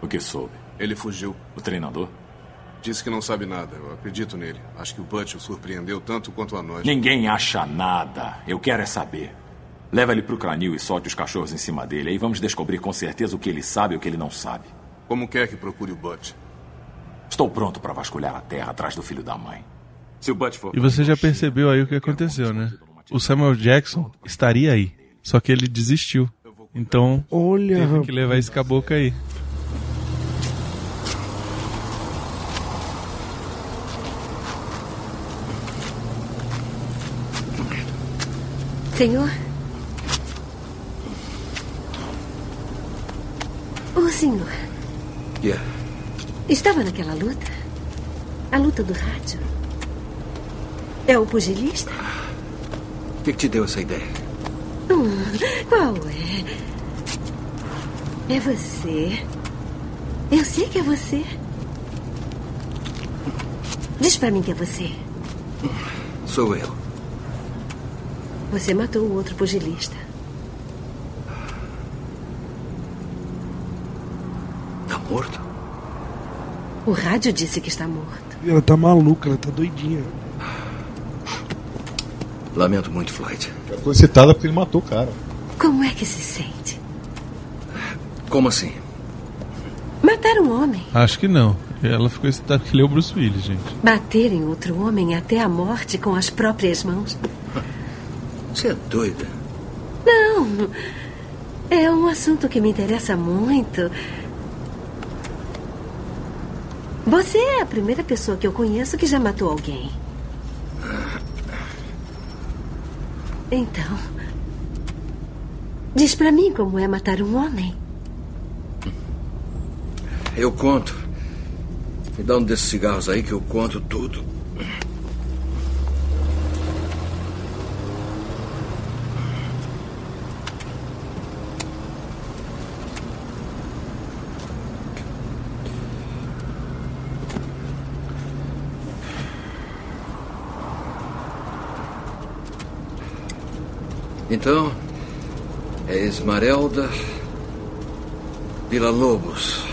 [SPEAKER 1] O que soube? Ele fugiu. O treinador?
[SPEAKER 10] Disse que não sabe nada. Eu acredito nele. Acho que o Butch o surpreendeu tanto quanto a nós.
[SPEAKER 1] Ninguém acha nada. Eu quero é saber. Leva ele pro cranil e solte os cachorros em cima dele. Aí vamos descobrir com certeza o que ele sabe e o que ele não sabe.
[SPEAKER 10] Como quer que procure o Butch?
[SPEAKER 1] Estou pronto para vasculhar a terra atrás do filho da mãe. Se o Butch for.
[SPEAKER 4] E você já percebeu aí o que aconteceu, né? O Samuel Jackson estaria aí, só que ele desistiu. Então,
[SPEAKER 6] Olha,
[SPEAKER 4] teve que levar esse caboclo aí.
[SPEAKER 18] Senhor? O senhor
[SPEAKER 10] Yeah.
[SPEAKER 18] estava naquela luta? A luta do rádio? É o pugilista?
[SPEAKER 10] O que, que te deu essa ideia?
[SPEAKER 18] Hum, qual é? É você. Eu sei que é você. Diz pra mim que é você.
[SPEAKER 10] Sou eu.
[SPEAKER 18] Você matou o outro pugilista.
[SPEAKER 10] Tá morto?
[SPEAKER 18] O rádio disse que está morto.
[SPEAKER 6] Ela tá maluca, ela tá doidinha.
[SPEAKER 10] Lamento muito, Flight.
[SPEAKER 5] Ficou citada porque ele matou o cara.
[SPEAKER 18] Como é que se sente?
[SPEAKER 10] Como assim?
[SPEAKER 18] Matar um homem,
[SPEAKER 4] Acho que não. Ela ficou excitada porque ele é o Bruce Willis, gente.
[SPEAKER 18] bater em outro homem até a morte com as próprias mãos.
[SPEAKER 10] Você é doida.
[SPEAKER 18] Não. É um assunto que me interessa muito. Você é a primeira pessoa que eu conheço que já matou alguém.
[SPEAKER 10] Ah,
[SPEAKER 18] Então, diz pra mim como é matar um homem.
[SPEAKER 10] Eu conto. Me dá um desses cigarros aí que eu conto tudo. Então, é Esmeralda Vila Lobos.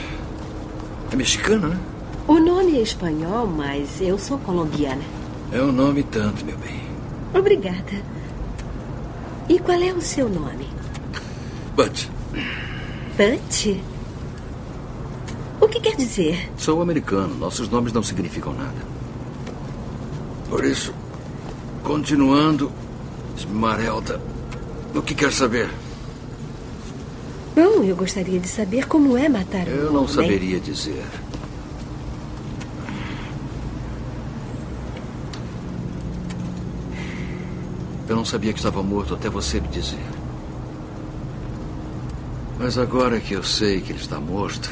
[SPEAKER 10] É mexicana, né?
[SPEAKER 18] O nome é espanhol, mas eu sou colombiana.
[SPEAKER 10] É um nome e tanto, meu bem.
[SPEAKER 18] Obrigada. E qual é o seu nome?
[SPEAKER 10] But,
[SPEAKER 18] Butch? O que quer dizer?
[SPEAKER 10] sou americano. Nossos nomes não significam nada. Por isso, continuando, Esmeralda, o que quer saber?
[SPEAKER 18] Bom, eu gostaria de saber como é matar um
[SPEAKER 10] Eu
[SPEAKER 18] homem.
[SPEAKER 10] não saberia dizer. Eu não sabia que estava morto até você me dizer. Mas agora que eu sei que ele está morto.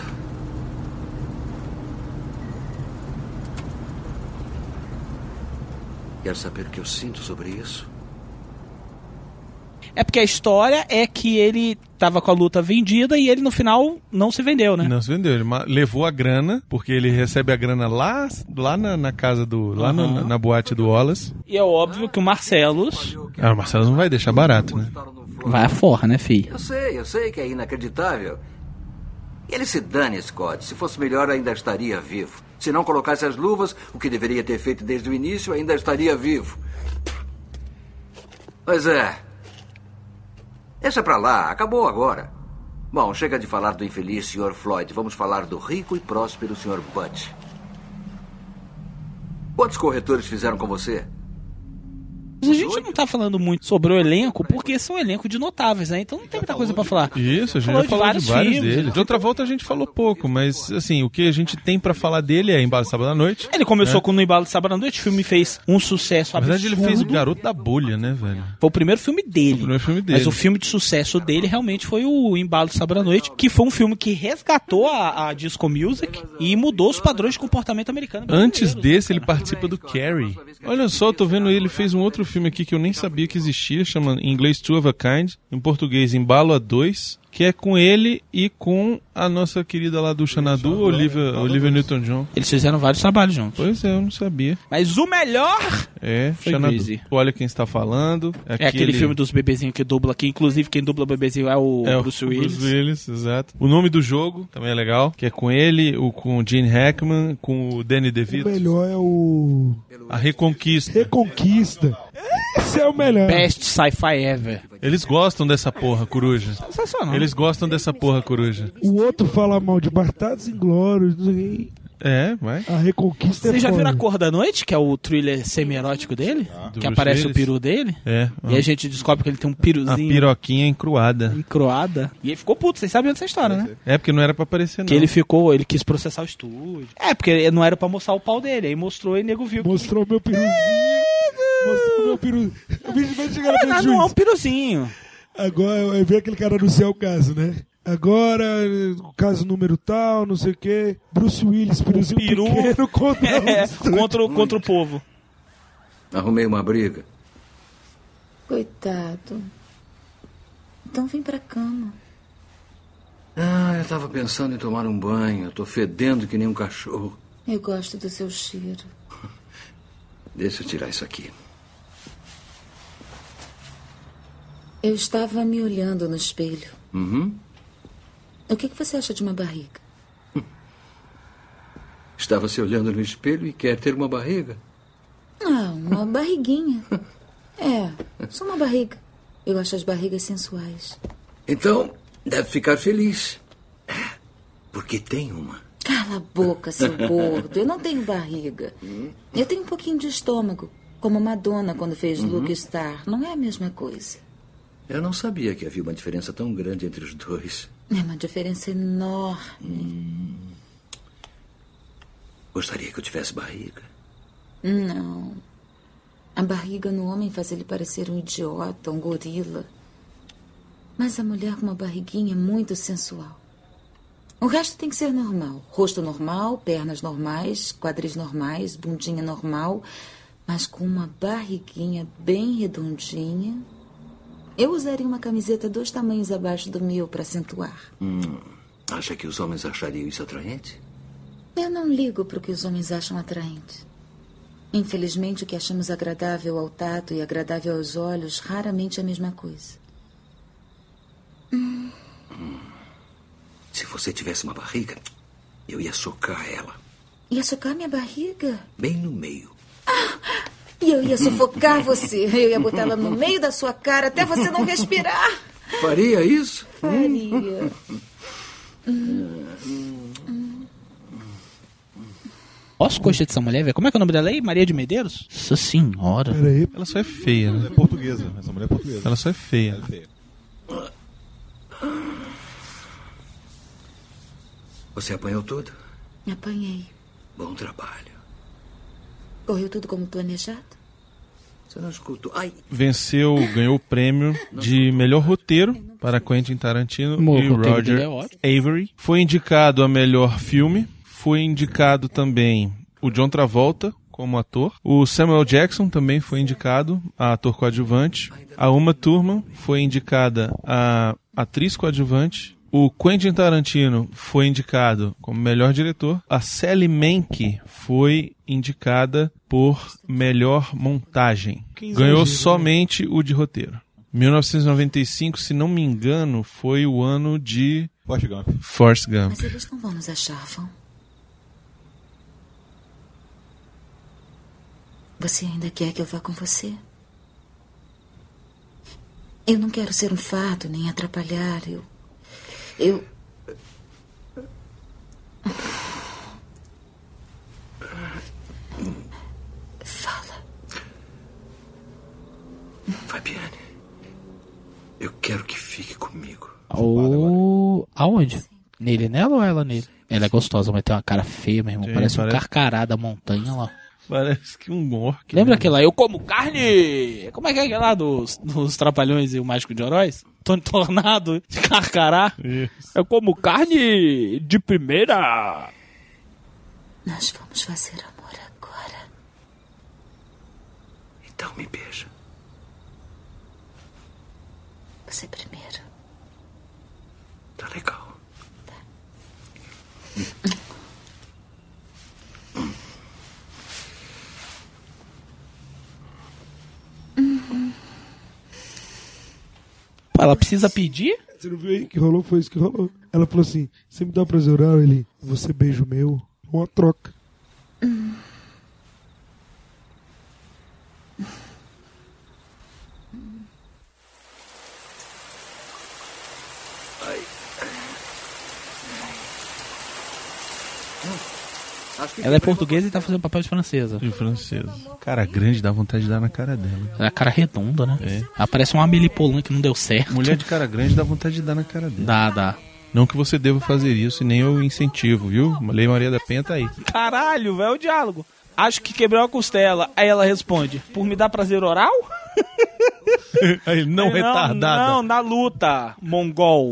[SPEAKER 10] Quero saber o que eu sinto sobre isso.
[SPEAKER 3] É porque a história é que ele tava com a luta vendida e ele no final não se vendeu, né?
[SPEAKER 4] Não se vendeu. Ele ma- levou a grana, porque ele recebe a grana lá, lá na, na casa do. lá no-
[SPEAKER 3] Aham.
[SPEAKER 4] na, na boate do Wallace.
[SPEAKER 3] E é óbvio que o Marcelos
[SPEAKER 4] Ah, o Marcelo não vai deixar barato, né?
[SPEAKER 3] vai a forra, né, filho?
[SPEAKER 10] Eu sei, eu sei que é inacreditável. E Ele se dane, Scott. Se fosse melhor, ainda estaria vivo. Se não colocasse as luvas, o que deveria ter feito desde o início, ainda estaria vivo. Mas é. Deixa pra lá, acabou agora. Bom, chega de falar do infeliz Sr. Floyd. Vamos falar do rico e próspero Sr. Butch. Quantos corretores fizeram com você?
[SPEAKER 3] Mas a gente não tá falando muito sobre o elenco, porque são elenco de notáveis, né? Então não tem muita coisa pra falar.
[SPEAKER 4] Isso, a gente
[SPEAKER 3] Falou
[SPEAKER 4] já
[SPEAKER 3] de
[SPEAKER 4] falou de vários,
[SPEAKER 3] vários filmes,
[SPEAKER 4] deles.
[SPEAKER 3] né?
[SPEAKER 4] De outra volta a gente falou pouco, mas assim, o que a gente tem pra falar dele é Embalo Sábado à Noite.
[SPEAKER 3] Ele começou
[SPEAKER 4] né?
[SPEAKER 3] com No Embalo de Sábado à Noite, o filme fez um sucesso
[SPEAKER 4] Na
[SPEAKER 3] absurdo.
[SPEAKER 4] verdade, ele fez o Garoto da Bolha, né, velho?
[SPEAKER 3] Foi o primeiro filme dele.
[SPEAKER 4] O primeiro filme dele.
[SPEAKER 3] Mas o filme de sucesso dele realmente foi o Embalo de Sábado à Noite, que foi um filme que resgatou a, a disco music e mudou os padrões de comportamento americano.
[SPEAKER 4] Antes desse, ele participa do Carrie. Olha só, eu tô vendo ele fez um outro filme aqui que eu nem sabia que existia, chama em inglês Two of a Kind, em português Embalo a Dois, que é com ele e com a nossa querida lá do Xanadu, Olivia, Olivia Newton-John.
[SPEAKER 3] Eles fizeram vários trabalhos juntos.
[SPEAKER 4] Pois é, eu não sabia.
[SPEAKER 3] Mas o melhor
[SPEAKER 4] É,
[SPEAKER 3] Foi
[SPEAKER 4] Xanadu.
[SPEAKER 3] Greasy.
[SPEAKER 4] Olha quem está falando.
[SPEAKER 3] é aquele filme dos bebezinhos que dubla aqui. Inclusive, quem dubla bebezinho é o
[SPEAKER 4] É, o
[SPEAKER 3] Bruce Willis.
[SPEAKER 4] Bruce Willis, exato. O nome do jogo também é legal, que é com ele, o com o Gene Hackman, com o Danny
[SPEAKER 6] O
[SPEAKER 4] DeVito.
[SPEAKER 6] melhor é o.
[SPEAKER 4] A Reconquista.
[SPEAKER 6] Reconquista. Esse é o melhor.
[SPEAKER 3] Best sci-fi ever.
[SPEAKER 4] Eles gostam dessa porra, coruja.
[SPEAKER 3] Sensacional.
[SPEAKER 4] Eles gostam dessa porra, coruja.
[SPEAKER 6] O outro fala mal de Bartados Inglórios. não sei.
[SPEAKER 4] É, vai.
[SPEAKER 6] A Reconquista
[SPEAKER 3] Vocês
[SPEAKER 6] é
[SPEAKER 3] já
[SPEAKER 6] foda.
[SPEAKER 3] viram A Cor da Noite, que é o thriller semi-erótico dele?
[SPEAKER 4] Do
[SPEAKER 3] que
[SPEAKER 4] Ah, Bruce
[SPEAKER 3] aparece o
[SPEAKER 4] Willis?
[SPEAKER 3] peru dele?
[SPEAKER 4] É.
[SPEAKER 3] E a gente descobre que ele tem um
[SPEAKER 4] A
[SPEAKER 3] piruzinho
[SPEAKER 4] piroquinha encruada.
[SPEAKER 3] croada. E ele ficou puto, vocês sabem dessa história, né?
[SPEAKER 4] É, porque não era pra aparecer, não.
[SPEAKER 3] Que ele ficou, ele quis processar o estúdio. É, porque ele- não era pra mostrar o pau dele. Aí mostrou e o nego viu.
[SPEAKER 6] Mostrou meu peruzinho. Mostrou meu peru. O bicho vai chegar
[SPEAKER 3] Não,
[SPEAKER 6] no
[SPEAKER 3] não,
[SPEAKER 6] juiz.
[SPEAKER 3] é um piruzinho.
[SPEAKER 6] Agora eu vi aquele cara anunciar o caso, né? Agora, eh, o caso número tal, não sei o quê. Bruce Willis, peruzinho
[SPEAKER 3] Peru.
[SPEAKER 6] pequeno contra
[SPEAKER 3] (laughs) É,
[SPEAKER 6] o
[SPEAKER 3] contra, o- contra o povo.
[SPEAKER 10] Arrumei uma briga.
[SPEAKER 7] Coitado. Então vem pra cama.
[SPEAKER 10] Ah, eu tava pensando em tomar um banho. Tô fedendo que nem um cachorro.
[SPEAKER 7] Eu gosto do seu cheiro.
[SPEAKER 10] Deixa eu tirar isso aqui.
[SPEAKER 7] Eu estava me olhando no espelho.
[SPEAKER 10] Uhum.
[SPEAKER 7] O que, que você acha de uma barriga?
[SPEAKER 10] Estava se olhando no espelho e quer ter uma barriga.
[SPEAKER 7] Ah, uma barriguinha. É, só uma barriga. Eu acho as barrigas sensuais.
[SPEAKER 10] Então, deve ficar feliz. É, Porque tem uma.
[SPEAKER 7] Cala a boca, seu gordo. Eu não tenho barriga. Eu tenho um pouquinho de estômago, como Madonna quando fez
[SPEAKER 10] Uhum.
[SPEAKER 7] Luke Star. Não é a mesma coisa.
[SPEAKER 10] Eu não sabia que havia uma diferença tão grande entre os dois. Hum.
[SPEAKER 7] É uma diferença enorme.
[SPEAKER 10] Gostaria que eu tivesse barriga.
[SPEAKER 7] Não. A barriga no homem faz ele parecer um idiota, um gorila. Mas a mulher com uma barriguinha é muito sensual. O resto tem que ser normal. Rosto normal, pernas normais, quadris normais, bundinha normal, mas com uma barriguinha bem redondinha. Eu usaria uma camiseta dois tamanhos abaixo do meu para acentuar.
[SPEAKER 10] Hum, acha que os homens achariam isso atraente?
[SPEAKER 7] Eu não ligo para o que os homens acham atraente. Infelizmente, o que achamos agradável ao tato e agradável aos olhos raramente é a mesma coisa. Hum,
[SPEAKER 10] Se você tivesse uma barriga, eu ia socar ela
[SPEAKER 7] ia socar minha barriga.
[SPEAKER 10] bem no meio.
[SPEAKER 7] E eu ia sufocar você. Eu ia botar ela no meio da sua cara até você
[SPEAKER 10] (laughs)
[SPEAKER 7] não respirar.
[SPEAKER 10] Faria isso? Hum.
[SPEAKER 7] Faria.
[SPEAKER 3] Olha as coxas dessa mulher, velho. Como é que é o nome dela aí? Maria de Medeiros? Nossa senhora.
[SPEAKER 6] Peraí.
[SPEAKER 4] Ela só é feia, né?
[SPEAKER 5] Ela é portuguesa. Essa mulher é portuguesa.
[SPEAKER 4] Ela só é feia.
[SPEAKER 10] Você apanhou tudo?
[SPEAKER 7] Apanhei.
[SPEAKER 10] Bom trabalho.
[SPEAKER 7] Correu tudo como planejado?
[SPEAKER 10] Você não escutou. Ai,
[SPEAKER 4] Venceu, ganhou o prêmio de melhor roteiro para Quentin Tarantino
[SPEAKER 3] Mo,
[SPEAKER 4] e
[SPEAKER 3] o roteiro
[SPEAKER 4] Roger
[SPEAKER 3] dele é ótimo.
[SPEAKER 4] Avery. Foi indicado a melhor filme. Foi indicado também o John Travolta como ator. O Samuel Jackson também foi indicado a ator coadjuvante. A Uma Turma foi indicada a atriz coadjuvante. O Quentin Tarantino foi indicado como melhor diretor. A Sally Menke foi indicada por melhor montagem.
[SPEAKER 6] Que
[SPEAKER 4] Ganhou
[SPEAKER 6] exagero,
[SPEAKER 4] somente o de roteiro. 1995, se não me engano, foi o ano de
[SPEAKER 5] Forrest Gump.
[SPEAKER 4] Forrest Gump.
[SPEAKER 7] Mas eles não vão nos achar, vão? Você ainda quer que eu vá com você? Eu não quero ser um fardo nem atrapalhar. Eu. Eu. Fala.
[SPEAKER 10] Fabiane, eu quero que fique comigo.
[SPEAKER 3] Ou... Aonde? Nele nela ou ela nele? Ela é gostosa, mas tem uma cara feia, meu irmão.
[SPEAKER 4] Sim,
[SPEAKER 3] parece, um
[SPEAKER 4] parece-
[SPEAKER 3] carcará da montanha lá.
[SPEAKER 4] Parece que um orc.
[SPEAKER 3] Lembra aquela? Eu como carne! Como é que é aquela lá dos, dos Trapalhões e o Mágico de Horóis? Tony Tornado de carcará. Eu como carne de primeira!
[SPEAKER 7] Nós vamos fazer amor agora.
[SPEAKER 10] Então me beija.
[SPEAKER 7] você primeiro.
[SPEAKER 10] Tá legal.
[SPEAKER 3] Ela precisa pedir?
[SPEAKER 6] Você não viu aí? O que rolou foi isso que rolou. Ela falou assim: você me dá um prazer oral? Ele, você é beijo meu? Uma troca.
[SPEAKER 3] Ela é portuguesa e tá fazendo papel de francesa.
[SPEAKER 4] De francesa. Cara grande dá vontade de dar na cara dela.
[SPEAKER 3] É a cara redonda, né? Ela parece um amelipolan que não deu certo.
[SPEAKER 4] É. Mulher de cara grande dá vontade de dar na cara dela.
[SPEAKER 3] Dá, dá.
[SPEAKER 4] Não que você deva fazer isso e nem eu incentivo, viu? Lei Maria da Penha tá aí.
[SPEAKER 3] Caralho, velho, é o diálogo. Acho que quebrou a costela. Aí ela responde: Por me dar prazer
[SPEAKER 6] (laughs)
[SPEAKER 3] oral?
[SPEAKER 4] Aí, não,
[SPEAKER 3] Aí,
[SPEAKER 4] retardada.
[SPEAKER 3] Não, na luta, mongol.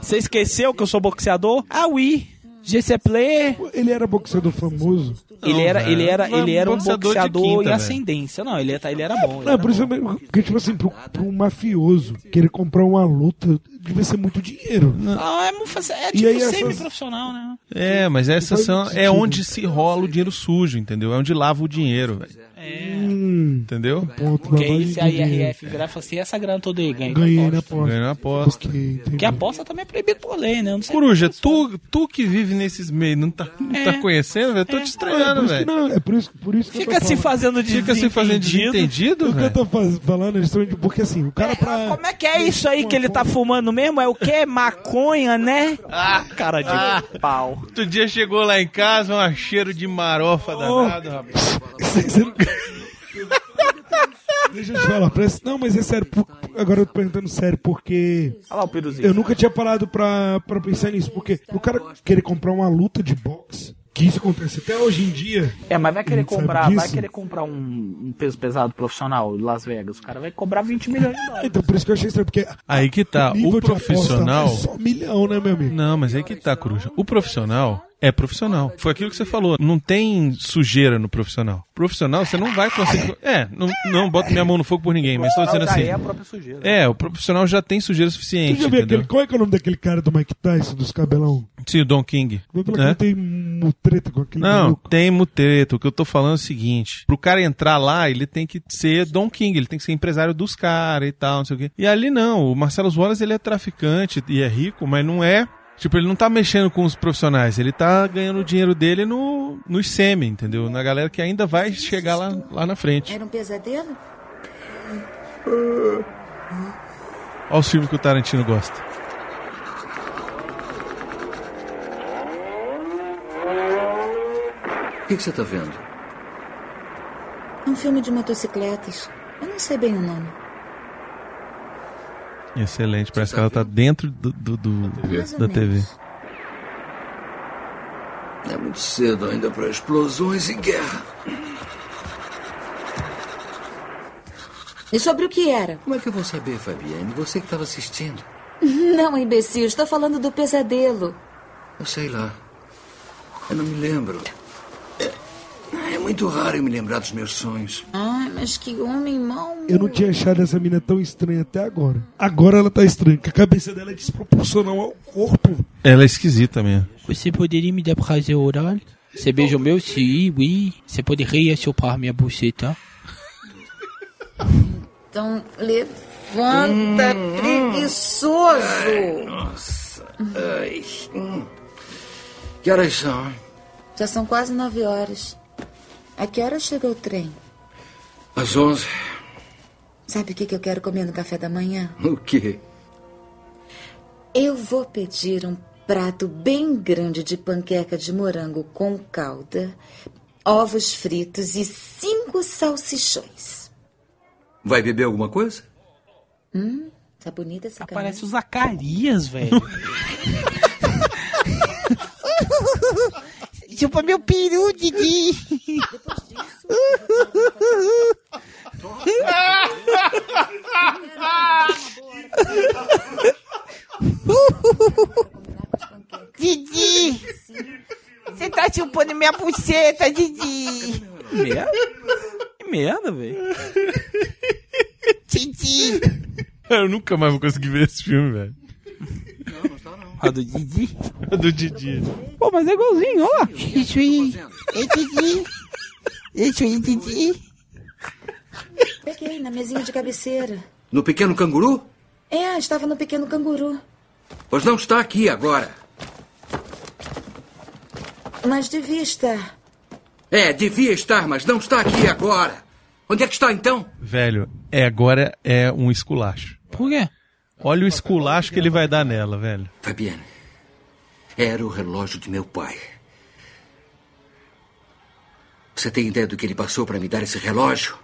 [SPEAKER 3] Você esqueceu que eu sou boxeador? Ah, oui. GC Player.
[SPEAKER 6] Ele era boxeador famoso.
[SPEAKER 3] Ele era,
[SPEAKER 6] velho.
[SPEAKER 3] ele era, ele era um
[SPEAKER 6] Boxeador de
[SPEAKER 3] boxeador
[SPEAKER 6] quinta,
[SPEAKER 3] em
[SPEAKER 6] velho.
[SPEAKER 3] ascendência. Não, ele, tá- ele era bom. ele
[SPEAKER 6] Não,
[SPEAKER 3] era
[SPEAKER 6] por isso mesmo. Porque, tipo assim, pro, pro mafioso querer comprar uma luta, devia ser muito dinheiro.
[SPEAKER 3] Ah, é, mu- é
[SPEAKER 6] E aí
[SPEAKER 3] tipo
[SPEAKER 6] essas-
[SPEAKER 3] semi-profissional, né?
[SPEAKER 4] É, mas essa
[SPEAKER 3] Faz
[SPEAKER 4] são, é
[SPEAKER 3] sentido.
[SPEAKER 4] onde se rola o dinheiro sujo, entendeu? É onde lava o dinheiro, velho. Hum, Entendeu?
[SPEAKER 3] Porque aí é se a IRF virar e falar assim, essa grana toda aí ganha.
[SPEAKER 6] é. Ganhei na aposta.
[SPEAKER 4] Ganhou na aposta. tá.
[SPEAKER 3] Porque a aposta também é proibida por lei, né? Eu Não sei
[SPEAKER 4] Coruja, tu, tu que vive nesses meios, não tá, não tá conhecendo, velho? Eu Tô te
[SPEAKER 6] É por
[SPEAKER 4] estranhando,
[SPEAKER 6] isso que
[SPEAKER 4] velho.
[SPEAKER 6] não, é por isso, por isso que
[SPEAKER 3] Fica se fazendo de
[SPEAKER 4] Fica se fazendo desentendido,
[SPEAKER 6] O que eu
[SPEAKER 4] velho?
[SPEAKER 6] tô faz- falando é justamente porque assim, o cara pra.
[SPEAKER 3] Como é que é isso aí que ele tá fumando mesmo? É o quê? Maconha, né?
[SPEAKER 4] Ah,
[SPEAKER 3] cara de pau.
[SPEAKER 4] Outro dia chegou lá em casa, um cheiro de marofa
[SPEAKER 6] Oh,
[SPEAKER 4] danado, rapaz.
[SPEAKER 6] Deixa eu te falar, parece... não, mas é sério. por- Agora eu tô perguntando sério, porque.
[SPEAKER 3] Olha lá o peruzinho.
[SPEAKER 6] Eu nunca tinha parado pra, pra pensar nisso, porque o cara querer comprar uma luta de boxe, que isso acontece até hoje em dia.
[SPEAKER 3] É, mas vai
[SPEAKER 6] A
[SPEAKER 3] querer
[SPEAKER 6] gente sabe
[SPEAKER 3] comprar, vai
[SPEAKER 6] disso.
[SPEAKER 3] querer comprar um, um peso pesado profissional de Las Vegas. O cara vai cobrar 20 milhões de dólares.
[SPEAKER 6] Então por isso que eu achei estranho, porque
[SPEAKER 4] Aí que tá,
[SPEAKER 6] nível
[SPEAKER 4] o
[SPEAKER 6] de aposta
[SPEAKER 4] profissional.
[SPEAKER 6] é só milhão, né, meu amigo?
[SPEAKER 4] Não, mas aí que tá, coruja. O profissional é profissional. Foi aquilo que você falou. Não tem sujeira no profissional. Profissional, você não vai conseguir. É, não, não boto minha mão no fogo por ninguém, mas tô
[SPEAKER 28] tá
[SPEAKER 4] dizendo assim. É, o profissional já tem sujeira
[SPEAKER 6] Tu
[SPEAKER 4] suficiente,
[SPEAKER 6] já viu aquele,
[SPEAKER 4] entendeu?
[SPEAKER 6] qual é, que é o nome daquele cara do Mike Tyson, dos cabelão?
[SPEAKER 4] Sim, o Don King.
[SPEAKER 6] Vai falar que
[SPEAKER 4] né?
[SPEAKER 6] não tem mu- treta com aquele
[SPEAKER 4] Não,
[SPEAKER 6] maluco?
[SPEAKER 4] tem mutreta. O que eu tô falando é o seguinte: pro cara entrar lá, ele tem que ser Don King, ele tem que ser empresário dos caras e tal, não sei o quê. E ali não, o Marcelo Wallace ele é traficante e é rico, mas não é. Tipo, ele não tá mexendo com os profissionais, ele tá ganhando o dinheiro dele no, nos semi, entendeu? Na galera que ainda vai chegar lá, lá na frente.
[SPEAKER 7] Era um pesadelo?
[SPEAKER 4] Olha os filmes que o Tarantino gosta.
[SPEAKER 10] O que, que você tá vendo?
[SPEAKER 7] Um filme de motocicletas. Eu não sei bem o nome. (laughs)
[SPEAKER 4] Excelente, parece que ela tá dentro do, do- do-
[SPEAKER 10] TV.
[SPEAKER 4] da TV.
[SPEAKER 10] É muito cedo ainda para explosões e guerra.
[SPEAKER 7] E sobre o que era?
[SPEAKER 10] Como é que eu vou saber, Fabiane? Você que estava assistindo.
[SPEAKER 7] Não, imbecil, estou falando do pesadelo.
[SPEAKER 10] Eu sei lá. Eu não me lembro. É, é muito raro eu me lembrar dos meus sonhos.
[SPEAKER 7] Ai, Ah, mas que homem mau.
[SPEAKER 6] Eu não tinha achado essa mina tão estranha até agora. Agora ela tá estranha, que a cabeça dela é desproporcional ao corpo.
[SPEAKER 4] Ela é esquisita mesmo.
[SPEAKER 3] Você poderia me dar prazer oral? Você beija o meu? Sim, oui. Você poderia chupar minha buceta?
[SPEAKER 7] Então, levanta, preguiçoso. Uhum.
[SPEAKER 10] Nossa. Ai. Hum. Que horas são? hein?
[SPEAKER 7] Já são quase nove horas. A que hora chega o trem?
[SPEAKER 10] Às onze.
[SPEAKER 7] Sabe o que, que eu quero comer no café da manhã?
[SPEAKER 10] O quê?
[SPEAKER 7] Eu vou pedir um prato bem grande de panqueca de morango com calda, ovos fritos e cinco salsichões.
[SPEAKER 10] Vai beber alguma coisa?
[SPEAKER 7] Hum, tá bonita essa cara.
[SPEAKER 3] Parece o Zacarias, (laughs) velho.
[SPEAKER 8] (laughs)
[SPEAKER 3] Chupa meu peru, Didi.
[SPEAKER 8] Didi! Você tá chupando minha buceta, Didi!
[SPEAKER 3] Merda? Que merda, velho.
[SPEAKER 8] Didi!
[SPEAKER 4] Eu nunca mais vou conseguir ver esse filme, velho.
[SPEAKER 3] A do Didi?
[SPEAKER 4] A do Didi.
[SPEAKER 3] Pô, mas é igualzinho, ó lá.
[SPEAKER 23] Isso aí. Ei, Didi. Isso aí, Didi.
[SPEAKER 18] Peguei na mesinha de cabeceira.
[SPEAKER 10] No pequeno canguru?
[SPEAKER 18] É, estava no pequeno canguru.
[SPEAKER 10] Pois não está aqui agora.
[SPEAKER 18] Mas devia estar.
[SPEAKER 10] É, devia estar, mas não está aqui agora. Onde é que está então?
[SPEAKER 4] Velho, é agora é um esculacho.
[SPEAKER 3] Por quê?
[SPEAKER 4] Olha o esculacho que ele vai dar nela, velho.
[SPEAKER 10] Fabiana, era o relógio de meu pai. Você tem ideia do que ele passou para me dar esse relógio?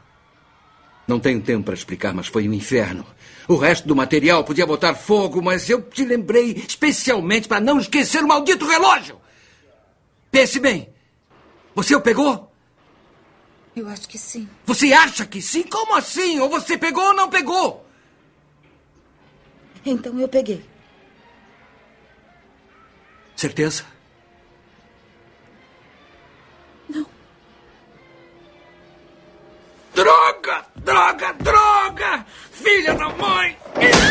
[SPEAKER 10] Não tenho tempo para explicar, mas foi um inferno. O resto do material podia botar fogo, mas eu te lembrei especialmente para não esquecer o maldito relógio. Pense bem. Você o pegou?
[SPEAKER 18] Eu acho que sim.
[SPEAKER 10] Você acha que sim? Como assim? Ou você pegou ou não pegou?
[SPEAKER 18] Então eu peguei.
[SPEAKER 10] Certeza?
[SPEAKER 18] Não.
[SPEAKER 10] Droga! Droga! Droga! Filha da mãe! Filha da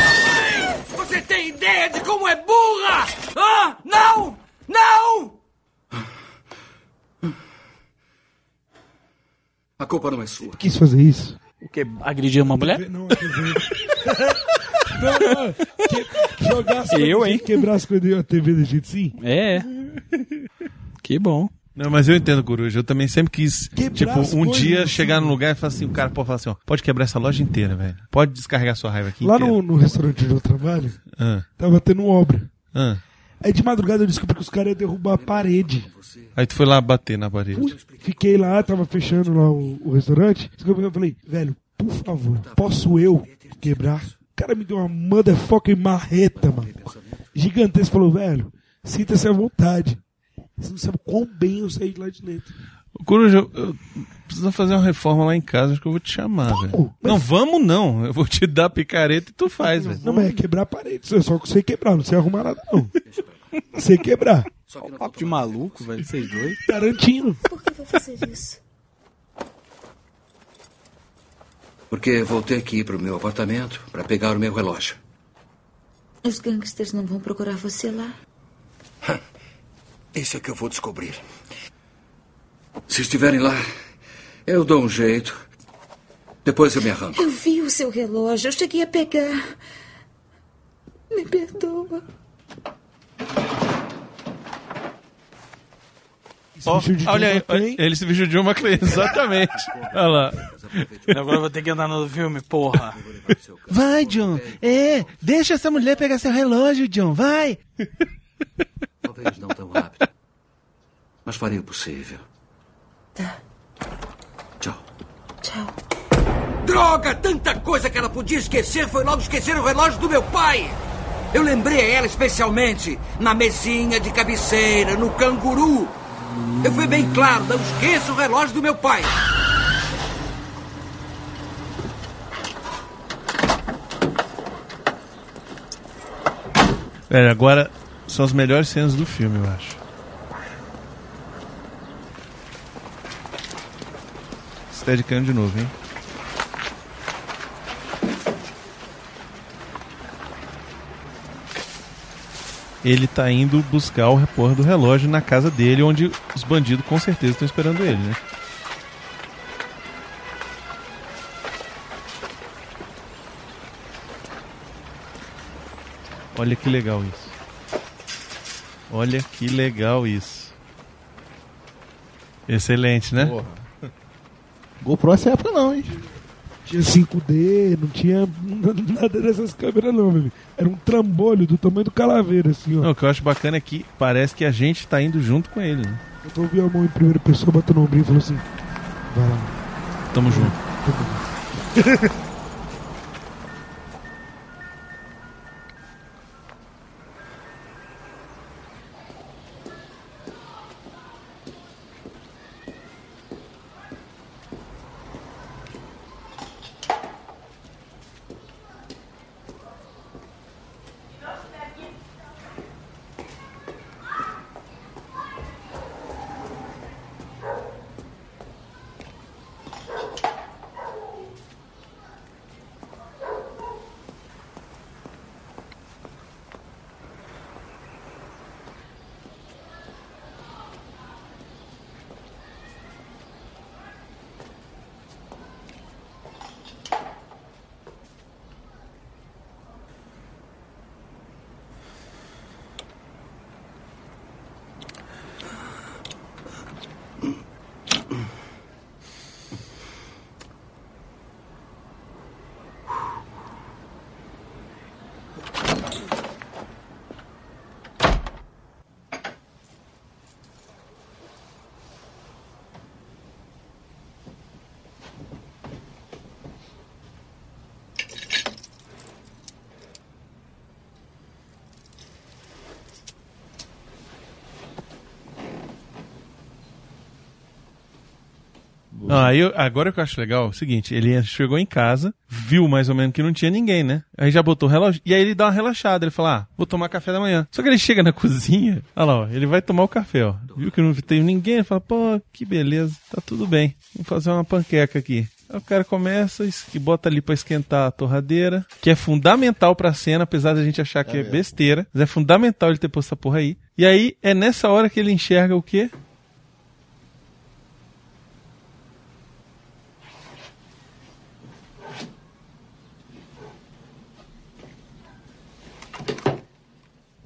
[SPEAKER 10] mãe! Você tem ideia de como é burra? Ah, não! Não! A culpa não é sua.
[SPEAKER 6] Quis fazer isso?
[SPEAKER 3] O que? Agredir uma mulher?
[SPEAKER 6] Não, Não, não. Ah, Que, jogar as
[SPEAKER 3] Eu,
[SPEAKER 6] coisas,
[SPEAKER 3] hein?
[SPEAKER 6] Quebrar as coisas da TV da gente, sim.
[SPEAKER 3] É. Que bom.
[SPEAKER 4] Não, mas eu entendo, Coruja. Eu também sempre quis, tipo,
[SPEAKER 6] as
[SPEAKER 4] um
[SPEAKER 6] coisas,
[SPEAKER 4] dia
[SPEAKER 6] assim.
[SPEAKER 4] chegar num lugar e falar assim, o cara pode falar assim, ó, pode quebrar essa loja inteira, velho. Pode descarregar sua raiva aqui
[SPEAKER 6] Lá
[SPEAKER 4] inteira.
[SPEAKER 6] no, no restaurante onde eu trabalho,
[SPEAKER 4] Ah.
[SPEAKER 6] tava tendo obra.
[SPEAKER 4] Ah.
[SPEAKER 6] Aí de madrugada eu descobri que os caras iam derrubar a parede.
[SPEAKER 4] Aí tu foi lá bater na parede.
[SPEAKER 6] Fiquei lá, tava fechando lá o, o restaurante. Descobri- Eu falei, velho, por favor, posso eu quebrar? O cara me deu uma motherfucking marreta, mano. Gigantesco. Falou, velho, sinta-se à vontade. Você não sabe quão bem eu saí de lá de dentro.
[SPEAKER 4] Coruja, eu, eu preciso fazer uma reforma lá em casa, acho que eu vou te chamar, velho. Não, vamos não. Eu vou te dar a picareta e tu faz, velho.
[SPEAKER 6] Não, mas é quebrar a parede. Eu só sei quebrar, não sei arrumar nada, não. sei quebrar.
[SPEAKER 3] Ó, papo de maluco, velho, vocês dois.
[SPEAKER 4] (laughs)
[SPEAKER 6] Tarantino.
[SPEAKER 18] Por que vou fazer isso?
[SPEAKER 10] Porque vou ter que ir pro meu apartamento para pegar o meu relógio.
[SPEAKER 18] Os gangsters não vão procurar você lá.
[SPEAKER 10] Isso é que eu vou descobrir. Se estiverem lá, eu dou um jeito. Depois eu me arranco.
[SPEAKER 18] Eu vi o seu relógio, eu cheguei a pegar. Me perdoa.
[SPEAKER 4] Ó, olha aí, olha, ele se vestiu de uma McLean, exatamente. olha lá.
[SPEAKER 3] Agora eu vou ter que andar no filme, porra.
[SPEAKER 4] Vai, John. É, deixa essa mulher pegar seu relógio, John. (laughs) Vai.
[SPEAKER 10] Talvez não tão rápido. Mas farei o possível.
[SPEAKER 18] Tchau.
[SPEAKER 10] Droga! Tanta coisa que ela podia esquecer foi logo esquecer o relógio do meu pai! Eu lembrei a ela especialmente na mesinha de cabeceira, no canguru. Eu fui bem claro, não esqueça o relógio do meu pai.
[SPEAKER 4] Velho, É, agora são as melhores cenas do filme, eu acho. Steadicam de novo, hein? Ele tá indo buscar o repor do relógio na casa dele, onde os bandidos com certeza estão esperando ele, né? Olha que legal isso. Olha que legal isso. Excelente, né?
[SPEAKER 5] GoPro essa época não, hein?
[SPEAKER 6] Tinha 5D, não tinha (laughs) n- nada dessas câmeras, não, meu. amigo. Era um trambolho do tamanho do calaveira, assim, ó.
[SPEAKER 4] Não, o que eu acho bacana é que parece que a gente tá indo junto com ele, né?
[SPEAKER 6] Eu tô ouvindo a mão em primeira pessoa, bateu no ombrinho e falou assim: vai lá.
[SPEAKER 4] Tamo junto. Não, Ah, aí eu- agora o que eu acho legal é o seguinte: ele chegou em casa, viu mais ou menos que não tinha ninguém, né? Aí já botou o relógio. E aí ele dá uma relaxada. Ele fala: Ah, vou tomar café da manhã. Só que ele chega na (laughs) cozinha, olha lá, ó, ele vai tomar o café, ó. Viu que não tem ninguém? Ele fala: Pô, que beleza, tá tudo bem. Vamos fazer uma panqueca aqui. Aí o cara começa es- e bota ali pra esquentar a torradeira, que é fundamental pra cena, apesar da gente achar que é
[SPEAKER 8] mesmo.
[SPEAKER 4] besteira, mas é fundamental ele ter posto essa porra aí. E aí é nessa hora que ele enxerga o quê?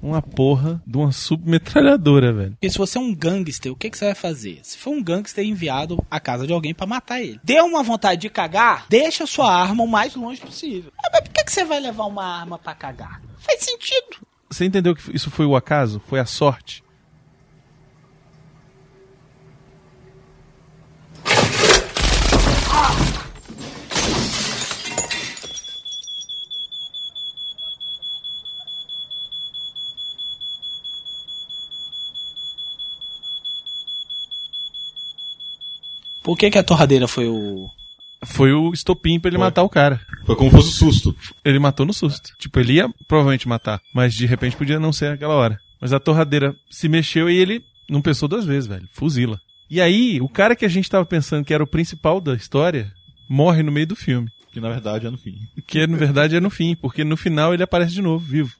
[SPEAKER 4] Uma porra de uma submetralhadora, velho.
[SPEAKER 3] Porque se você é um gangster, o que, que você vai fazer? Se for um gangster enviado à casa de alguém pra matar ele. Deu uma vontade de cagar, deixa sua arma o mais longe possível. Ah, mas por que, que você vai levar uma arma pra cagar? Faz sentido.
[SPEAKER 4] Você entendeu que isso foi o acaso? Foi a sorte?
[SPEAKER 3] Por que, que a torradeira foi o.
[SPEAKER 4] Foi o estopim pra ele matar o cara.
[SPEAKER 5] Foi como fosse o susto.
[SPEAKER 4] Ele matou no susto. Tipo, ele ia provavelmente matar, mas de repente podia não ser aquela hora. Mas a torradeira se mexeu e ele não pensou duas vezes, velho. Fuzila. E aí, o cara que a gente tava pensando que era o principal da história morre no meio do filme.
[SPEAKER 5] Que na verdade é no fim.
[SPEAKER 4] Que na verdade é no fim, porque no final ele aparece de novo, vivo.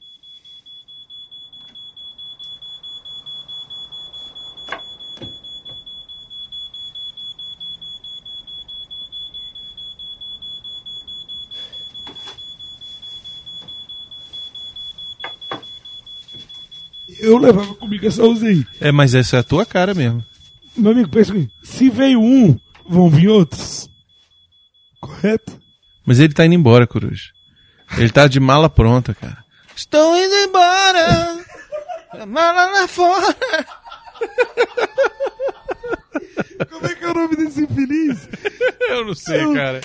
[SPEAKER 6] Eu levava comigo essa usa aí.
[SPEAKER 4] É, mas essa é a tua cara mesmo.
[SPEAKER 6] Meu amigo, pensa comigo. Se veio um, vão vir outros. Correto?
[SPEAKER 4] Mas ele tá indo embora, coruja. Ele tá de mala pronta, cara.
[SPEAKER 8] Estão indo embora. Mala lá fora.
[SPEAKER 6] Como é que é o nome desse
[SPEAKER 4] (laughs)
[SPEAKER 6] infeliz?
[SPEAKER 4] Eu não sei, cara.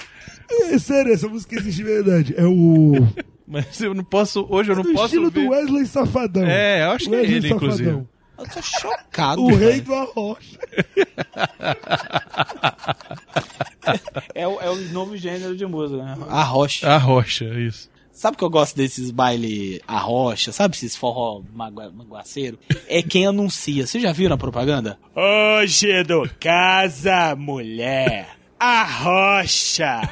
[SPEAKER 6] É sério, essa música existe de verdade. É o.
[SPEAKER 4] Mas eu não posso, hoje eu não
[SPEAKER 6] do
[SPEAKER 4] posso
[SPEAKER 6] estilo
[SPEAKER 4] ver.
[SPEAKER 6] do Wesley Safadão.
[SPEAKER 4] É, eu acho que é
[SPEAKER 6] Wesley
[SPEAKER 4] ele, inclusive.
[SPEAKER 3] Eu tô chocado.
[SPEAKER 6] O rei
[SPEAKER 3] velho.
[SPEAKER 6] do arrocha.
[SPEAKER 3] é, o, é o novo gênero de música, né? A rocha.
[SPEAKER 4] A rocha, isso.
[SPEAKER 3] Sabe que eu gosto desses baile a rocha? Sabe esses forró magua, manguaceiro? É quem anuncia. Vocês já viram a propaganda? Hoje é do Casa Mulher. A rocha.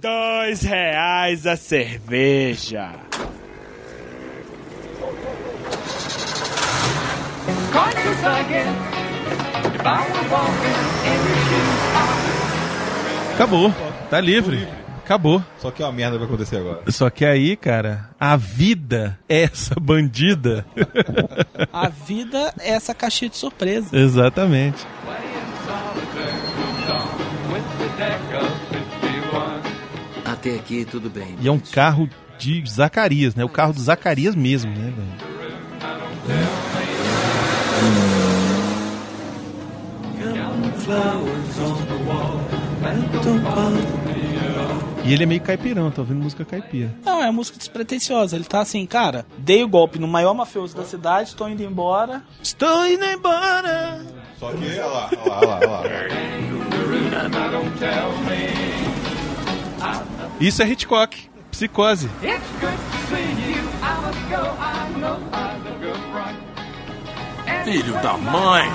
[SPEAKER 3] Dois reais a cerveja.
[SPEAKER 8] Conscious again. If I were walking in your shoes,
[SPEAKER 4] Acabou. Tá livre. Acabou.
[SPEAKER 5] Só que uma merda vai acontecer agora.
[SPEAKER 4] Só que aí, cara, a vida é essa bandida.
[SPEAKER 3] A vida é essa caixinha de surpresa.
[SPEAKER 4] Exatamente.
[SPEAKER 10] Até aqui tudo bem.
[SPEAKER 4] E é um carro de Zacarias, né? O carro do Zacarias mesmo, né, velho?
[SPEAKER 8] flowers on the wall. And don't bother me at all.
[SPEAKER 4] E ele é meio caipirão, tá ouvindo música caipira.
[SPEAKER 3] Não, é música despretensiosa. Ele tá assim, cara, dei o golpe no maior mafioso da cidade, tô indo embora.
[SPEAKER 4] Estou indo embora.
[SPEAKER 5] Só que, olha lá, olha lá, olha lá. olha lá.
[SPEAKER 4] Isso é Hitchcock. Psicose.
[SPEAKER 8] It's good to see you. I must go. I know I look good right.
[SPEAKER 1] Filho da mãe!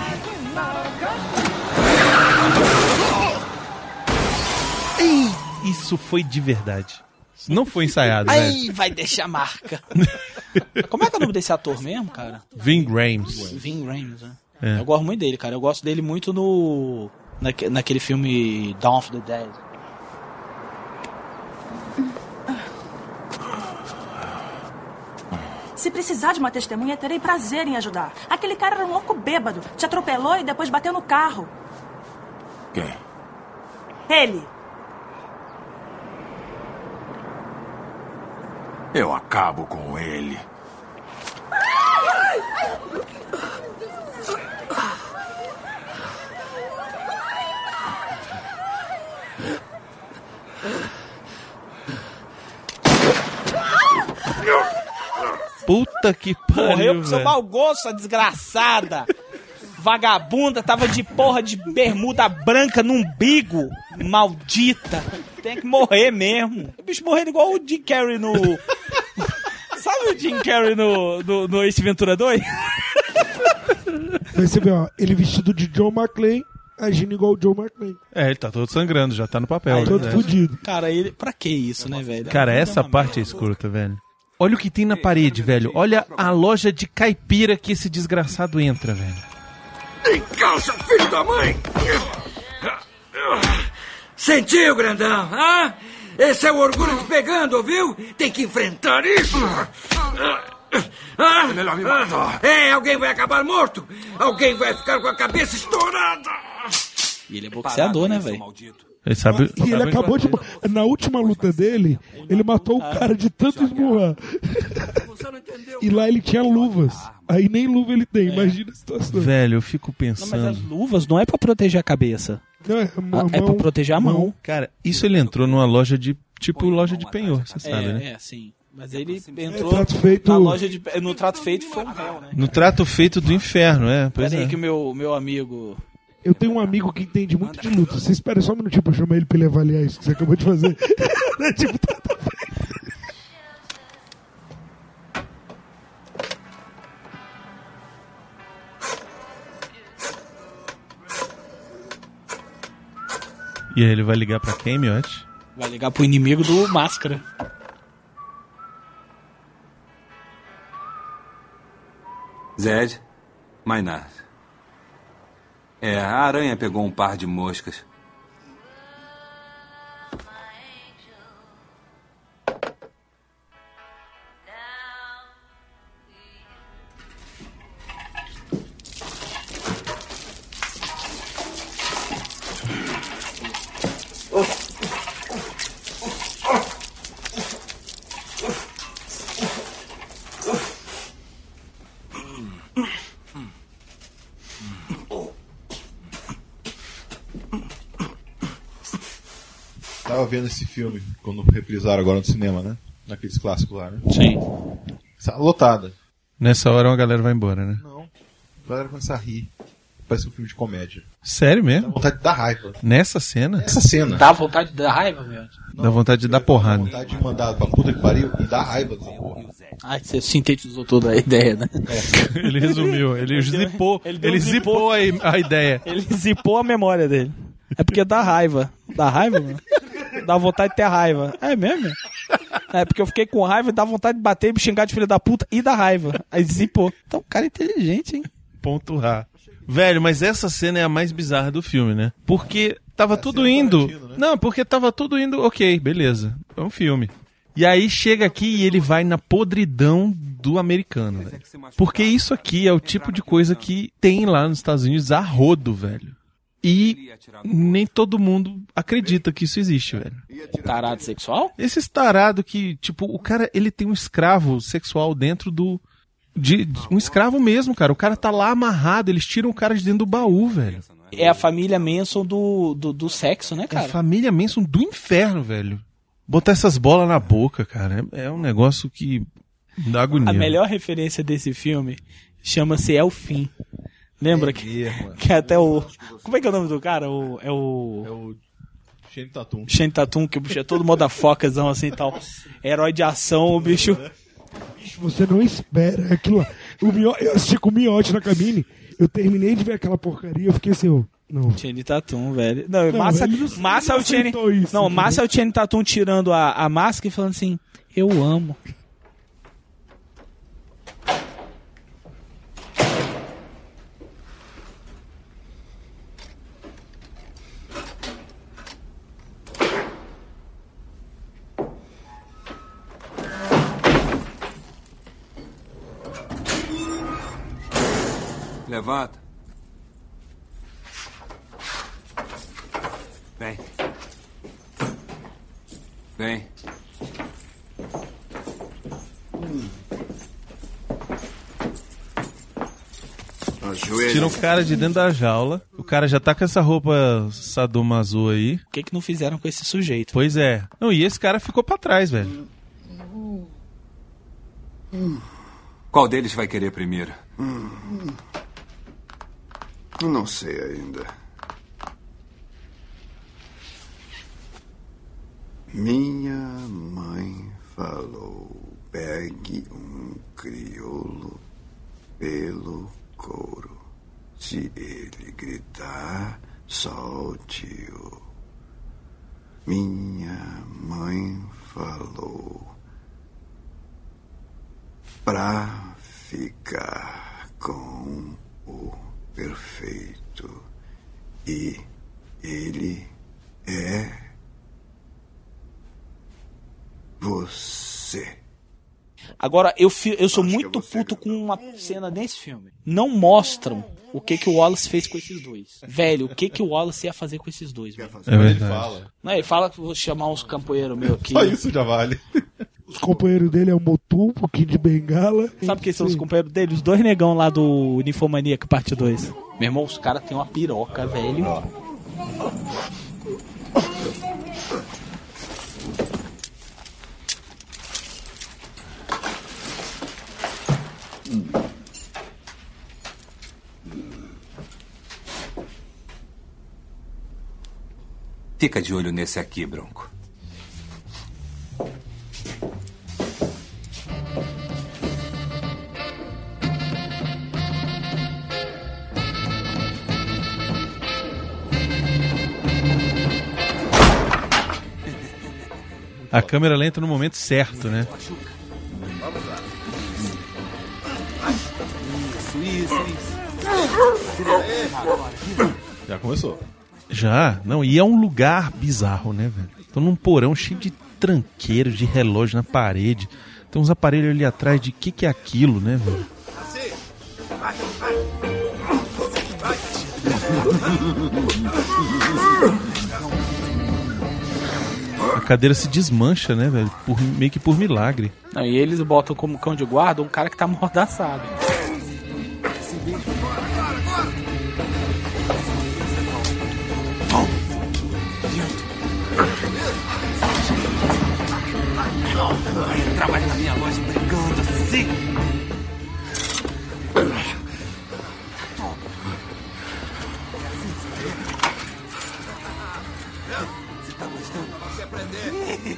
[SPEAKER 4] Ei, isso foi de verdade. Isso não foi ensaiado, né? velho.
[SPEAKER 3] Aí vai deixar marca. Como é que é o nome desse ator mesmo, cara?
[SPEAKER 4] Vin Rames.
[SPEAKER 3] Vin Rames, né?
[SPEAKER 4] É.
[SPEAKER 3] Eu gosto muito dele, cara. Eu gosto dele muito no. naque- naquele filme Dawn of the Dead.
[SPEAKER 12] Se precisar de uma testemunha, terei prazer em ajudar. Aquele cara era um louco bêbado. Te atropelou e depois bateu no carro.
[SPEAKER 1] Quem?
[SPEAKER 12] Ele.
[SPEAKER 1] Eu acabo com ele.
[SPEAKER 4] Puta que pariu,
[SPEAKER 3] Morreu pro seu
[SPEAKER 4] velho.
[SPEAKER 3] mau gosto, a desgraçada! Vagabunda tava de porra de bermuda branca num umbigo. Maldita. Tem que morrer mesmo. O bicho morrendo igual o Jim Carrey no. (laughs) Sabe o Jim Carrey no, no, no Ace Ventura 2?
[SPEAKER 6] Mas você vê, ó, Então, ele vestido de John McClane, agindo igual o John McClane.
[SPEAKER 4] É, ele tá todo sangrando, já tá no papel. né?
[SPEAKER 6] todo fudido.
[SPEAKER 28] Cara, ele. Pra que isso, né, velho?
[SPEAKER 4] Cara, essa parte é escrota, velho. Olha o que tem na parede, velho. Olha a loja de caipira que esse desgraçado entra, velho.
[SPEAKER 10] Em calça, filho da mãe! Sentiu, grandão? Ah? Esse é o orgulho te pegando, ouviu? Tem que enfrentar isso! Ah? É melhor me matar. É, alguém vai acabar morto! Alguém vai ficar com a cabeça estourada!
[SPEAKER 28] E ele é boxeador, né, velho?
[SPEAKER 4] Ele sabe.
[SPEAKER 6] E ele acabou (laughs) de. Na última luta dele, ele matou o cara de tanto esmurrar. E lá ele tinha luvas. Aí nem luva ele tem, imagina a situação.
[SPEAKER 4] Velho, eu fico
[SPEAKER 3] Mas as
[SPEAKER 4] pensando.
[SPEAKER 3] luvas não é pra proteger a cabeça.
[SPEAKER 6] Não, é,
[SPEAKER 3] Ah, é pra proteger a mão.
[SPEAKER 4] Cara, isso ele entrou numa loja de. Tipo, loja de penhor, você sabe,
[SPEAKER 3] é,
[SPEAKER 4] né?
[SPEAKER 3] é, sim. Mas ele entrou
[SPEAKER 4] trato feito-
[SPEAKER 3] na loja de. No trato feito foi um réu, né?
[SPEAKER 4] No trato feito do inferno, é. Pois
[SPEAKER 28] Pera aí
[SPEAKER 4] é.
[SPEAKER 28] que meu, meu amigo.
[SPEAKER 6] Eu tenho um amigo que entende muito de luta. Você espera só um minutinho pra eu chamar ele pra ele avaliar isso que você acabou de fazer. (laughs) É tipo, tá, tá.
[SPEAKER 4] E aí ele vai ligar pra quem, Miotti?
[SPEAKER 28] Vai ligar pro inimigo do Máscara.
[SPEAKER 15] Zed, Maynard. É, a aranha pegou um par de moscas.
[SPEAKER 5] Tava vendo esse filme quando reprisaram agora no cinema, né? Naqueles clássicos lá, né?
[SPEAKER 28] Sim.
[SPEAKER 5] Sala lotada.
[SPEAKER 4] Nessa hora uma galera vai embora, né?
[SPEAKER 5] Não. A galera começa a rir. Parece um filme de comédia.
[SPEAKER 4] Sério mesmo?
[SPEAKER 5] Dá vontade de dar raiva.
[SPEAKER 4] Nessa cena?
[SPEAKER 5] Nessa cena.
[SPEAKER 28] Dá vontade da raiva, meu.
[SPEAKER 4] Dá vontade de dar porrada.
[SPEAKER 5] Vontade de mandar pra puta que pariu e dar raiva dessa porra.
[SPEAKER 28] Ai, você sintetizou toda a ideia, né?
[SPEAKER 4] Ele resumiu, ele zipou, ele,
[SPEAKER 3] deu um
[SPEAKER 4] zipou a, a ideia.
[SPEAKER 3] (laughs) Ele zipou a memória dele. É porque dá raiva. Dá raiva, mano? Dá vontade de ter raiva. É mesmo? É porque eu fiquei com raiva e dá vontade de bater, me xingar de filho da puta e dá raiva. Aí zipou. Então o cara é inteligente, hein?
[SPEAKER 4] Ponto A. Velho, mas essa cena é a mais bizarra do filme, né? Porque tava tudo indo. Não, porque tava tudo indo, ok, beleza. É um filme. E aí chega aqui e ele vai na podridão do americano, velho. Porque isso aqui é o tipo de coisa que tem lá nos Estados Unidos a rodo, velho. E nem todo mundo acredita que isso existe, velho.
[SPEAKER 28] Tarado sexual?
[SPEAKER 4] Esses tarado que, tipo, o cara, ele tem um escravo sexual dentro do. De, de- um escravo mesmo, cara. O cara tá lá amarrado, eles tiram o cara de dentro do baú, velho.
[SPEAKER 28] É a família Manson do, do, do sexo, né,
[SPEAKER 4] É a
[SPEAKER 28] cara?
[SPEAKER 4] família Manson do inferno, velho. Botar essas bolas na boca, cara, é, é um negócio que dá agonia.
[SPEAKER 3] A melhor referência desse filme chama-se É o Fim. Lembra que, (laughs) que até o. Como é que é o nome do cara? O, é o. É o.
[SPEAKER 5] Shane Tatum.
[SPEAKER 3] Shane Tatum, que o bicho é todo modafocazão assim e tal. Herói de ação, o bicho.
[SPEAKER 6] Bicho, Você não espera aquilo lá. O Mio... Eu assisti com o Miote na cabine. Eu terminei de ver aquela porcaria. Eu fiquei assim, ô, não.
[SPEAKER 3] Shane Tatum, velho. Não,
[SPEAKER 6] Não,
[SPEAKER 3] massa,
[SPEAKER 6] ele não-
[SPEAKER 3] massa é
[SPEAKER 6] ele
[SPEAKER 3] o Shane.
[SPEAKER 6] aceitou isso, né?
[SPEAKER 3] não,
[SPEAKER 6] entendeu?
[SPEAKER 3] massa é o Shane Tatum tirando a, a máscara e falando assim: Eu amo.
[SPEAKER 15] Levanta. Vem. Vem.
[SPEAKER 4] Tiram o cara de dentro da jaula. O cara já tá com essa roupa sadomaso aí.
[SPEAKER 28] O que que não fizeram com esse sujeito?
[SPEAKER 4] Pois é. Não, e esse cara ficou pra trás, velho.
[SPEAKER 15] Qual deles vai querer primeiro?
[SPEAKER 25] Hum. Não sei ainda. Minha mãe falou: pegue um crioulo pelo couro. Se ele gritar, solte-o. Minha mãe falou: pra ficar com o perfeito. E ele é você.
[SPEAKER 3] Agora, eu, fi- eu sou muito puto com uma cena desse filme. Não mostram o que, que o Wallace fez com esses dois. Velho, o que, que o Wallace ia fazer com esses dois? velho?
[SPEAKER 4] É verdade. Ele fala.
[SPEAKER 3] Não, ele fala que eu vou chamar uns campoeiros meus aqui.
[SPEAKER 5] Só isso já vale.
[SPEAKER 6] Os companheiros dele é o Motum, o Kid de Bengala.
[SPEAKER 29] Sabe quem são os companheiros dele? Os dois negão lá do Unifomaníaca Parte 2.
[SPEAKER 3] Meu irmão, os caras têm uma piroca, velho.
[SPEAKER 1] Fica de olho nesse aqui, Bronco.
[SPEAKER 4] A câmera lenta no momento certo, né?
[SPEAKER 8] Vamos lá.
[SPEAKER 3] Isso, isso, isso.
[SPEAKER 5] Já começou.
[SPEAKER 4] Já? Não, e é um lugar bizarro, né, velho? Tô num porão cheio de tranqueiros, de relógio na parede. Tem uns aparelhos ali atrás de que que é aquilo, né, velho? A cadeira se desmancha, né, velho? Por- meio que por milagre.
[SPEAKER 3] Não, e eles botam como cão de guarda um cara que tá mordaçado.
[SPEAKER 8] Trabalha na minha loja brigando assim. Você tá gostando? Você (laughs) aprender.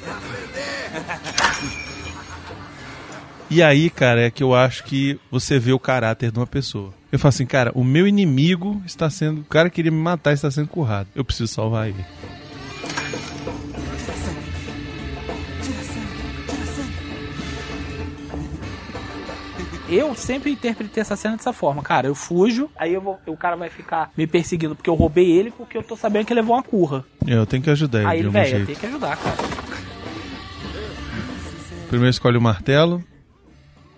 [SPEAKER 4] E aí, cara, é que eu acho que você vê o caráter de uma pessoa. Eu falo assim, cara, o meu inimigo está sendo. O cara que queria me matar está sendo currado. Eu preciso salvar ele.
[SPEAKER 3] Eu sempre interpretei essa cena dessa forma, cara. Eu fujo, aí eu vou- o cara vai ficar me perseguindo porque eu roubei ele, porque eu tô sabendo que ele levou uma curra.
[SPEAKER 4] Eu tenho que ajudar ele
[SPEAKER 3] aí
[SPEAKER 4] É, de
[SPEAKER 3] ele,
[SPEAKER 4] algum
[SPEAKER 3] velho, eu
[SPEAKER 4] jeito.
[SPEAKER 3] tenho que ajudar, cara.
[SPEAKER 4] Primeiro escolhe o martelo.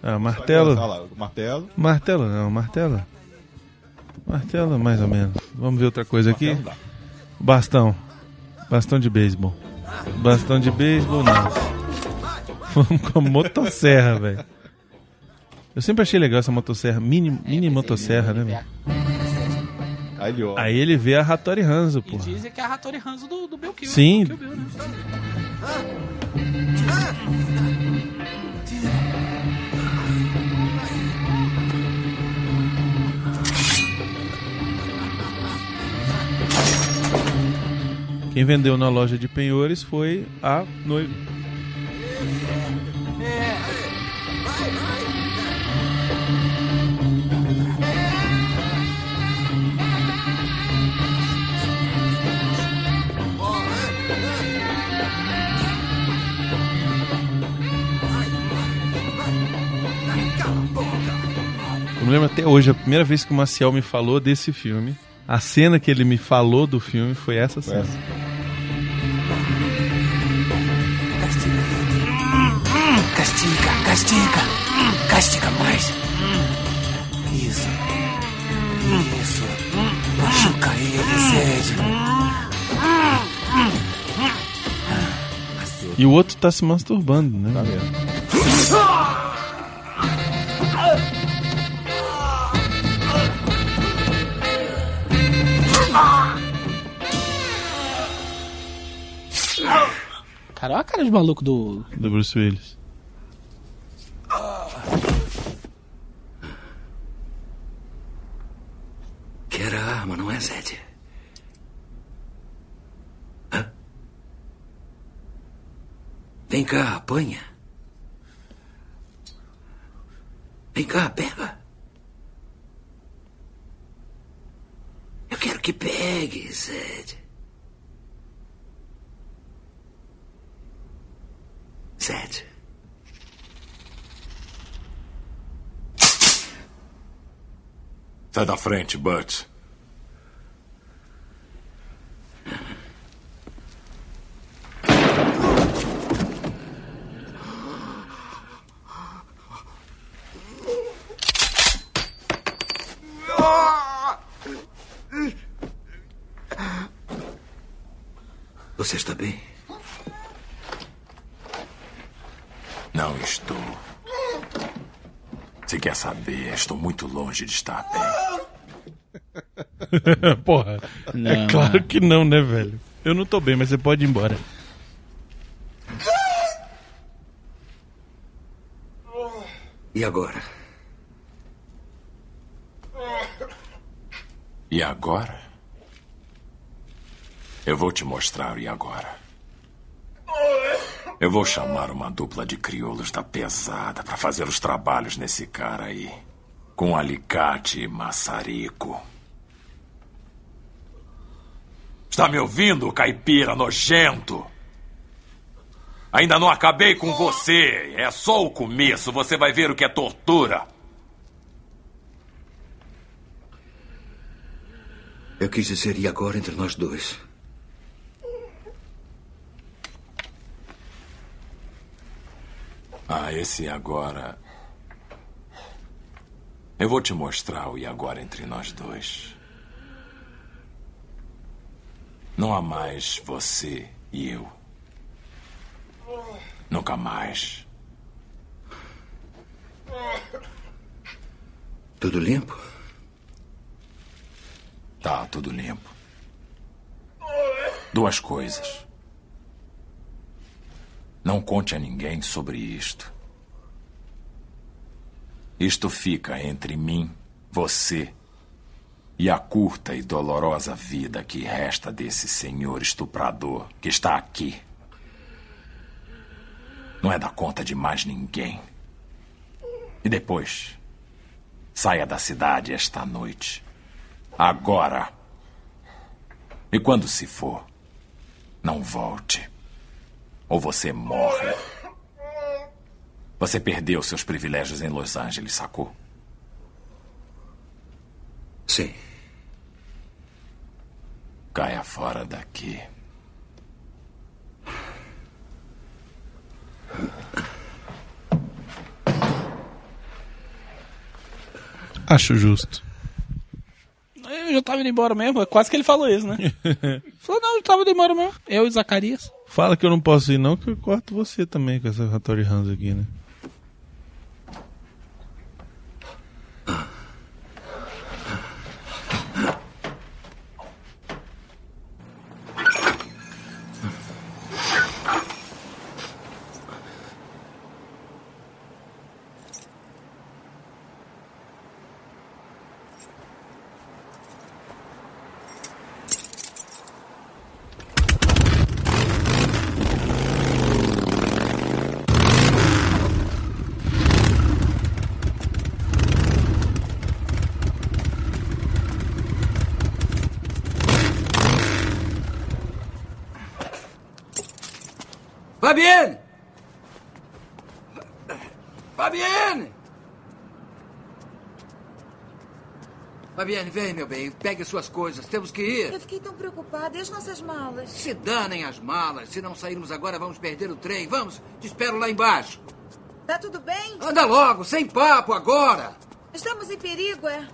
[SPEAKER 4] Ah, martelo.
[SPEAKER 5] Tá lá, o martelo.
[SPEAKER 4] Martelo não, martelo. Martelo, mais ou menos. Vamos ver outra coisa aqui.
[SPEAKER 5] Martelo
[SPEAKER 4] Bastão. Bastão de beisebol. Bastão de
[SPEAKER 5] (laughs)
[SPEAKER 4] beisebol, não. Vamos com a motosserra, velho. Eu sempre achei legal essa motosserra. Mini, mini motosserra, né, velho?
[SPEAKER 5] Aí ele olha.
[SPEAKER 4] Aí ele vê a Hattori Hanzo, pô.
[SPEAKER 3] Dizem que é a Hattori Hanzo do, do Bill Kill.
[SPEAKER 4] Sim.
[SPEAKER 3] Do Kill Bill, né?
[SPEAKER 4] Quem vendeu na loja de penhores foi a noiva. Eu me lembro até hoje, a primeira vez que o Maciel me falou desse filme, a cena que ele me falou do filme foi essa cena.
[SPEAKER 8] Castiga, castiga. Castiga mais. Isso. Isso. Machuca ele, Sede.
[SPEAKER 4] E o outro tá se masturbando, né? Tá mesmo.
[SPEAKER 3] Cara, olha a cara de maluco do.
[SPEAKER 4] Do Bruce Willis.
[SPEAKER 10] Quer a arma? é, Franzetti? Hã? Vem cá, apanha. Vem cá, pega. Eu quero que pegue, Zed. Zed.
[SPEAKER 1] Sai Tá da frente, Butch.
[SPEAKER 10] Você está bem?
[SPEAKER 1] Não estou. Se quer saber, estou muito longe de estar
[SPEAKER 4] (laughs) Porra. É
[SPEAKER 1] Não.
[SPEAKER 4] claro que não, né, velho? Eu não tô bem, mas você pode ir embora.
[SPEAKER 10] E agora?
[SPEAKER 1] E agora? Eu vou te mostrar e agora. Eu vou chamar uma dupla de crioulos da pesada para fazer os trabalhos nesse cara aí. Com alicate e maçarico. Está me ouvindo, caipira nojento? Ainda não acabei com você. É só o começo. Você vai ver o que é tortura.
[SPEAKER 10] Eu quis dizer e agora entre nós dois.
[SPEAKER 1] Ah, esse agora. Eu vou te mostrar o e agora entre nós dois. Não há mais você e eu. Nunca mais.
[SPEAKER 10] Tudo limpo?
[SPEAKER 1] Tá tudo limpo. Duas coisas. Não conte a ninguém sobre isto. Isto fica entre mim, você e a curta e dolorosa vida que resta desse senhor estuprador que está aqui. Não é da conta de mais ninguém. E depois, saia da cidade esta noite. Agora. E quando se for, não volte. Ou você morre. Você perdeu seus privilégios em Los Angeles, sacou?
[SPEAKER 10] Sim.
[SPEAKER 1] Caia fora daqui.
[SPEAKER 4] Acho justo. (laughs)
[SPEAKER 28] Eu já tava indo embora mesmo. É quase que ele falou
[SPEAKER 4] (laughs)
[SPEAKER 28] isso, né? falou, não, eu tava indo embora mesmo. Eu e Zacarias.
[SPEAKER 4] Fala que eu não posso ir, não, que eu corto você também com essa Hattori Hanzo aqui, né?
[SPEAKER 10] Fabienne! Fabienne! Fabienne, vem, meu bem. Pegue suas coisas. Temos que ir.
[SPEAKER 18] Eu fiquei tão preocupada. E as nossas malas?
[SPEAKER 10] Se danem as malas. Se não sairmos agora, vamos perder o trem. Vamos, te espero lá embaixo.
[SPEAKER 18] Tá tudo bem?
[SPEAKER 10] Anda logo, sem papo, agora.
[SPEAKER 18] Estamos em perigo, é?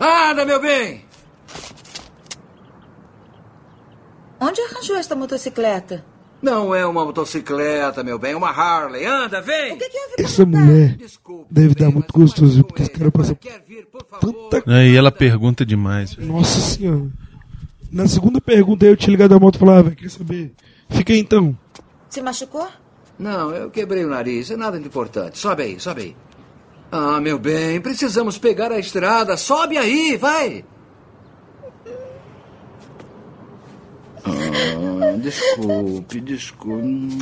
[SPEAKER 10] Anda, meu bem.
[SPEAKER 18] Onde arranjou esta motocicleta?
[SPEAKER 10] Não é uma motocicleta, meu bem. É uma Harley. Anda, vem.
[SPEAKER 6] Essa mulher deve dar muito gostoso, porque esse cara passa tanta.
[SPEAKER 4] Aí ela pergunta demais. velho.
[SPEAKER 6] Nossa senhora. Na segunda pergunta eu te ligar da moto e falar, ah, velho, quer saber? Fica aí então.
[SPEAKER 18] Se machucou?
[SPEAKER 10] Não, eu quebrei o nariz. É nada de importante. Sobe aí, sobe aí. Ah, meu bem, precisamos pegar a estrada. Sobe aí, vai! Ah, desculpe, desculpe.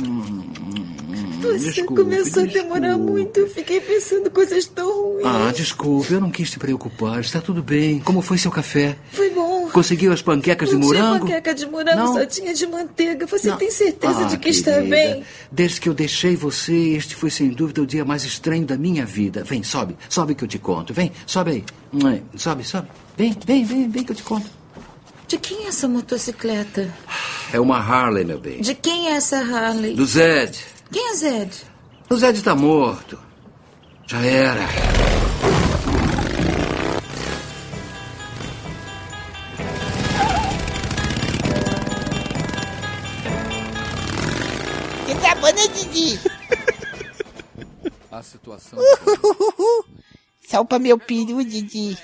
[SPEAKER 7] Você começou a demorar muito. Eu fiquei pensando coisas tão ruins.
[SPEAKER 10] Ah, desculpe, eu não quis te preocupar. Está tudo bem. Como foi seu café?
[SPEAKER 7] Foi bom.
[SPEAKER 10] Conseguiu as panquecas de
[SPEAKER 7] não tinha
[SPEAKER 10] morango?
[SPEAKER 7] panqueca de morango,
[SPEAKER 10] Não.
[SPEAKER 7] só tinha de manteiga. Você tem certeza
[SPEAKER 10] Ah,
[SPEAKER 7] de que está
[SPEAKER 10] querida,
[SPEAKER 7] bem?
[SPEAKER 10] Desde que eu deixei você, este foi sem dúvida o dia mais estranho da minha vida. Vem, sobe, sobe que eu te conto. Vem, sobe aí. Mãe, Sobe, sobe. Vem, vem, vem, vem que eu te conto.
[SPEAKER 7] De quem é essa motocicleta?
[SPEAKER 10] É uma Harley, meu bem.
[SPEAKER 7] De quem é essa Harley?
[SPEAKER 10] Do Zed.
[SPEAKER 7] Quem é Zed?
[SPEAKER 10] O Zed está morto. Já era.
[SPEAKER 3] Que tá bom, né, Didi? (laughs)
[SPEAKER 10] A situação.
[SPEAKER 3] Salpa meu peru, Didi.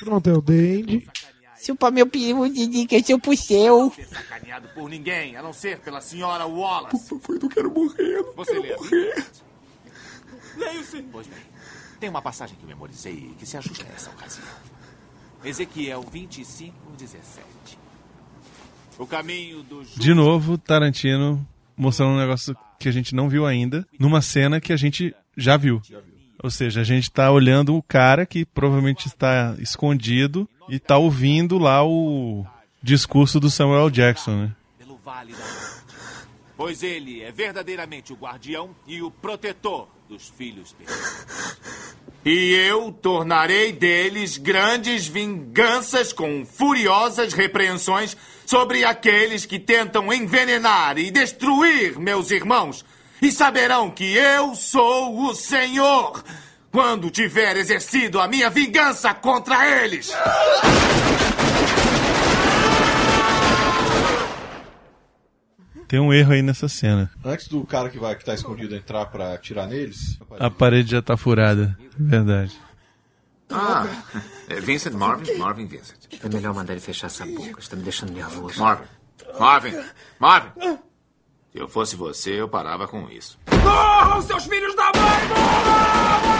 [SPEAKER 6] Pronto, é o Dende.
[SPEAKER 3] Chupa meu peru, Didi, que eu chupo o seu.
[SPEAKER 17] Sacaneado por ninguém, a não ser pela senhora Wallace.
[SPEAKER 8] Por favor, eu não quero morrer. Eu não
[SPEAKER 17] Você
[SPEAKER 8] quero
[SPEAKER 17] lê.
[SPEAKER 8] morrer. Leio sim.
[SPEAKER 17] Pois bem, tem uma passagem que memorizei que se ajusta nessa ocasião. Ezequiel 25, 17. O caminho do justo...
[SPEAKER 4] De novo, Tarantino mostrando um negócio que a gente não viu ainda, numa cena que a gente já viu. Ou seja, a gente tá olhando o cara que provavelmente está escondido e tá ouvindo lá o discurso do Samuel Jackson, né?
[SPEAKER 17] pelo Vale da Morte. Pois ele é verdadeiramente o guardião e o protetor dos filhos perdidos. E eu tornarei deles grandes vinganças com furiosas repreensões sobre aqueles que tentam envenenar e destruir meus irmãos. E saberão que eu sou o Senhor quando tiver exercido a minha vingança contra eles.
[SPEAKER 4] Tem um erro aí nessa cena.
[SPEAKER 5] Antes do cara que vai que tá escondido entrar pra atirar neles.
[SPEAKER 4] A parede já tá furada. Verdade.
[SPEAKER 16] Ah, é Vincent, Marvin, Marvin, Vincent. É melhor mandar ele fechar essa boca, está me deixando nervoso.
[SPEAKER 17] Marvin, Marvin, Marvin. Se eu fosse você, eu parava com isso.
[SPEAKER 8] Morram, seus filhos da mãe!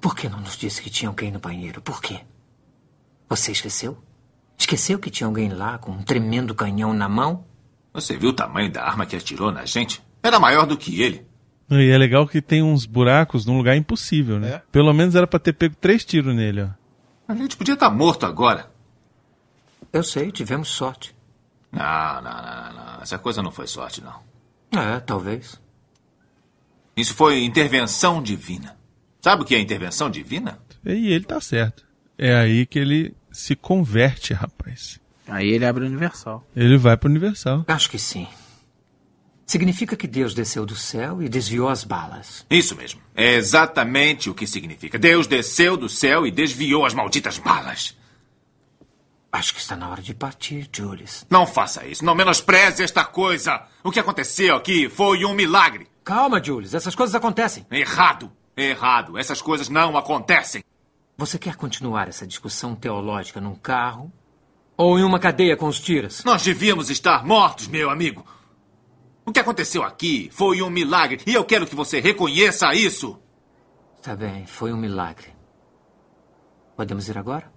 [SPEAKER 16] Por que não nos disse que tinha alguém no banheiro? Por quê? Você esqueceu? Esqueceu que tinha alguém lá com um tremendo canhão na mão?
[SPEAKER 17] Você viu o tamanho da arma que atirou na gente? Era maior do que ele.
[SPEAKER 4] E é legal que tem uns buracos num lugar impossível, né? Pelo menos era pra ter pego três tiros nele, ó.
[SPEAKER 17] A gente podia estar morto agora.
[SPEAKER 16] Eu sei, tivemos sorte.
[SPEAKER 17] Não, não, não, não, não. Essa coisa não foi sorte, não.
[SPEAKER 16] É, talvez.
[SPEAKER 17] Isso foi intervenção divina. Sabe o que é intervenção divina?
[SPEAKER 4] E ele tá certo. É aí que ele se converte, rapaz.
[SPEAKER 30] Aí ele abre o Universal.
[SPEAKER 4] Ele vai pro Universal.
[SPEAKER 16] Acho que sim. Significa que Deus desceu do céu e desviou as balas.
[SPEAKER 17] Isso mesmo. É exatamente o que significa. Deus desceu do céu e desviou as malditas balas.
[SPEAKER 16] Acho que está na hora de partir, Julius.
[SPEAKER 17] Não faça isso. Não menospreze esta coisa. O que aconteceu aqui foi um milagre.
[SPEAKER 16] Calma, Julius. Essas coisas acontecem.
[SPEAKER 17] Errado. Errado. Essas coisas não acontecem.
[SPEAKER 16] Você quer continuar essa discussão teológica num carro ou em uma cadeia com os tiras?
[SPEAKER 17] Nós devíamos estar mortos, meu amigo. O que aconteceu aqui foi um milagre e eu quero que você reconheça isso.
[SPEAKER 16] Tá bem, foi um milagre. Podemos ir agora?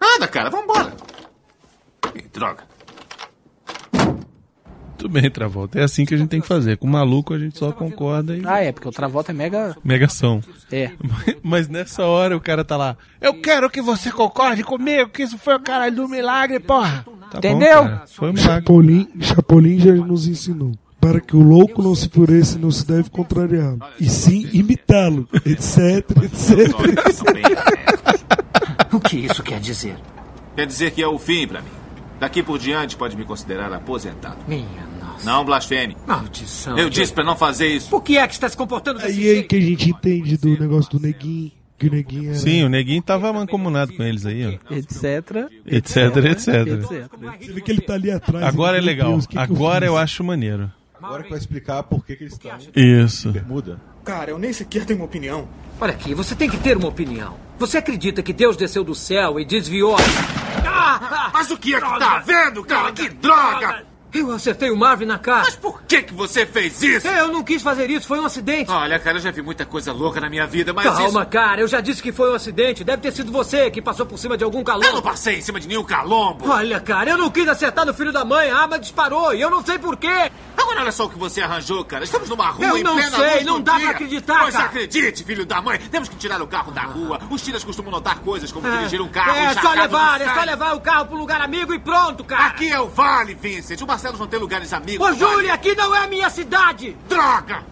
[SPEAKER 17] Nada, cara, vambora. Ih, droga.
[SPEAKER 4] Tudo bem, Travolta. É assim que a gente tem que fazer. Com o maluco (laughs) a gente só concorda e.
[SPEAKER 30] Ah, é, porque o Travolta é mega.
[SPEAKER 4] Negação.
[SPEAKER 6] (laughs)
[SPEAKER 30] É.
[SPEAKER 4] Mas nessa hora o cara tá lá.
[SPEAKER 30] Eu quero que você concorde comigo que isso foi o caralho do milagre, porra!
[SPEAKER 4] Tá bom,
[SPEAKER 30] Entendeu?
[SPEAKER 4] cara. Foi um milagre.
[SPEAKER 6] Chapolin, Chapolin já nos ensinou. Para que o louco não se fureça, não se deve contrariá-lo. E sim imitá-lo, etc, etc.
[SPEAKER 16] O que isso quer (laughs) dizer?
[SPEAKER 17] Quer dizer que é o fim pra mim. Daqui por diante pode me considerar aposentado.
[SPEAKER 16] Minha nossa.
[SPEAKER 17] Não blasfeme.
[SPEAKER 16] Maldição.
[SPEAKER 17] Eu disse pra não fazer isso.
[SPEAKER 16] Por que é que está se comportando desse
[SPEAKER 6] E aí que a gente entende do negócio do neguinho. Que o neguinho era...
[SPEAKER 4] Sim, o neguinho tava mancomunado com eles aí, ó.
[SPEAKER 31] Etc.
[SPEAKER 4] Etc,
[SPEAKER 3] É,
[SPEAKER 4] etc.
[SPEAKER 32] é
[SPEAKER 6] Você vê que ele tá ali atrás.
[SPEAKER 4] Agora é
[SPEAKER 6] meu
[SPEAKER 4] legal.
[SPEAKER 6] Deus, que que
[SPEAKER 4] Agora
[SPEAKER 6] fiz?
[SPEAKER 4] eu acho maneiro.
[SPEAKER 5] Agora que vai explicar por que, que eles estão.
[SPEAKER 4] Isso.
[SPEAKER 5] Bermuda.
[SPEAKER 16] Cara, eu nem sequer tenho uma opinião. Olha aqui, você tem que ter uma opinião. Você acredita que Deus desceu do céu e desviou.
[SPEAKER 8] Mas o que é que tá vendo, cara? Que droga!
[SPEAKER 16] Eu acertei o Marvin na cara. Mas por
[SPEAKER 17] Por que, que você fez isso?
[SPEAKER 16] Eu não quis fazer isso, foi um acidente.
[SPEAKER 17] Olha, cara, eu já vi muita coisa louca na minha vida, mas
[SPEAKER 16] Calma,
[SPEAKER 17] isso...
[SPEAKER 16] cara, eu já disse que foi um acidente. Deve ter sido você que passou por cima de algum calombo. Eu não
[SPEAKER 17] passei em cima de nenhum calombo.
[SPEAKER 16] Olha, cara, eu não quis acertar no filho da mãe. A arma disparou e eu não sei por quê.
[SPEAKER 17] Agora olha só o que você arranjou, cara. Estamos numa rua
[SPEAKER 16] Eu
[SPEAKER 17] em
[SPEAKER 16] não
[SPEAKER 17] plena
[SPEAKER 16] sei,
[SPEAKER 17] luz do
[SPEAKER 16] não dá
[SPEAKER 17] dia.
[SPEAKER 16] pra acreditar,
[SPEAKER 17] Pois
[SPEAKER 16] cara.
[SPEAKER 17] acredite, filho da mãe. Temos que tirar o carro da rua. Os tiras costumam notar coisas como
[SPEAKER 16] É.
[SPEAKER 17] dirigir um carro
[SPEAKER 16] Ah. É, só
[SPEAKER 17] encharcado
[SPEAKER 16] levar,
[SPEAKER 17] no
[SPEAKER 16] é só
[SPEAKER 17] sangue.
[SPEAKER 16] levar o carro pro lugar amigo e pronto, cara.
[SPEAKER 17] Aqui é o Vale, Vincent. O Barcelos não tem lugares amigos.
[SPEAKER 16] Ô,
[SPEAKER 17] no Vale.
[SPEAKER 16] Júlia, aqui não é a minha cidade.
[SPEAKER 17] Droga!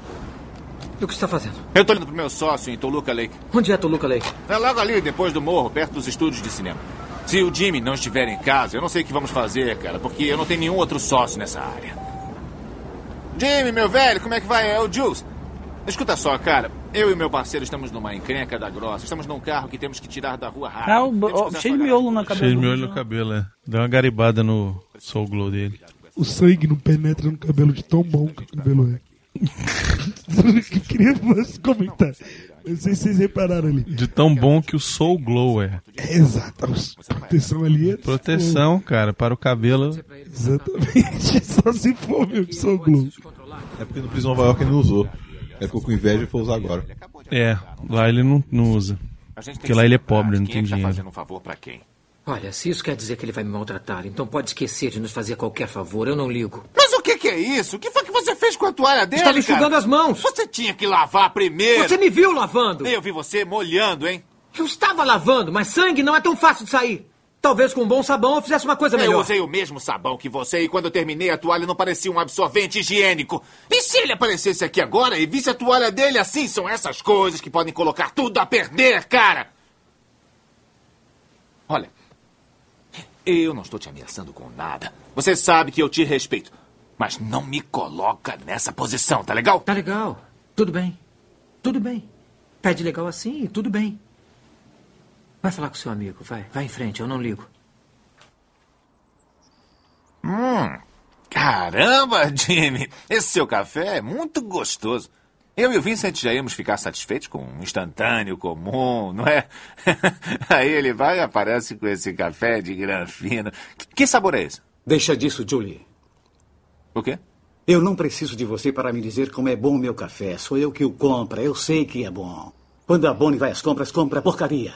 [SPEAKER 16] O que você tá fazendo?
[SPEAKER 17] Eu tô indo pro meu sócio em Toluca Lake.
[SPEAKER 16] Onde é Toluca Lake?
[SPEAKER 17] É logo ali, depois do morro, perto dos estúdios de cinema. Se o Jimmy não estiver em casa, eu não sei o que vamos fazer, cara, porque eu não tenho nenhum outro sócio nessa área. Jimmy, meu velho, como é que vai? É o Jules. Escuta só, cara. Eu e meu parceiro estamos numa encrenca da grossa. Estamos num carro que temos que tirar da rua rápido.
[SPEAKER 4] Ah,
[SPEAKER 32] Tá, o- ó, cheio de miolo na cabeça.
[SPEAKER 4] Cheio de miolho no cabelo, é. Deu uma garibada no Soul Glow dele.
[SPEAKER 6] O sangue não penetra no cabelo de tão bom que o cabelo é. Eu queria mais comentar. Eu não sei se vocês repararam ali.
[SPEAKER 4] De tão bom que o Soul Glow é.
[SPEAKER 6] É, exato. A proteção ali é.
[SPEAKER 4] Proteção, cara, para o cabelo.
[SPEAKER 6] Exatamente. (laughs) Só se for meu São Globo.
[SPEAKER 5] É porque no Prisão Nova York ele não usou. Ele ficou com inveja e foi usar agora.
[SPEAKER 4] É, lá ele não, não usa. Porque lá ele é pobre, não tem dinheiro.
[SPEAKER 17] um favor para quem?
[SPEAKER 16] Olha, se isso quer dizer que ele vai me maltratar, então pode esquecer de nos fazer qualquer favor. Eu não ligo.
[SPEAKER 17] Mas o que, que é isso? O que foi que você fez com a toalha dele?
[SPEAKER 16] Está lhe enxugando
[SPEAKER 17] cara?
[SPEAKER 16] as mãos.
[SPEAKER 17] Você tinha que lavar primeiro.
[SPEAKER 16] Você me viu lavando.
[SPEAKER 17] Eu vi você molhando, hein?
[SPEAKER 16] Eu estava lavando, mas sangue não é tão fácil de sair. Talvez com um bom sabão eu fizesse uma coisa
[SPEAKER 17] Eu
[SPEAKER 16] é melhor.
[SPEAKER 17] usei o mesmo sabão que você e quando eu terminei a toalha não parecia um absorvente higiênico. E se ele aparecesse aqui agora e visse a toalha dele assim? São essas coisas que podem colocar tudo a perder, cara! Olha, eu não estou te ameaçando com nada. Você sabe que eu te respeito. Mas não me coloca nessa posição, tá legal?
[SPEAKER 16] Tá legal. Tudo bem. Tudo bem. Pede legal assim, tudo bem. Vai falar com seu amigo, vai. Vai em frente, eu não ligo.
[SPEAKER 17] Hum, caramba, Jimmy! Esse seu café é muito gostoso. Eu e o Vincent já íamos ficar satisfeitos com um instantâneo comum, não é? (laughs) Aí ele vai e aparece com esse café de granfino. Que- Que sabor é esse?
[SPEAKER 2] Deixa disso, Julie.
[SPEAKER 17] O quê?
[SPEAKER 2] Eu não preciso de você para me dizer como é bom o meu café. Sou eu que o compra. Eu sei que é bom. Quando a Bonnie vai às compras, compra porcaria.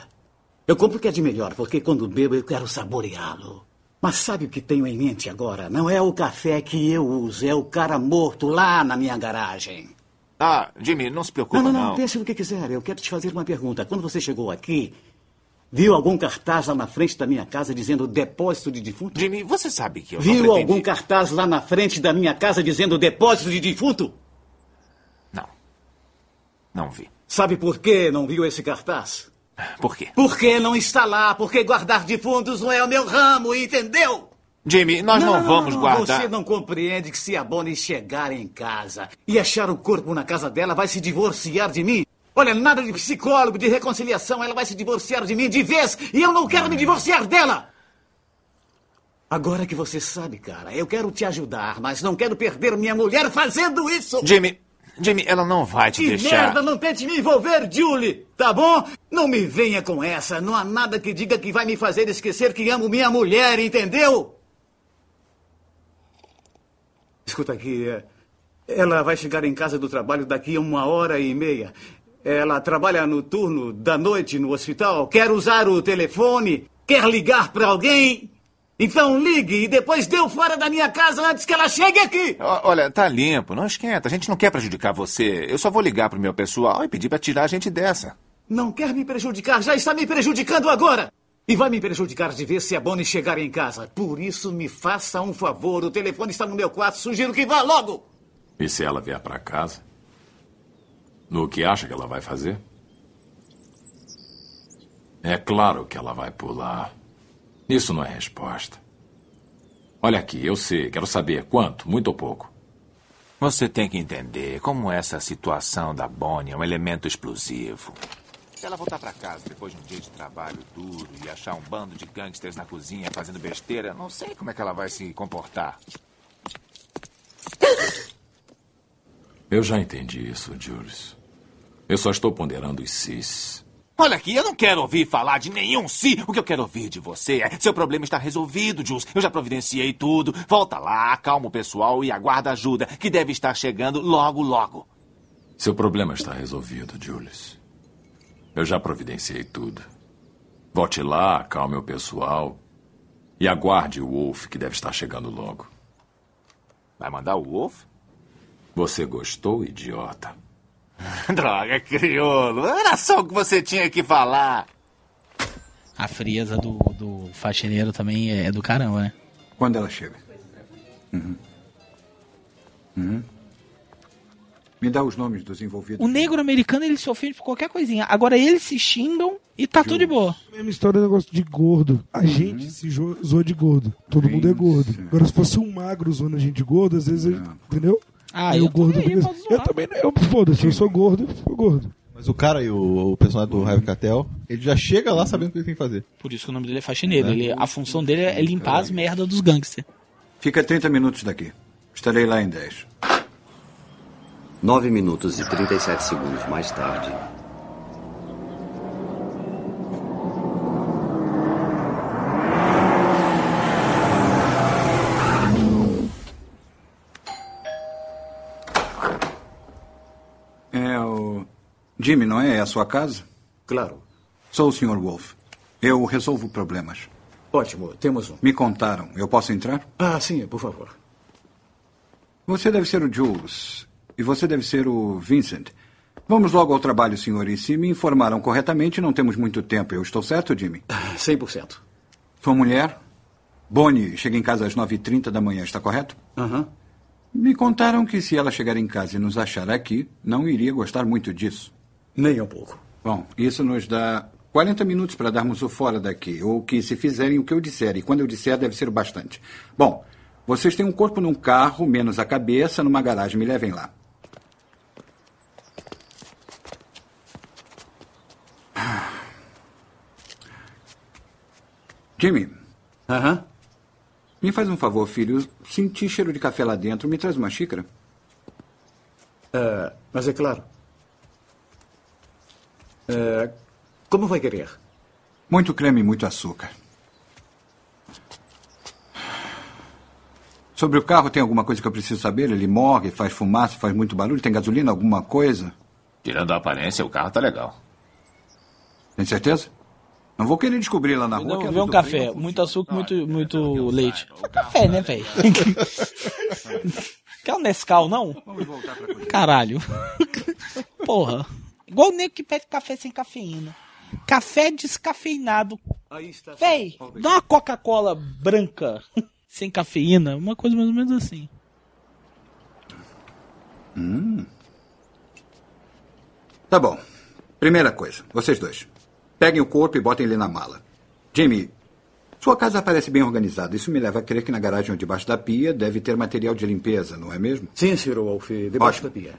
[SPEAKER 2] Eu compro o que é de melhor, porque quando bebo eu quero saboreá-lo. Mas sabe o que tenho em mente agora? Não é o café que eu uso, é o cara morto lá na minha garagem.
[SPEAKER 17] Ah, Jimmy, não se preocupa,
[SPEAKER 2] Não,
[SPEAKER 17] não.
[SPEAKER 2] não, não, pense no que quiser. Eu quero te fazer uma pergunta. Quando você chegou aqui, viu algum cartaz lá na frente da minha casa dizendo depósito de defunto?
[SPEAKER 17] Jimmy, você sabe que eu
[SPEAKER 2] Viu
[SPEAKER 17] não pretendi...
[SPEAKER 2] algum cartaz lá na frente da minha casa dizendo depósito de defunto?
[SPEAKER 17] Não. Não vi.
[SPEAKER 2] Sabe por que não viu esse cartaz?
[SPEAKER 17] Por quê?
[SPEAKER 2] Porque não está lá, porque guardar defuntos não é o meu ramo, entendeu?
[SPEAKER 17] Jimmy, nós não, vamos guardar.
[SPEAKER 2] Você não compreende que se a Bonnie chegar em casa e achar o corpo na casa dela, vai se divorciar de mim? Olha, nada
[SPEAKER 16] é
[SPEAKER 2] de psicólogo, de reconciliação, ela vai se divorciar de mim de vez e eu não quero me divorciar dela! Agora que você sabe, cara, eu quero te ajudar, mas não quero perder minha mulher fazendo isso!
[SPEAKER 17] Jimmy, Jimmy, ela não vai te
[SPEAKER 2] Que
[SPEAKER 17] deixar.
[SPEAKER 2] merda, não tente me envolver, Julie, tá bom? Não me venha com essa, não há nada que diga que vai me fazer esquecer que amo minha mulher, entendeu? Escuta aqui, é, ela vai chegar em casa do trabalho daqui a uma hora e meia. Ela trabalha no turno da noite no hospital, quer usar o telefone, quer ligar pra alguém. Então ligue e depois deu fora da minha casa antes que ela chegue aqui.
[SPEAKER 17] Ó, Olha, tá limpo, não esquenta. A gente não quer prejudicar você. Eu só vou ligar pro meu pessoal e pedir pra tirar a gente dessa.
[SPEAKER 2] Não quer me prejudicar, já está me prejudicando agora! E vai me prejudicar de ver se a Bonnie chegar em casa. Por isso, me faça um favor. O telefone está no meu quarto. Sugiro que vá logo.
[SPEAKER 1] E se ela vier pra casa? No que acha que ela vai fazer? É claro que ela vai pular. Isso não é resposta. Olha aqui, eu sei, quero saber quanto, muito ou pouco.
[SPEAKER 17] Você tem que entender como é essa situação da Bonnie é um elemento explosivo. Se ela voltar pra casa depois de um dia de trabalho duro e achar um bando de gangsters na cozinha fazendo besteira, não sei como é que ela vai se comportar.
[SPEAKER 1] Eu já entendi isso, Jules. Eu só estou ponderando os cis.
[SPEAKER 17] Olha aqui, eu não quero ouvir falar de nenhum si. O que eu quero ouvir de você é: seu problema está resolvido, Jules. Eu já providenciei tudo. Volta lá, acalma o pessoal e aguarda ajuda, que deve estar chegando logo, logo. (laughs)
[SPEAKER 1] Seu problema está resolvido, Jules. Eu já providenciei tudo. Volte lá, acalme o pessoal e aguarde o Wolf, que deve estar chegando logo.
[SPEAKER 17] Vai mandar o Wolf?
[SPEAKER 1] Você gostou, idiota?
[SPEAKER 17] Droga, crioulo. Era só o que você tinha que falar.
[SPEAKER 3] A frieza do, do faxineiro também é do caramba, né?
[SPEAKER 14] Quando ela chega? Uhum. Uhum. Me dá os nomes dos envolvidos.
[SPEAKER 33] O negro americano, ele se ofende por qualquer coisinha. Agora eles se xingam e tá tudo de boa.
[SPEAKER 6] Mesma história do negócio de gordo. A gente se jo- zoa de gordo. Todo mundo é gordo. Agora, se fosse um magro zoando a gente de gordo, às vezes, ele- entendeu?
[SPEAKER 3] Ah,
[SPEAKER 6] Aí
[SPEAKER 3] eu
[SPEAKER 6] o gordo
[SPEAKER 3] também,
[SPEAKER 6] fica- assim,
[SPEAKER 3] posso zoar.
[SPEAKER 6] Eu também não. Eu, foda-se, eu sou gordo, eu sou gordo.
[SPEAKER 5] Mas o cara e o, o personagem do Harvey Catel, ele já chega lá sabendo o que ele tem que fazer.
[SPEAKER 3] Por isso que o nome dele é faxineiro.
[SPEAKER 5] É.
[SPEAKER 3] Ele, a função dele é limpar as merdas dos gangsters.
[SPEAKER 14] Fica 30 minutos daqui. Estarei lá em 10.
[SPEAKER 10] 9 minutos e 37 segundos mais tarde.
[SPEAKER 14] É o. Jimmy, não é? É a sua casa? Claro. Sou o Sr. Wolf. Eu resolvo problemas. Ótimo, temos um. Me contaram. Eu posso entrar? Ah, sim, por favor. Você deve ser o Jules. E você deve ser o Vincent. Vamos logo ao trabalho, senhor. E se me informaram corretamente, não temos muito tempo. Eu estou certo, Jimmy? 100%. Sua mulher? Bonnie, chega em casa às 9h30 da manhã, está correto? Aham. Me contaram que se ela chegar em casa e nos achar aqui, não iria gostar muito disso. Nem um pouco. Bom, isso nos dá 40 minutos para darmos o fora daqui, ou que se fizerem o que eu disser, e quando eu disser deve ser o bastante. Bom, vocês têm um corpo num carro, menos a cabeça, numa garagem, me levem lá. Ah. Jimmy. Aham. Me faz um favor, filho. Eu Senti cheiro de café lá dentro. Me traz uma xícara.
[SPEAKER 34] É, mas é claro. É, como vai querer?
[SPEAKER 14] Muito creme e muito açúcar. Sobre o carro, tem alguma coisa que eu preciso saber? Ele morre, faz fumaça, faz muito barulho, tem gasolina, alguma coisa?
[SPEAKER 17] Tirando a aparência, o carro tá legal.
[SPEAKER 14] Tem certeza? Não vou querer descobrir lá na rua. que a
[SPEAKER 3] Não,
[SPEAKER 14] luz
[SPEAKER 3] vê um
[SPEAKER 14] do
[SPEAKER 3] café. Muito açúcar, muito, muito leite. Foi café, né, velho? (laughs) Quer um Nescau, não? (laughs) Caralho. Porra. Igual o nego que pede café sem cafeína. Café descafeinado. Véi, dá uma Coca-Cola branca (laughs) sem cafeína. Uma coisa mais ou menos assim.
[SPEAKER 14] Hum. Tá bom. Primeira coisa, vocês dois. Peguem o corpo e botem ele na mala. Jimmy, sua casa parece bem organizada. Isso me leva a crer que na garagem ou debaixo da pia deve ter material de limpeza, não é mesmo? Sim, Sr. Wolf, debaixo da pia.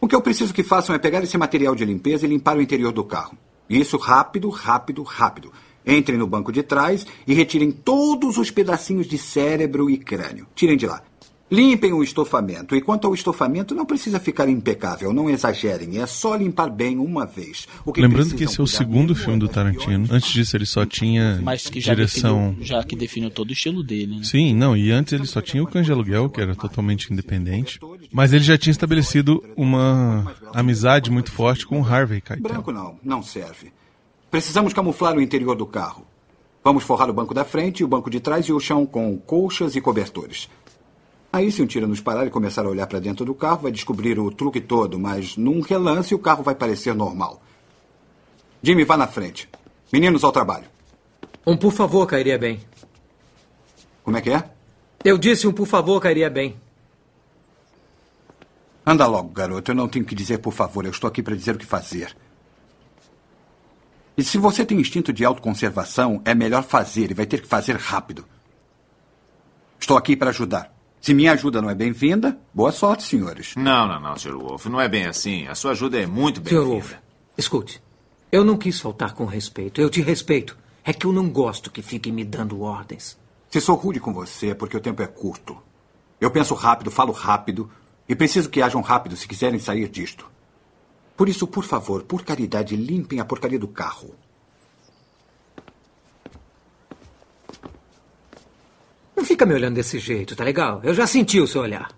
[SPEAKER 14] O que eu preciso que façam é pegar esse material de limpeza e limpar o interior do carro. E Isso rápido, rápido, rápido. Entrem no banco de trás e retirem todos os pedacinhos de cérebro e crânio. Tirem de lá. Limpem o estofamento. E quanto ao estofamento, não precisa ficar impecável, não exagerem. É só limpar bem uma vez. O que
[SPEAKER 4] Lembrando que
[SPEAKER 14] precisam
[SPEAKER 4] esse é o
[SPEAKER 14] cuidar
[SPEAKER 4] segundo filme do Tarantino. Antes disso, ele só tinha
[SPEAKER 3] Mas que já,
[SPEAKER 4] direção.
[SPEAKER 3] definiu, já que definiu todo o estilo dele, né?
[SPEAKER 4] Sim, não, e antes ele só tinha o Cães de Aluguel, que era totalmente independente. Mas ele já tinha estabelecido uma amizade muito forte com o Harvey Keitel.
[SPEAKER 14] Branco não, não serve. Precisamos camuflar o interior do carro. Vamos forrar o banco da frente, o banco de trás e o chão com colchas e cobertores. Aí, se um tira nos parar e começar a olhar para dentro do carro, vai descobrir o truque todo, mas num relance o carro vai parecer normal. Jimmy, vá na frente. Meninos ao trabalho.
[SPEAKER 16] Um por favor cairia bem.
[SPEAKER 14] Como é que é?
[SPEAKER 16] Eu disse um por favor cairia bem.
[SPEAKER 14] Anda logo, garoto. Eu não tenho que dizer por favor. Eu estou aqui para dizer o que fazer. E se você tem instinto de autoconservação, é melhor fazer e vai ter que fazer rápido. Estou aqui para ajudar. Se minha ajuda não é bem-vinda, boa sorte, senhores.
[SPEAKER 19] Não, não, não, Sr. Wolf. Não é bem assim. A sua ajuda é muito
[SPEAKER 16] Sr.
[SPEAKER 19] bem-vinda.
[SPEAKER 16] Wolf, escute. Eu não quis faltar com respeito. Eu te respeito. É que eu não gosto que fiquem me dando ordens.
[SPEAKER 14] Se sou rude com você, é porque o tempo é curto. Eu penso rápido, falo rápido e preciso que hajam rápido se quiserem sair disto. Por isso, por favor, por caridade, limpem a porcaria do carro.
[SPEAKER 16] Não fica me olhando desse jeito, tá legal? Eu já senti o seu olhar.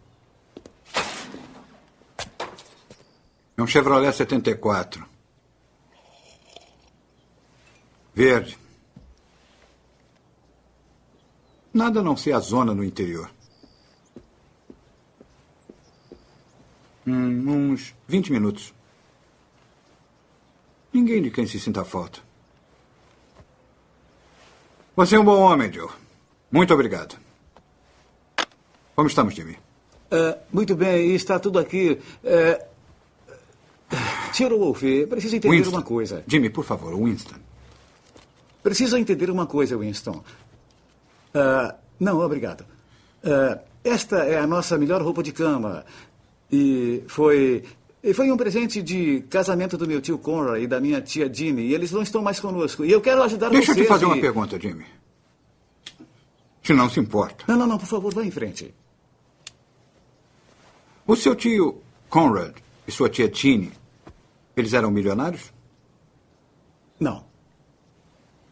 [SPEAKER 14] É um Chevrolet 74. Verde. Nada a não ser a zona no interior. Hum, uns 20 minutos. Ninguém de quem se sinta falta. Você é um bom homem, Joe. Muito obrigado. Como estamos, Jimmy?
[SPEAKER 2] Ah, muito bem, está tudo aqui. É... Sr. Wolf, preciso entender
[SPEAKER 14] Winston.
[SPEAKER 2] uma coisa.
[SPEAKER 14] Jimmy, por favor, Winston.
[SPEAKER 2] Preciso entender uma coisa, Winston. Ah, não, obrigado. Ah, esta é a nossa melhor roupa de cama. E foi. e Foi um presente de casamento do meu tio Conrad e da minha tia Jeannie. E eles não estão mais conosco. E eu quero ajudar
[SPEAKER 14] Deixa eu
[SPEAKER 2] vocês.
[SPEAKER 14] te fazer
[SPEAKER 2] e-
[SPEAKER 14] uma pergunta, Jimmy. Se não se importa.
[SPEAKER 2] Não, não, não, por favor, vá em frente.
[SPEAKER 14] O seu tio Conrad e sua tia Tine, eles eram milionários?
[SPEAKER 2] Não.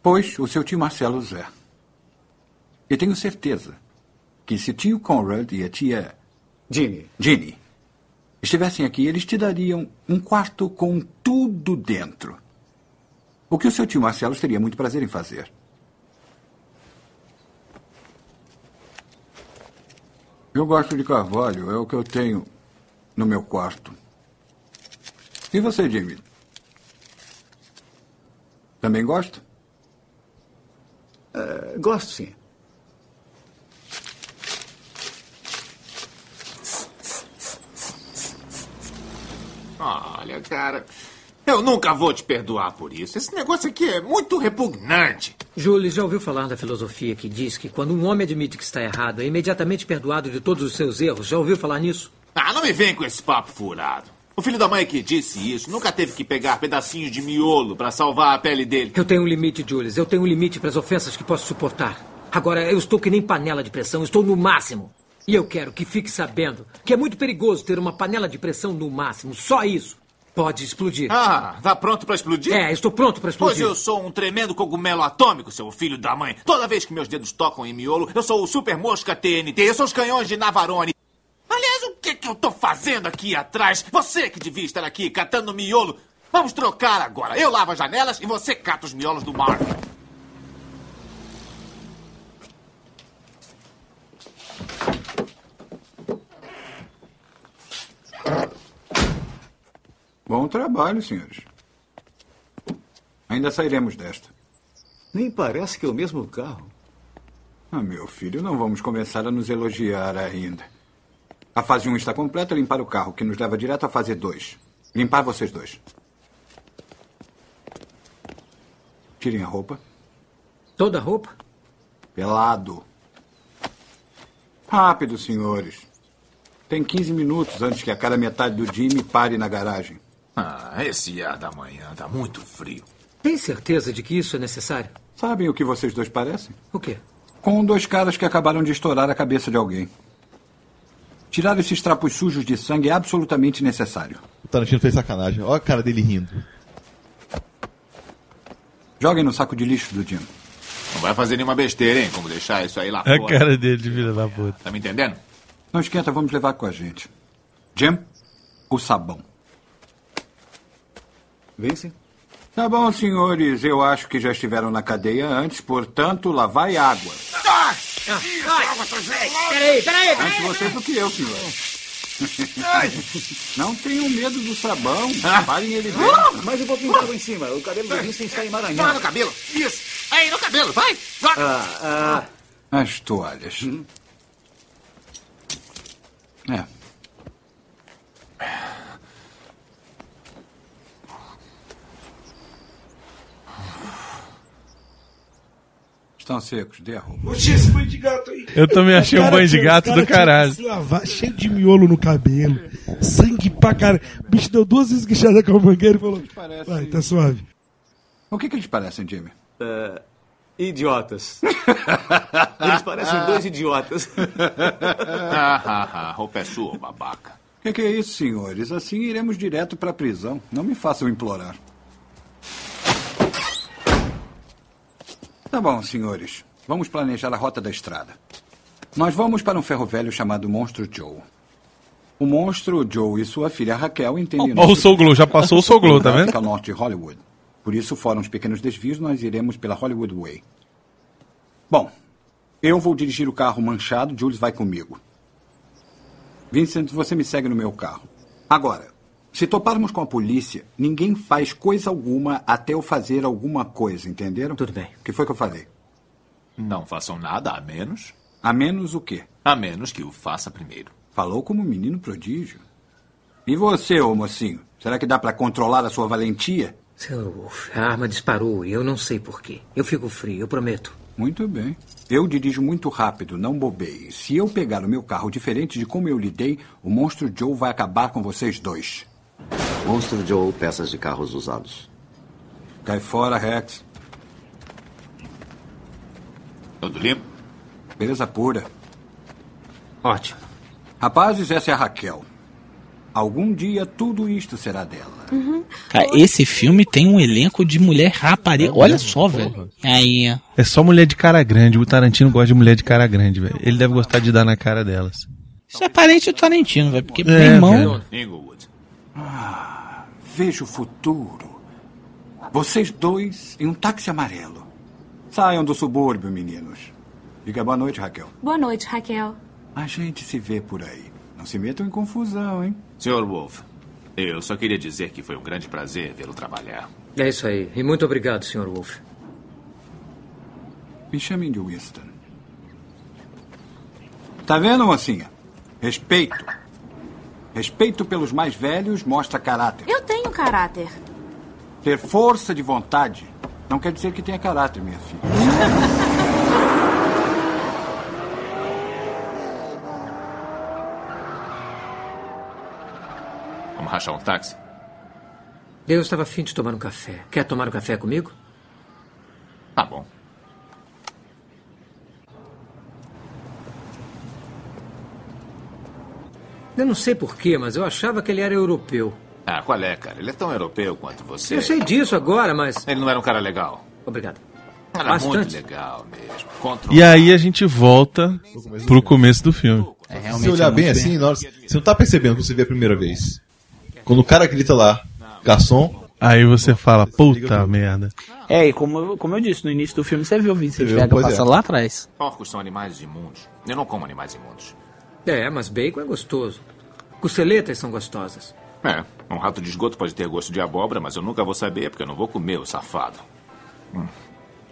[SPEAKER 14] Pois o seu tio Marcelo Zé. Eu tenho certeza que se o tio Conrad e a tia.
[SPEAKER 2] Ginny.
[SPEAKER 14] Ginny estivessem aqui, eles te dariam um quarto com tudo dentro. O que o seu tio Marcelo teria muito prazer em fazer. Eu gosto de carvalho, é o que eu tenho no meu quarto. E você, Jimmy? Também gosta?
[SPEAKER 2] Ah, gosto sim.
[SPEAKER 19] Olha, cara. Eu nunca vou te perdoar Ah, por isso. Esse negócio aqui é muito repugnante.
[SPEAKER 16] Jules, já ouviu falar da filosofia que diz que quando um homem admite que está errado, é imediatamente perdoado de todos os seus erros? Já ouviu falar nisso?
[SPEAKER 19] Ah, não me vem com esse papo furado. O filho da mãe que disse isso nunca teve que pegar pedacinhos de miolo pra salvar a pele dele.
[SPEAKER 16] Eu tenho um limite, Jules. Eu tenho um limite para as ofensas que posso suportar. Agora, eu estou que nem panela de pressão. Estou no máximo. E eu quero que fique sabendo que é muito perigoso ter uma panela de pressão no máximo. Só isso. Pode explodir.
[SPEAKER 19] Ah, tá pronto pra explodir?
[SPEAKER 16] É, estou pronto para explodir.
[SPEAKER 19] Pois eu sou um tremendo cogumelo atômico, seu filho da mãe. Toda vez que meus dedos tocam em miolo, eu sou o Super Mosca TNT, eu sou os canhões de Navarone. Aliás, o que, que eu tô fazendo aqui atrás? Você que devia estar aqui catando miolo. Vamos trocar agora. Eu lavo as janelas e você cata os miolos do Marvel.
[SPEAKER 14] Bom trabalho, senhores. Ainda sairemos desta.
[SPEAKER 2] Nem parece que é o mesmo carro.
[SPEAKER 14] Ah, meu filho, não vamos começar a nos elogiar ainda. A fase 1 está completa, limpar o carro, que nos leva direto à fase 2. Limpar vocês dois. Tirem a roupa.
[SPEAKER 16] Toda a roupa?
[SPEAKER 14] Pelado. Rápido, senhores. Tem 15 minutos antes que a cara metade do Jimmy pare na garagem.
[SPEAKER 19] Ah, esse ar da manhã tá muito frio.
[SPEAKER 16] Tem certeza de que isso é necessário?
[SPEAKER 14] Sabem o que vocês dois parecem?
[SPEAKER 16] O quê?
[SPEAKER 14] Com dois caras que acabaram de estourar a cabeça de alguém. Tirar esses trapos sujos de sangue é absolutamente necessário.
[SPEAKER 5] O Tarantino fez sacanagem. Olha a cara dele rindo.
[SPEAKER 14] Joguem no saco de lixo do Jim.
[SPEAKER 19] Não vai fazer nenhuma besteira, hein? Como deixar isso aí lá
[SPEAKER 4] A
[SPEAKER 19] fora.
[SPEAKER 4] É cara dele de filha da puta.
[SPEAKER 19] Tá me entendendo?
[SPEAKER 14] Não esquenta, vamos levar com a gente. Jim, o sabão.
[SPEAKER 2] Vence?
[SPEAKER 14] Tá bom, senhores. Eu acho que já estiveram na cadeia antes, portanto, lá vai água.
[SPEAKER 16] Ah, Peraí, peraí,
[SPEAKER 14] Antes vocês do que eu, senhor. Não tenham medo do sabão. Parem ele bem.
[SPEAKER 2] Mas eu vou
[SPEAKER 14] Ah.
[SPEAKER 2] pintar um lá em cima. O cabelo do Vincent está emaranhado.
[SPEAKER 19] Vai no cabelo. Isso. Aí, no cabelo, vai. Vai.
[SPEAKER 2] Ah,
[SPEAKER 14] As toalhas. É. Estão secos, derruba.
[SPEAKER 6] Puxa esse banho de gato aí.
[SPEAKER 4] Eu também achei um banho de gato do caralho.
[SPEAKER 6] Se lavar, cheio de miolo no cabelo, sangue pra caralho. O bicho deu duas vezes guichada com a mangueira e falou: Vai, tá suave.
[SPEAKER 14] O que, que eles parecem, Jimmy?
[SPEAKER 2] É,
[SPEAKER 17] (laughs)
[SPEAKER 2] idiotas. Eles parecem dois idiotas.
[SPEAKER 14] ah, roupa é sua, babaca. O que, que é isso, senhores? Assim iremos direto para a prisão. Não me façam implorar. Tá bom, senhores. Vamos planejar a rota da estrada. Nós vamos para um ferro velho chamado Monstro Joe. O monstro Joe e sua filha Raquel entendem...
[SPEAKER 4] Ó, ó, o Soglo, já passou o Soglo, tá vendo?
[SPEAKER 14] Fica ao norte de Hollywood. Por isso foram os pequenos desvios, nós iremos pela Hollywood Way. Bom, eu vou dirigir o carro manchado, Jules vai comigo. Vincent, você me segue no meu carro. Agora, se toparmos com a polícia, ninguém faz coisa alguma até eu fazer alguma coisa, entenderam? Tudo bem. O que foi que eu falei?
[SPEAKER 17] Não façam nada a menos.
[SPEAKER 14] A menos o quê?
[SPEAKER 17] A menos que o faça primeiro.
[SPEAKER 14] Falou como um menino prodígio. E você, ô mocinho? Será que dá pra controlar a sua valentia?
[SPEAKER 16] Senhor Wolf, a arma disparou e eu não sei porquê. Eu fico frio, eu prometo.
[SPEAKER 14] Muito bem. Eu dirijo muito rápido, não bobeie. Se eu pegar o meu carro diferente de como eu lidei, o monstro Joe vai acabar com vocês dois.
[SPEAKER 9] Monstro Joe, peças de carros usados.
[SPEAKER 14] Cai fora, Rex.
[SPEAKER 17] Tudo limpo?
[SPEAKER 14] Beleza pura.
[SPEAKER 16] Ótimo.
[SPEAKER 14] Rapazes, essa é a Raquel. Algum dia tudo isto será dela.
[SPEAKER 8] Uhum.
[SPEAKER 28] Cara, esse filme tem um elenco de mulher rapariga. Olha só, velho. Aí,
[SPEAKER 4] É só mulher de cara grande. O Tarantino gosta de mulher de cara grande, velho. Ele deve gostar de dar na cara delas.
[SPEAKER 28] Isso é parente do Tarantino, velho. Porque
[SPEAKER 4] É,
[SPEAKER 28] meu irmão.
[SPEAKER 4] cara.
[SPEAKER 17] Inglewood.
[SPEAKER 14] Ah, vejo o futuro. Vocês dois em um táxi amarelo. Saiam do subúrbio, meninos. Diga boa noite, Raquel.
[SPEAKER 7] Boa noite, Raquel.
[SPEAKER 14] A gente se vê por aí. Não se metam em confusão, hein?
[SPEAKER 17] Senhor Wolf, eu só queria dizer que foi um grande prazer vê-lo trabalhar.
[SPEAKER 16] É isso aí. E muito obrigado, Sr. Wolf.
[SPEAKER 14] Me chamem de Winston. Tá vendo, mocinha? Respeito. Respeito pelos mais velhos mostra caráter.
[SPEAKER 7] Eu tenho um caráter.
[SPEAKER 14] Ter força de vontade não quer dizer que tenha caráter, minha filha.
[SPEAKER 17] Vamos rachar um táxi?
[SPEAKER 16] Eu estava afim de tomar um café. Quer tomar um café comigo?
[SPEAKER 17] Tá bom.
[SPEAKER 16] Eu não sei porquê, mas eu achava que ele era europeu.
[SPEAKER 17] Ah, qual é, cara? Ele é tão europeu quanto você.
[SPEAKER 16] Eu sei disso agora, mas.
[SPEAKER 17] Ele não era um cara legal.
[SPEAKER 16] Obrigado.
[SPEAKER 17] Era muito
[SPEAKER 16] Bastante.
[SPEAKER 17] legal mesmo. Contra
[SPEAKER 4] E aí a gente volta pro começo do filme.
[SPEAKER 3] É,
[SPEAKER 5] Se você olhar bem assim, na hora- você não tá percebendo quando você vê a primeira vez. Quando o cara grita lá, garçom,
[SPEAKER 4] Aí você fala, puta merda.
[SPEAKER 28] É, e como, como eu disse, no início do filme você viu o Vincent
[SPEAKER 4] Você viu,
[SPEAKER 28] Vega
[SPEAKER 4] pois
[SPEAKER 28] passando
[SPEAKER 4] é.
[SPEAKER 28] lá atrás.
[SPEAKER 17] Porcos são animais imundos. Eu não como animais imundos.
[SPEAKER 16] É, mas bacon é gostoso. Costeletas são gostosas.
[SPEAKER 17] É, um rato de esgoto pode ter gosto de abóbora, mas eu nunca vou saber porque eu não vou comer o safado. Hum.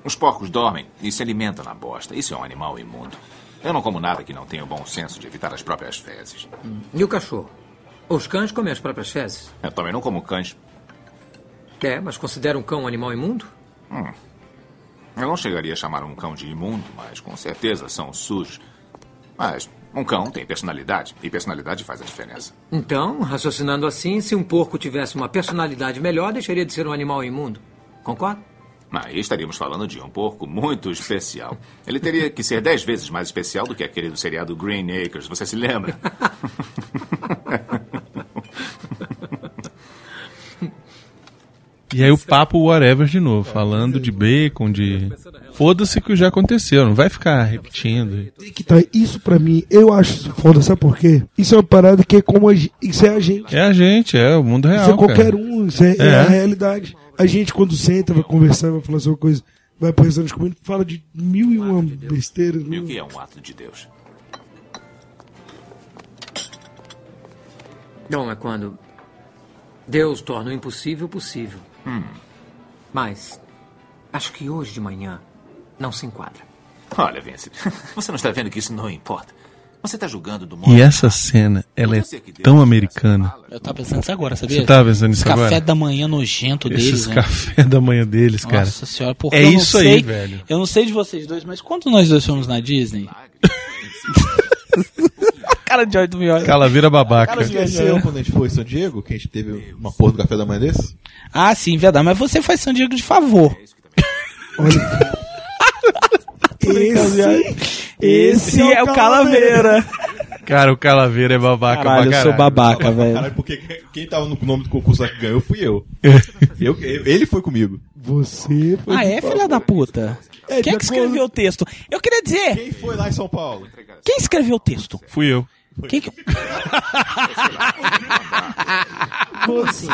[SPEAKER 17] Os porcos dormem e se alimentam na bosta. Isso é um animal imundo. Eu não como nada que não tenha o bom senso de evitar as próprias fezes.
[SPEAKER 16] E o cachorro? Os cães comem as próprias fezes.
[SPEAKER 17] Eu também não como cães.
[SPEAKER 16] É, mas considera um cão um animal imundo?
[SPEAKER 17] Hum. Eu não chegaria a chamar um cão de imundo, mas com certeza são sujos. Mas um cão tem personalidade e personalidade faz a diferença.
[SPEAKER 16] Então, raciocinando assim, se um porco tivesse uma personalidade melhor, deixaria de ser um animal imundo. Concorda?
[SPEAKER 17] Aí estaríamos falando de um porco muito especial. Ele teria que ser dez vezes mais especial do que aquele do seriado Green Acres. Você
[SPEAKER 35] (laughs)
[SPEAKER 17] se lembra?
[SPEAKER 4] E aí o papo whatever de novo, falando de bacon, de. Foda-se que já aconteceu, não vai ficar repetindo.
[SPEAKER 6] Que tá, isso pra mim, eu acho isso foda, sabe por quê? Isso é uma parada que é como a gente. Isso é a gente.
[SPEAKER 4] É a gente, é o mundo real.
[SPEAKER 6] Isso é qualquer
[SPEAKER 4] cara.
[SPEAKER 6] um, isso é, é a realidade. A gente, quando senta, vai conversar, vai falar sobre coisa, vai pro restaurante comendo, fala de mil e uma besteiras.
[SPEAKER 17] E o que é um ato de Deus?
[SPEAKER 16] Não, é quando Deus torna o impossível possível. Mas acho que hoje de manhã não se enquadra.
[SPEAKER 17] Olha, Vince, você não está vendo que isso não importa. Você tá julgando do modo.
[SPEAKER 4] E essa cena, ela é tão americana.
[SPEAKER 3] Eu tava pensando nisso agora, sabia?
[SPEAKER 4] Você tava pensando nisso
[SPEAKER 3] Esse café
[SPEAKER 4] agora?
[SPEAKER 3] da manhã nojento deles,
[SPEAKER 4] Esses
[SPEAKER 3] né?
[SPEAKER 4] café da manhã deles, cara.
[SPEAKER 3] Nossa senhora, porque
[SPEAKER 4] é
[SPEAKER 3] eu não
[SPEAKER 4] isso
[SPEAKER 3] sei,
[SPEAKER 4] aí, velho.
[SPEAKER 3] Eu não sei de vocês dois, mas quanto nós (laughs) dois fomos na Disney? A cara de ódio do Mioca.
[SPEAKER 4] Calaveira babaca.
[SPEAKER 5] Cara, esqueceu quando a gente foi em São Diego, que a gente teve uma porra do café da manhã desse?
[SPEAKER 3] Ah, sim, verdade. Mas você faz San Diego de favor.
[SPEAKER 4] é
[SPEAKER 35] Esse, esse é o Calaveira.
[SPEAKER 4] Cara, o Calaveira é babaca
[SPEAKER 35] Caralho, eu
[SPEAKER 4] pra
[SPEAKER 35] sou
[SPEAKER 4] caralho.
[SPEAKER 35] babaca, velho.
[SPEAKER 5] Caralho, porque quem tava no nome do concurso lá que ganhou fui
[SPEAKER 4] (laughs)
[SPEAKER 5] eu. eu. Ele foi comigo.
[SPEAKER 6] Você
[SPEAKER 5] foi
[SPEAKER 35] ah, é,
[SPEAKER 5] de
[SPEAKER 35] filha da puta? Quem é que escreveu o texto? Eu queria dizer. Quem
[SPEAKER 5] foi lá em São Paulo?
[SPEAKER 35] Quem escreveu o texto?
[SPEAKER 4] Fui
[SPEAKER 3] (laughs)
[SPEAKER 4] eu.
[SPEAKER 35] Quem que...
[SPEAKER 5] Tá
[SPEAKER 17] Você.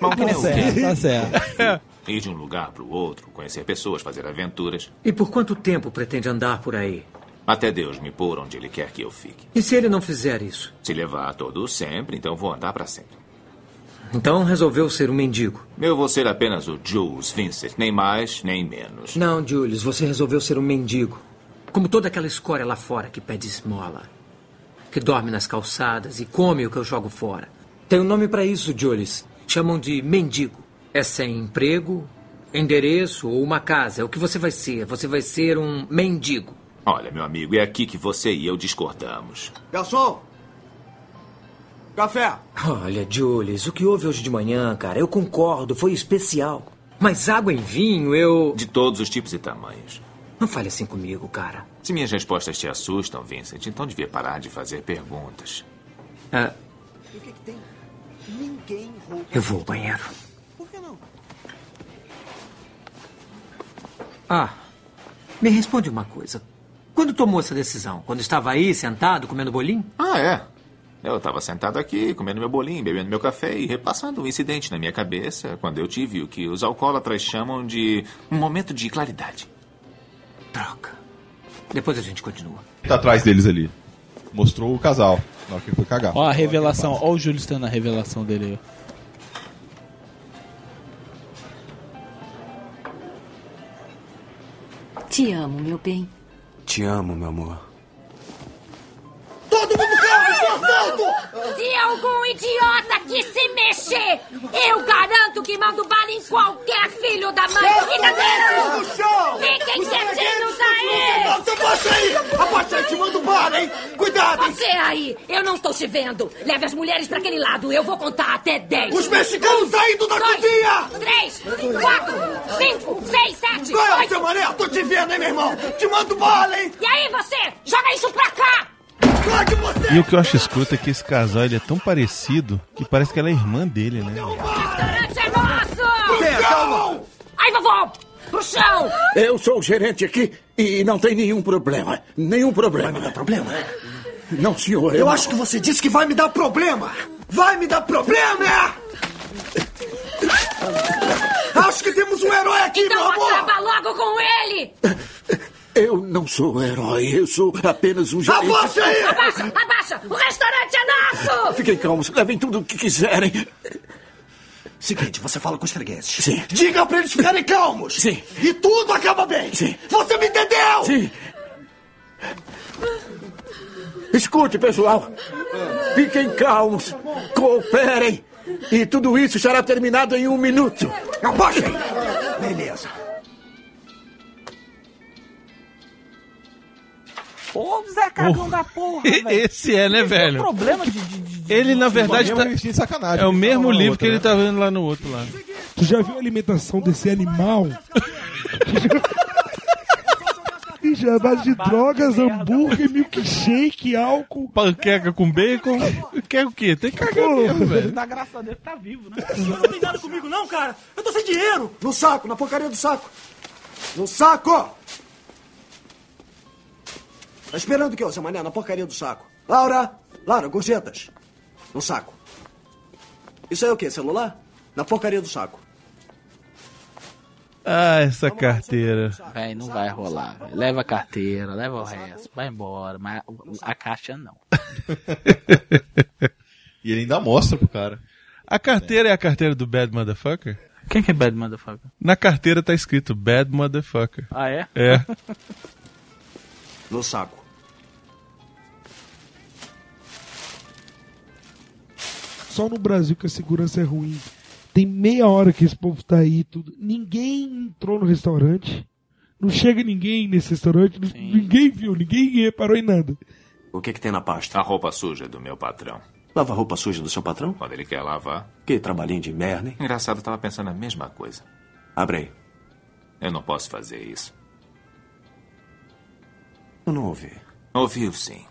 [SPEAKER 17] Mas o que
[SPEAKER 35] Tá
[SPEAKER 17] nem eu
[SPEAKER 35] certo,
[SPEAKER 17] quero.
[SPEAKER 35] tá certo.
[SPEAKER 17] (laughs) Ir de um lugar pro outro, conhecer pessoas, fazer aventuras.
[SPEAKER 16] E por quanto tempo pretende andar por aí?
[SPEAKER 17] Até Deus me pôr onde Ele quer que eu fique.
[SPEAKER 16] E se ele não fizer isso?
[SPEAKER 17] Se levar a todo sempre, então vou andar pra sempre.
[SPEAKER 16] Então resolveu ser um mendigo.
[SPEAKER 17] Eu vou ser apenas o Jules Vincent, nem mais, nem menos.
[SPEAKER 16] Não, Julius, você resolveu ser um mendigo. Como toda aquela escória lá fora que pede esmola, que dorme nas calçadas e come o que eu jogo fora. Tem um nome pra isso, Julius. Chamam de mendigo. É sem emprego, endereço ou uma casa. É o que você vai ser. Você vai ser um mendigo.
[SPEAKER 17] Olha, meu amigo, é aqui que você e eu discordamos.
[SPEAKER 36] Garçom! Café!
[SPEAKER 16] Olha, Julius, o que houve hoje de manhã, cara? Eu concordo, foi especial. Mas água em vinho, eu.
[SPEAKER 17] De todos os tipos e tamanhos.
[SPEAKER 16] Não fale assim comigo, cara.
[SPEAKER 17] Se minhas respostas te assustam, Vincent, então devia parar de fazer perguntas.
[SPEAKER 16] Ah,
[SPEAKER 8] E o que, que tem? Ninguém rouba.
[SPEAKER 16] eu vou ao banheiro.
[SPEAKER 8] Por que não?
[SPEAKER 16] Ah, me responde uma coisa. Quando tomou essa decisão? Quando estava aí, sentado, comendo bolinho?
[SPEAKER 17] Ah, é. Eu estava sentado aqui, comendo meu bolinho, bebendo meu café e repassando um incidente na minha cabeça quando eu tive o que os alcoólatras chamam de um momento de claridade.
[SPEAKER 16] Depois a gente continua.
[SPEAKER 5] Tá atrás deles ali. Mostrou o casal, na hora que ele foi cagar.
[SPEAKER 3] Ó a revelação, ó o Júlio estando na revelação dele aí.
[SPEAKER 18] Te amo, meu bem.
[SPEAKER 11] Te amo, meu amor.
[SPEAKER 8] Todo mundo calma, seu santo!
[SPEAKER 12] Se algum idiota aqui se mexer, eu garanto que mando bala em qualquer filho da mãe.
[SPEAKER 8] Eu
[SPEAKER 12] Fica
[SPEAKER 8] tô vendo no chão!
[SPEAKER 12] dentro! Fiquem
[SPEAKER 8] Os
[SPEAKER 12] quietinhos
[SPEAKER 8] Não,
[SPEAKER 12] aí!
[SPEAKER 8] não, Abaixa Então aí! Abaixa aí, te mando bala, hein? Cuidado, hein?
[SPEAKER 12] Você aí, eu não estou te vendo. Leve as mulheres pra aquele lado, eu vou contar até 10.
[SPEAKER 8] Os mexicanos saindo da cozinha!
[SPEAKER 12] Três, quatro, cinco, seis, sete,
[SPEAKER 8] Vai,
[SPEAKER 12] oito.
[SPEAKER 8] é seu mané, tô te vendo, hein, meu irmão? Te mando bala, hein?
[SPEAKER 12] E aí, você? Joga isso pra cá!
[SPEAKER 4] E o que eu acho escroto é que esse casal ele é tão parecido que parece que ela é irmã dele, né?
[SPEAKER 12] Restaurante é nosso!
[SPEAKER 9] Pé, calma!
[SPEAKER 12] Aí, vovó! Pro chão!
[SPEAKER 9] Eu sou o gerente aqui e não tem nenhum problema. Nenhum problema. Não problema? Não, senhor.
[SPEAKER 8] Eu acho que você disse que vai me dar problema! Vai me dar problema, é? Acho que temos um herói aqui, meu
[SPEAKER 12] Então
[SPEAKER 8] amor!
[SPEAKER 12] acaba logo com ele!
[SPEAKER 9] Eu não sou um herói. Eu sou apenas
[SPEAKER 8] Ah,
[SPEAKER 9] um gerente.
[SPEAKER 8] Abaixa aí!
[SPEAKER 12] Abaixa, abaixa! O restaurante é nosso!
[SPEAKER 9] Ah, Fiquem calmos. Levem tudo o que quiserem.
[SPEAKER 8] Seguinte, você fala com os fregueses.
[SPEAKER 9] Sim.
[SPEAKER 8] Diga pra eles ficarem calmos. Sim. E tudo acaba bem. Sim. Você me entendeu?
[SPEAKER 9] Sim. Escute, pessoal. Fiquem calmos. Cooperem. E tudo isso será terminado em um minuto. Abaixem!
[SPEAKER 8] Beleza.
[SPEAKER 3] Ô, Zé um Cagão da porra, velho.
[SPEAKER 4] Esse é, né, velho?
[SPEAKER 3] problema de...
[SPEAKER 4] Ele, na verdade,
[SPEAKER 3] O
[SPEAKER 4] tá...
[SPEAKER 3] problema
[SPEAKER 5] de sacanagem.
[SPEAKER 4] é o
[SPEAKER 3] Ele
[SPEAKER 4] mesmo
[SPEAKER 3] tava na
[SPEAKER 4] livro
[SPEAKER 3] outra,
[SPEAKER 4] que ele
[SPEAKER 3] né?
[SPEAKER 4] tá vendo lá no outro lá.
[SPEAKER 6] Tu já viu a alimentação desse (laughs) animal? E já é base de drogas, hambúrguer, milkshake, álcool.
[SPEAKER 4] Panqueca com bacon. Quer o quê? Tem que cagar mesmo, velho.
[SPEAKER 3] Dá graça a Deus que tá vivo, né?
[SPEAKER 8] Você não tem nada comigo, não, cara? Eu tô sem dinheiro. No saco, na porcaria do saco. No saco! Tá esperando o quê, ô, seu mané? Na porcaria do saco. Laura! Laura, gorjetas. No saco. Isso aí é o quê? Celular? Na porcaria do saco.
[SPEAKER 4] Ah, essa carteira.
[SPEAKER 3] Véi, não vai rolar. véi. Leva a carteira, leva o resto, vai embora. Mas a caixa (laughs) não.
[SPEAKER 37] (laughs)
[SPEAKER 5] E ele ainda mostra pro cara.
[SPEAKER 4] A carteira é a carteira do Bad Motherfucker?
[SPEAKER 3] Quem que é Bad Motherfucker? é?
[SPEAKER 4] Na carteira tá escrito Bad É. Motherfucker.
[SPEAKER 3] Ah, é?
[SPEAKER 4] É.
[SPEAKER 8] No saco.
[SPEAKER 6] só no Brasil que a segurança é ruim. Tem meia hora que esse povo tá aí e tudo. Ninguém entrou no restaurante. Não chega ninguém nesse restaurante. não- Ninguém viu, ninguém reparou em nada.
[SPEAKER 17] O que, tem na pasta? A roupa suja do meu patrão.
[SPEAKER 11] Lava roupa suja do seu patrão?
[SPEAKER 17] Quando ele quer lavar.
[SPEAKER 11] Que trabalhinho de merda, hein?
[SPEAKER 17] Engraçado, eu tava pensando a mesma coisa.
[SPEAKER 11] Abre aí.
[SPEAKER 17] Eu não posso fazer isso.
[SPEAKER 11] Eu não ouvi.
[SPEAKER 17] Ouviu sim.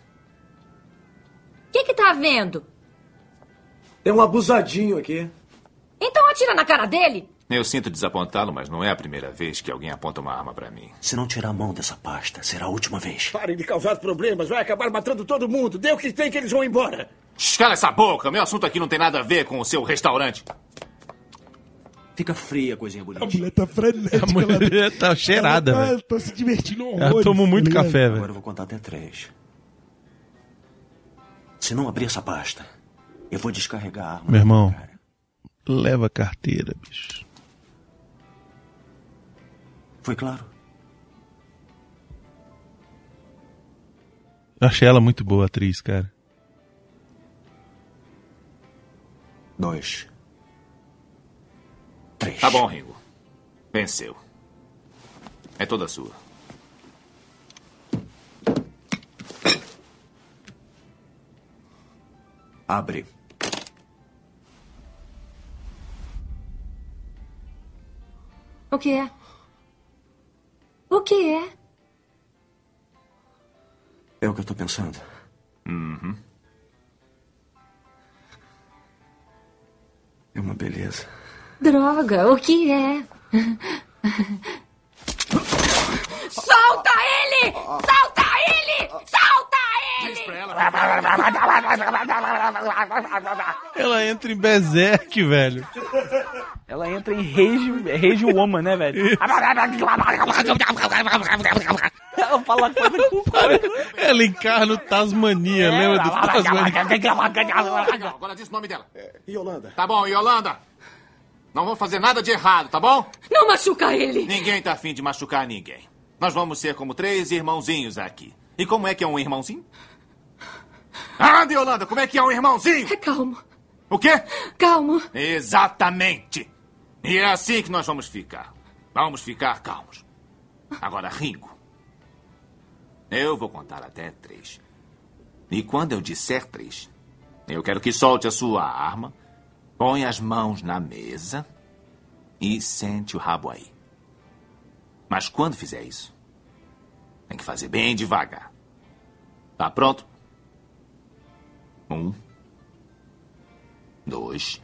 [SPEAKER 8] O que que tá vendo?
[SPEAKER 9] Tem um abusadinho aqui.
[SPEAKER 8] Então atira na cara dele.
[SPEAKER 17] Eu sinto desapontá-lo, mas não é a primeira vez que alguém aponta uma arma pra mim.
[SPEAKER 11] Se não tirar a mão dessa pasta, será a última vez. Parem de causar problemas, vai acabar matando todo mundo. Dê o que tem que eles vão embora.
[SPEAKER 17] Shh, Cala essa boca! Meu assunto aqui não tem nada a ver com o seu restaurante.
[SPEAKER 11] Fica fria, coisinha bonita.
[SPEAKER 6] A mulher tá frenética.
[SPEAKER 4] A mulher (laughs) tá cheirada,
[SPEAKER 6] ela tá,
[SPEAKER 4] velho.
[SPEAKER 6] tá se divertindo
[SPEAKER 9] um
[SPEAKER 6] horrores.
[SPEAKER 4] Ela tomou muito
[SPEAKER 6] tá ligado?
[SPEAKER 4] café, velho.
[SPEAKER 11] Agora eu vou contar até três. Se não abrir essa pasta, eu vou descarregar a arma.
[SPEAKER 4] Meu irmão, leva a carteira, bicho.
[SPEAKER 11] Foi claro?
[SPEAKER 4] Eu achei ela muito boa, a atriz, cara.
[SPEAKER 11] Dois. Três.
[SPEAKER 17] Tá bom, Ringo. Venceu. É toda sua.
[SPEAKER 11] Abre.
[SPEAKER 8] O que é? O que é?
[SPEAKER 11] É o que eu tô pensando.
[SPEAKER 17] Uhum.
[SPEAKER 11] É uma beleza.
[SPEAKER 8] Droga, o que é? Solta ele! Solta ele! Solta ele!
[SPEAKER 4] Ela entra em Berserk, velho.
[SPEAKER 3] Ela entra em Rage, rage Woman, né, (laughs) velho? Ela É. fala coisa
[SPEAKER 4] Ela encarna o Tasmania,
[SPEAKER 19] É,
[SPEAKER 4] lembra do Tasmania?
[SPEAKER 17] Agora diz o nome dela.
[SPEAKER 9] É, Yolanda.
[SPEAKER 17] Tá bom, Yolanda. Não vamos fazer nada de errado, tá bom?
[SPEAKER 8] Não machuca ele!
[SPEAKER 17] Ninguém tá afim de machucar ninguém. Nós vamos ser como três irmãozinhos aqui. E como é que é um irmãozinho? Anda, Yolanda, como é que é um irmãozinho?
[SPEAKER 8] Calma.
[SPEAKER 17] O quê?
[SPEAKER 8] Calma.
[SPEAKER 17] Exatamente. E é assim que nós vamos ficar. Vamos ficar calmos. Agora, Ringo. Eu vou contar até três. E quando eu disser três, eu quero que solte a sua arma, põe as mãos na mesa e sente o rabo aí. Mas quando fizer isso, tem que fazer bem devagar. Tá pronto? Um, dois,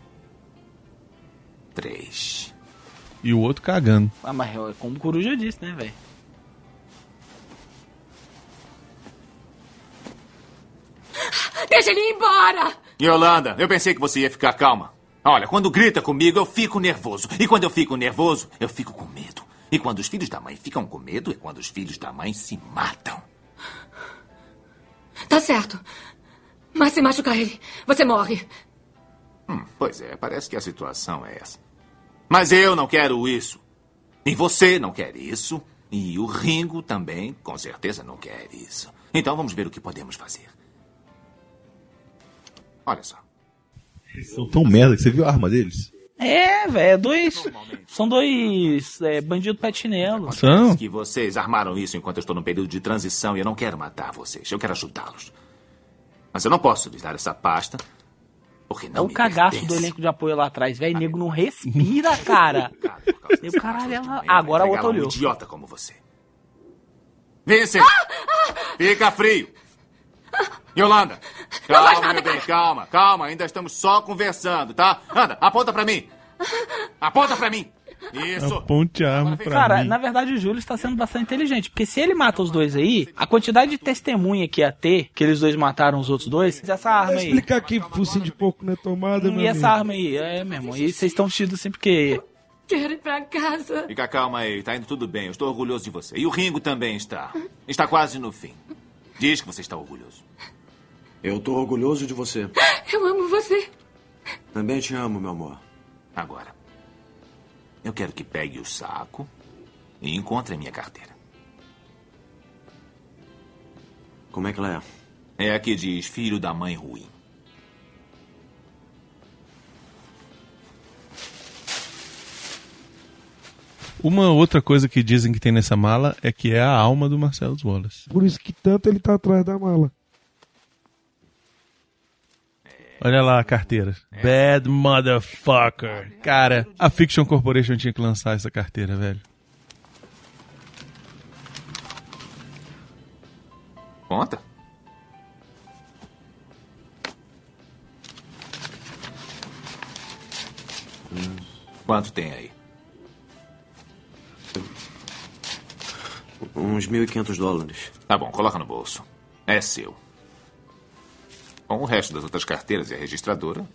[SPEAKER 17] Três.
[SPEAKER 4] E o outro cagando.
[SPEAKER 3] Ah, mas é como o Coruja disse, né, velho?
[SPEAKER 8] Deixa ele ir embora!
[SPEAKER 17] Yolanda, eu pensei que você ia ficar calma. Olha, quando grita comigo, eu fico nervoso. E quando eu fico nervoso, eu fico com medo. E quando os filhos da mãe ficam com medo, é quando os filhos da mãe se matam.
[SPEAKER 8] Tá certo. Mas se machucar ele, você morre.
[SPEAKER 17] Hum, pois é, parece que a situação é essa. Mas eu não quero isso. E você não quer isso. E o Ringo também, com certeza, não quer isso. Então vamos ver o que podemos fazer. Olha só.
[SPEAKER 37] São tão merda que você viu a arma deles?
[SPEAKER 3] É, velho, é dois. São dois é, bandidos patinelo.
[SPEAKER 17] Diz Que vocês armaram isso enquanto eu estou num período de transição e eu não quero matar vocês. Eu quero ajudá-los. Mas eu não posso lhes dar essa pasta. Porque
[SPEAKER 3] É
[SPEAKER 17] não
[SPEAKER 3] o
[SPEAKER 17] me
[SPEAKER 3] cagaço do
[SPEAKER 17] pertence.
[SPEAKER 3] elenco de apoio lá atrás, velho. Nego não respira,
[SPEAKER 17] (laughs)
[SPEAKER 3] cara. Meu caralho, ela... agora a
[SPEAKER 17] Entregar
[SPEAKER 3] outra
[SPEAKER 17] a um
[SPEAKER 3] olhou.
[SPEAKER 17] idiota como você. Vincent! Fica frio! Yolanda! Calma, meu bem, calma, calma. Ainda estamos só conversando, tá? Anda, aponta pra mim! Aponta pra mim! Isso!
[SPEAKER 4] Aponte a arma pra
[SPEAKER 3] Cara,
[SPEAKER 4] mim.
[SPEAKER 3] na verdade o Júlio está sendo bastante inteligente, porque se ele mata os dois aí, a quantidade de testemunha que ia ter, que eles dois mataram os outros dois, essa arma
[SPEAKER 6] Vai
[SPEAKER 3] aí.
[SPEAKER 6] explicar que focinho de pouco na tomada, meu
[SPEAKER 3] E essa
[SPEAKER 6] amigo.
[SPEAKER 3] arma aí, é mesmo. E vocês estão tidos assim porque.
[SPEAKER 8] Quero ir pra casa.
[SPEAKER 17] Fica calma aí, tá indo tudo bem. Eu estou orgulhoso de você. E o Ringo também está. Está quase no fim. Diz que você está orgulhoso.
[SPEAKER 11] Eu tô orgulhoso de você.
[SPEAKER 8] Eu amo você.
[SPEAKER 11] Também te amo, meu amor.
[SPEAKER 17] Agora, eu quero que pegue o saco e encontre a minha carteira.
[SPEAKER 11] Como é que ela é?
[SPEAKER 17] É a que diz filho da mãe ruim.
[SPEAKER 4] Uma outra coisa que dizem que tem nessa mala é que é a alma do Marcelo Wallace.
[SPEAKER 6] Por isso que tanto ele tá atrás da mala.
[SPEAKER 4] Olha lá a carteira. Bad motherfucker. Cara, a Fiction Corporation tinha que lançar essa carteira, velho.
[SPEAKER 17] Conta? Quanto tem aí?
[SPEAKER 9] Uns 1.500 dólares.
[SPEAKER 17] Tá bom, coloca no bolso. É seu. Com o resto das outras carteiras e a registradora,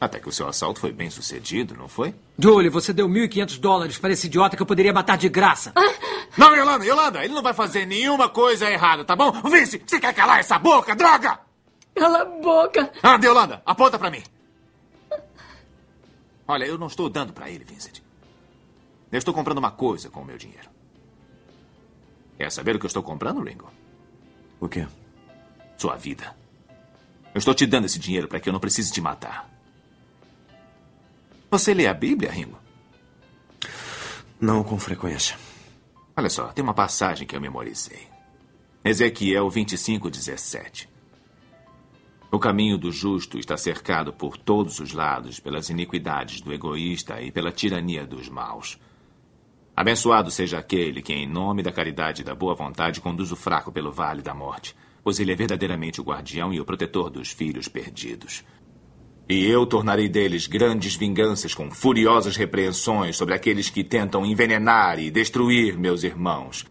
[SPEAKER 17] até que o seu assalto foi bem sucedido, não foi?
[SPEAKER 16] Jolie, você deu 1.500 dólares para esse idiota que eu poderia matar de graça.
[SPEAKER 19] Não, Yolanda, Yolanda, ele não vai fazer nenhuma
[SPEAKER 9] é
[SPEAKER 19] coisa errada, tá bom? Vince, você quer calar essa boca, droga?
[SPEAKER 22] Cala a boca.
[SPEAKER 9] Ah,
[SPEAKER 19] Anda, Yolanda, aponta pra mim.
[SPEAKER 17] Olha, eu não estou dando pra ele, Vincent. Eu estou comprando uma coisa com o meu dinheiro. Quer saber o que eu estou comprando, Ringo?
[SPEAKER 9] O quê?
[SPEAKER 17] Sua vida. Eu estou te dando esse dinheiro para que eu não precise te matar. Você lê a Bíblia, Ringo?
[SPEAKER 9] Não com frequência.
[SPEAKER 17] Olha só, tem uma passagem que eu memorizei. Ezequiel 25, 17. O caminho do justo está cercado por todos os lados pelas iniquidades do egoísta e pela tirania dos maus. Abençoado seja aquele que, em nome da caridade e da boa vontade, conduz o fraco pelo vale da morte, pois ele é verdadeiramente o guardião e o protetor dos filhos perdidos. E eu tornarei deles grandes vinganças com furiosas repreensões sobre aqueles que tentam envenenar e destruir meus irmãos.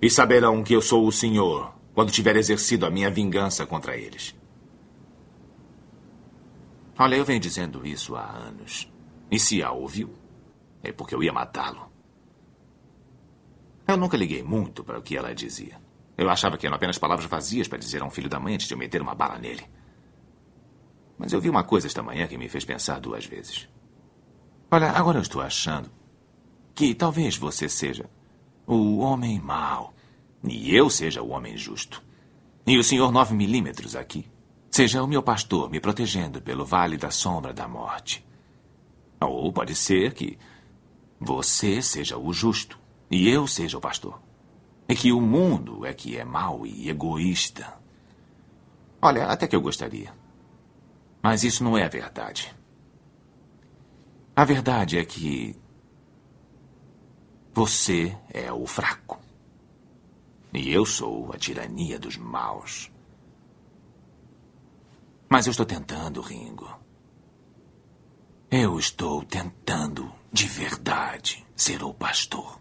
[SPEAKER 17] E saberão que eu sou o Senhor quando tiver exercido a minha vingança contra eles. Olha, eu venho dizendo isso há anos. E se a ouviu, é porque eu ia matá-lo. Eu nunca liguei muito para o que ela dizia. Eu achava que eram apenas palavras vazias para dizer a um filho da mãe antes de eu meter uma bala nele. Mas eu vi uma coisa esta manhã que me fez pensar duas vezes. Olha, agora eu estou achando que talvez você seja o homem mau e eu seja o homem justo. E o senhor 9 milímetros aqui seja o meu pastor me protegendo pelo vale da sombra da morte. Ou pode ser que você seja o justo e eu seja o pastor. E que o mundo é que é mau e egoísta. Olha, até que eu gostaria. Mas isso não é a verdade. A verdade é que você é o fraco. E eu sou a tirania dos maus. Mas eu estou tentando, Ringo. Eu estou tentando, de verdade, ser o pastor.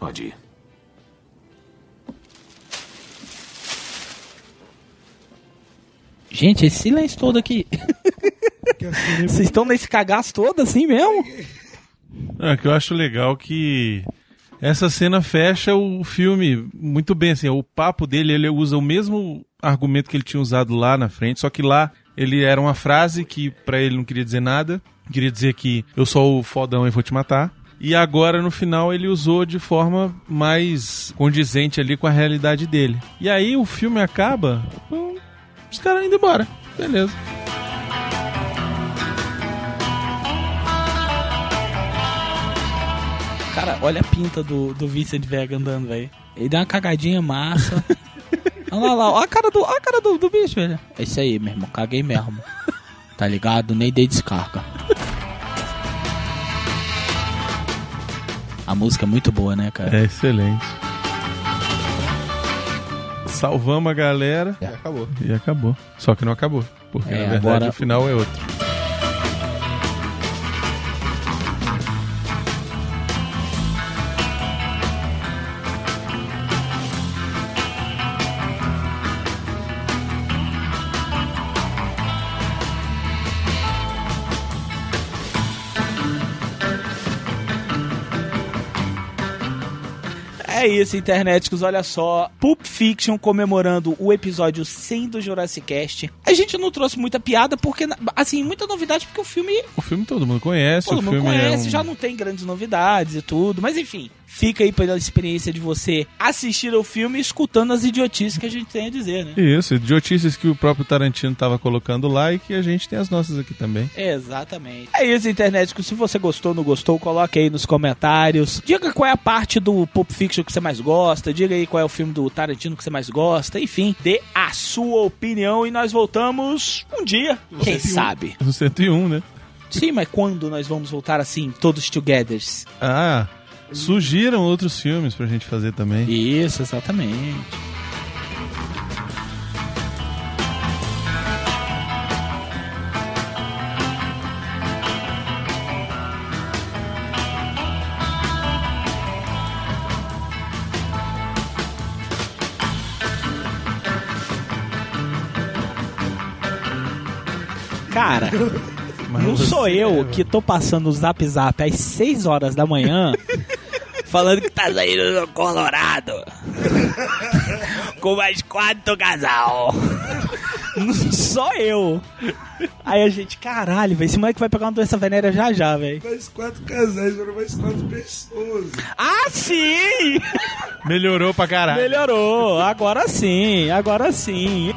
[SPEAKER 17] Pode ir.
[SPEAKER 3] Gente, esse silêncio todo
[SPEAKER 4] (laughs)
[SPEAKER 3] aqui.
[SPEAKER 4] assim, né?
[SPEAKER 3] Vocês estão nesse cagaço todo assim mesmo?
[SPEAKER 4] É, que eu acho legal que essa cena fecha o filme muito bem, assim, o papo dele, ele usa o mesmo argumento que ele tinha usado lá na frente, só que lá ele era uma frase que pra ele não queria dizer nada, queria dizer que eu sou o fodão e vou te matar. E agora no final ele usou de forma mais condizente ali com a realidade dele. E aí o filme acaba com os caras indo embora. Beleza.
[SPEAKER 28] Cara, olha a pinta do, do Vincent Vega andando, velho. Ele deu uma cagadinha
[SPEAKER 3] (laughs)
[SPEAKER 28] massa. olha lá, olha a cara do, olha a cara do, do bicho, velho. É isso aí, meu irmão. Caguei mesmo. Tá ligado? Nem dei descarga. A música é muito boa, né, cara?
[SPEAKER 4] É excelente. Salvamos a galera. E acabou. E acabou. Só que não acabou. Porque
[SPEAKER 28] É,
[SPEAKER 4] na verdade
[SPEAKER 28] agora-
[SPEAKER 4] o final é outro.
[SPEAKER 3] É isso, interneticos, olha só. Pulp Fiction comemorando o episódio 100 do Jurassic Cast. A gente não trouxe muita piada, porque, na- assim, muita novidade, porque o filme
[SPEAKER 4] O filme todo mundo conhece,
[SPEAKER 3] Todo
[SPEAKER 4] o
[SPEAKER 3] mundo
[SPEAKER 4] filme
[SPEAKER 3] conhece,
[SPEAKER 4] é um...
[SPEAKER 3] já não tem grandes novidades e tudo, mas enfim, fica aí pela experiência de você assistir ao filme e escutando as idiotices que a gente tem a dizer, né?
[SPEAKER 4] Isso, idiotices que o próprio Tarantino tava colocando lá e que a gente tem as nossas aqui também.
[SPEAKER 3] Exatamente. É isso, internet. Se você gostou, não gostou, coloque aí nos comentários. Diga qual é a parte do Pulp Fiction que você mais gosta. Diga aí qual é o filme do Tarantino que você mais gosta. Enfim, dê a sua opinião e nós voltamos um dia. Quem
[SPEAKER 4] tem um-
[SPEAKER 3] sabe?
[SPEAKER 4] No 101, né?
[SPEAKER 3] Sim, mas quando nós vamos voltar assim, todos togethers?
[SPEAKER 4] Ah, surgiram outros filmes pra gente fazer também.
[SPEAKER 3] Isso, exatamente. Cara, não sou eu que tô passando o zap zap às 6 horas da manhã (laughs) falando que tá saindo do Colorado (laughs) com mais quatro casal. Não sou eu. Aí a gente, caralho, velho, esse moleque vai pegar uma doença venérea já já, velho.
[SPEAKER 6] Mais quatro casais, foram mais quatro pessoas.
[SPEAKER 3] Ah, sim!
[SPEAKER 4] Melhorou pra caralho.
[SPEAKER 3] Melhorou, agora sim, agora sim.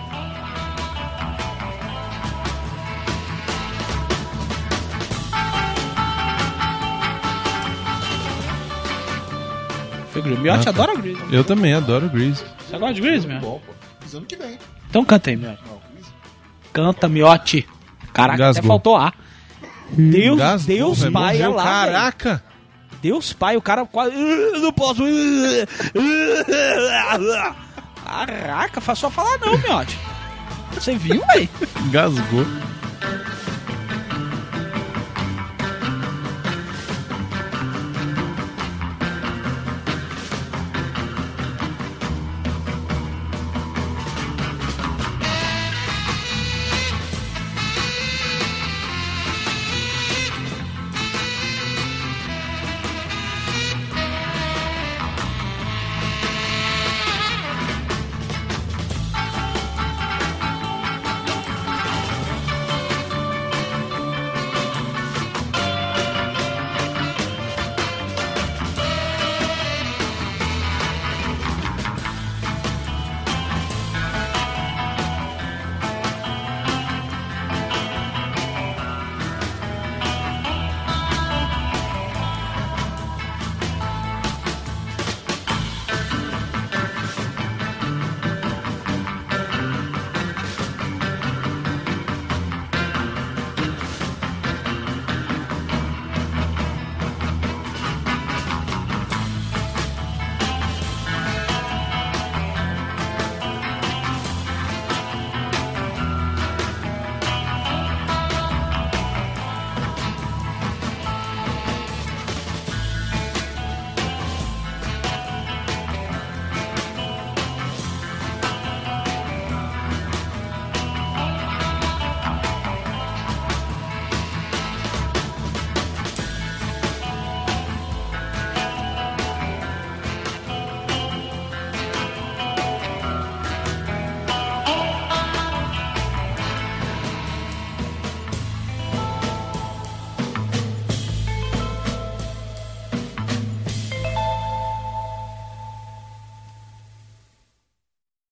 [SPEAKER 3] Foi Grimiotti?
[SPEAKER 4] Ah, tá.
[SPEAKER 3] adora Grimiotti.
[SPEAKER 4] Eu também adoro o Grease.
[SPEAKER 3] Você gosta de Grease, meu?
[SPEAKER 5] Bom, pô. Mas ano que vem.
[SPEAKER 3] Então canta aí, Miote. Canta, Miote. Caraca, até
[SPEAKER 4] Engasgou. Hum.
[SPEAKER 3] faltou A. Deus,
[SPEAKER 4] Engasgou,
[SPEAKER 3] Deus
[SPEAKER 4] velho,
[SPEAKER 3] pai,
[SPEAKER 4] morreu,
[SPEAKER 3] olha lá. velho.
[SPEAKER 4] caraca.
[SPEAKER 3] Deus pai, o cara quase. "Ah, Não posso. Caraca, faz só falar não, Miote. Você viu, velho?
[SPEAKER 4] Engasgou.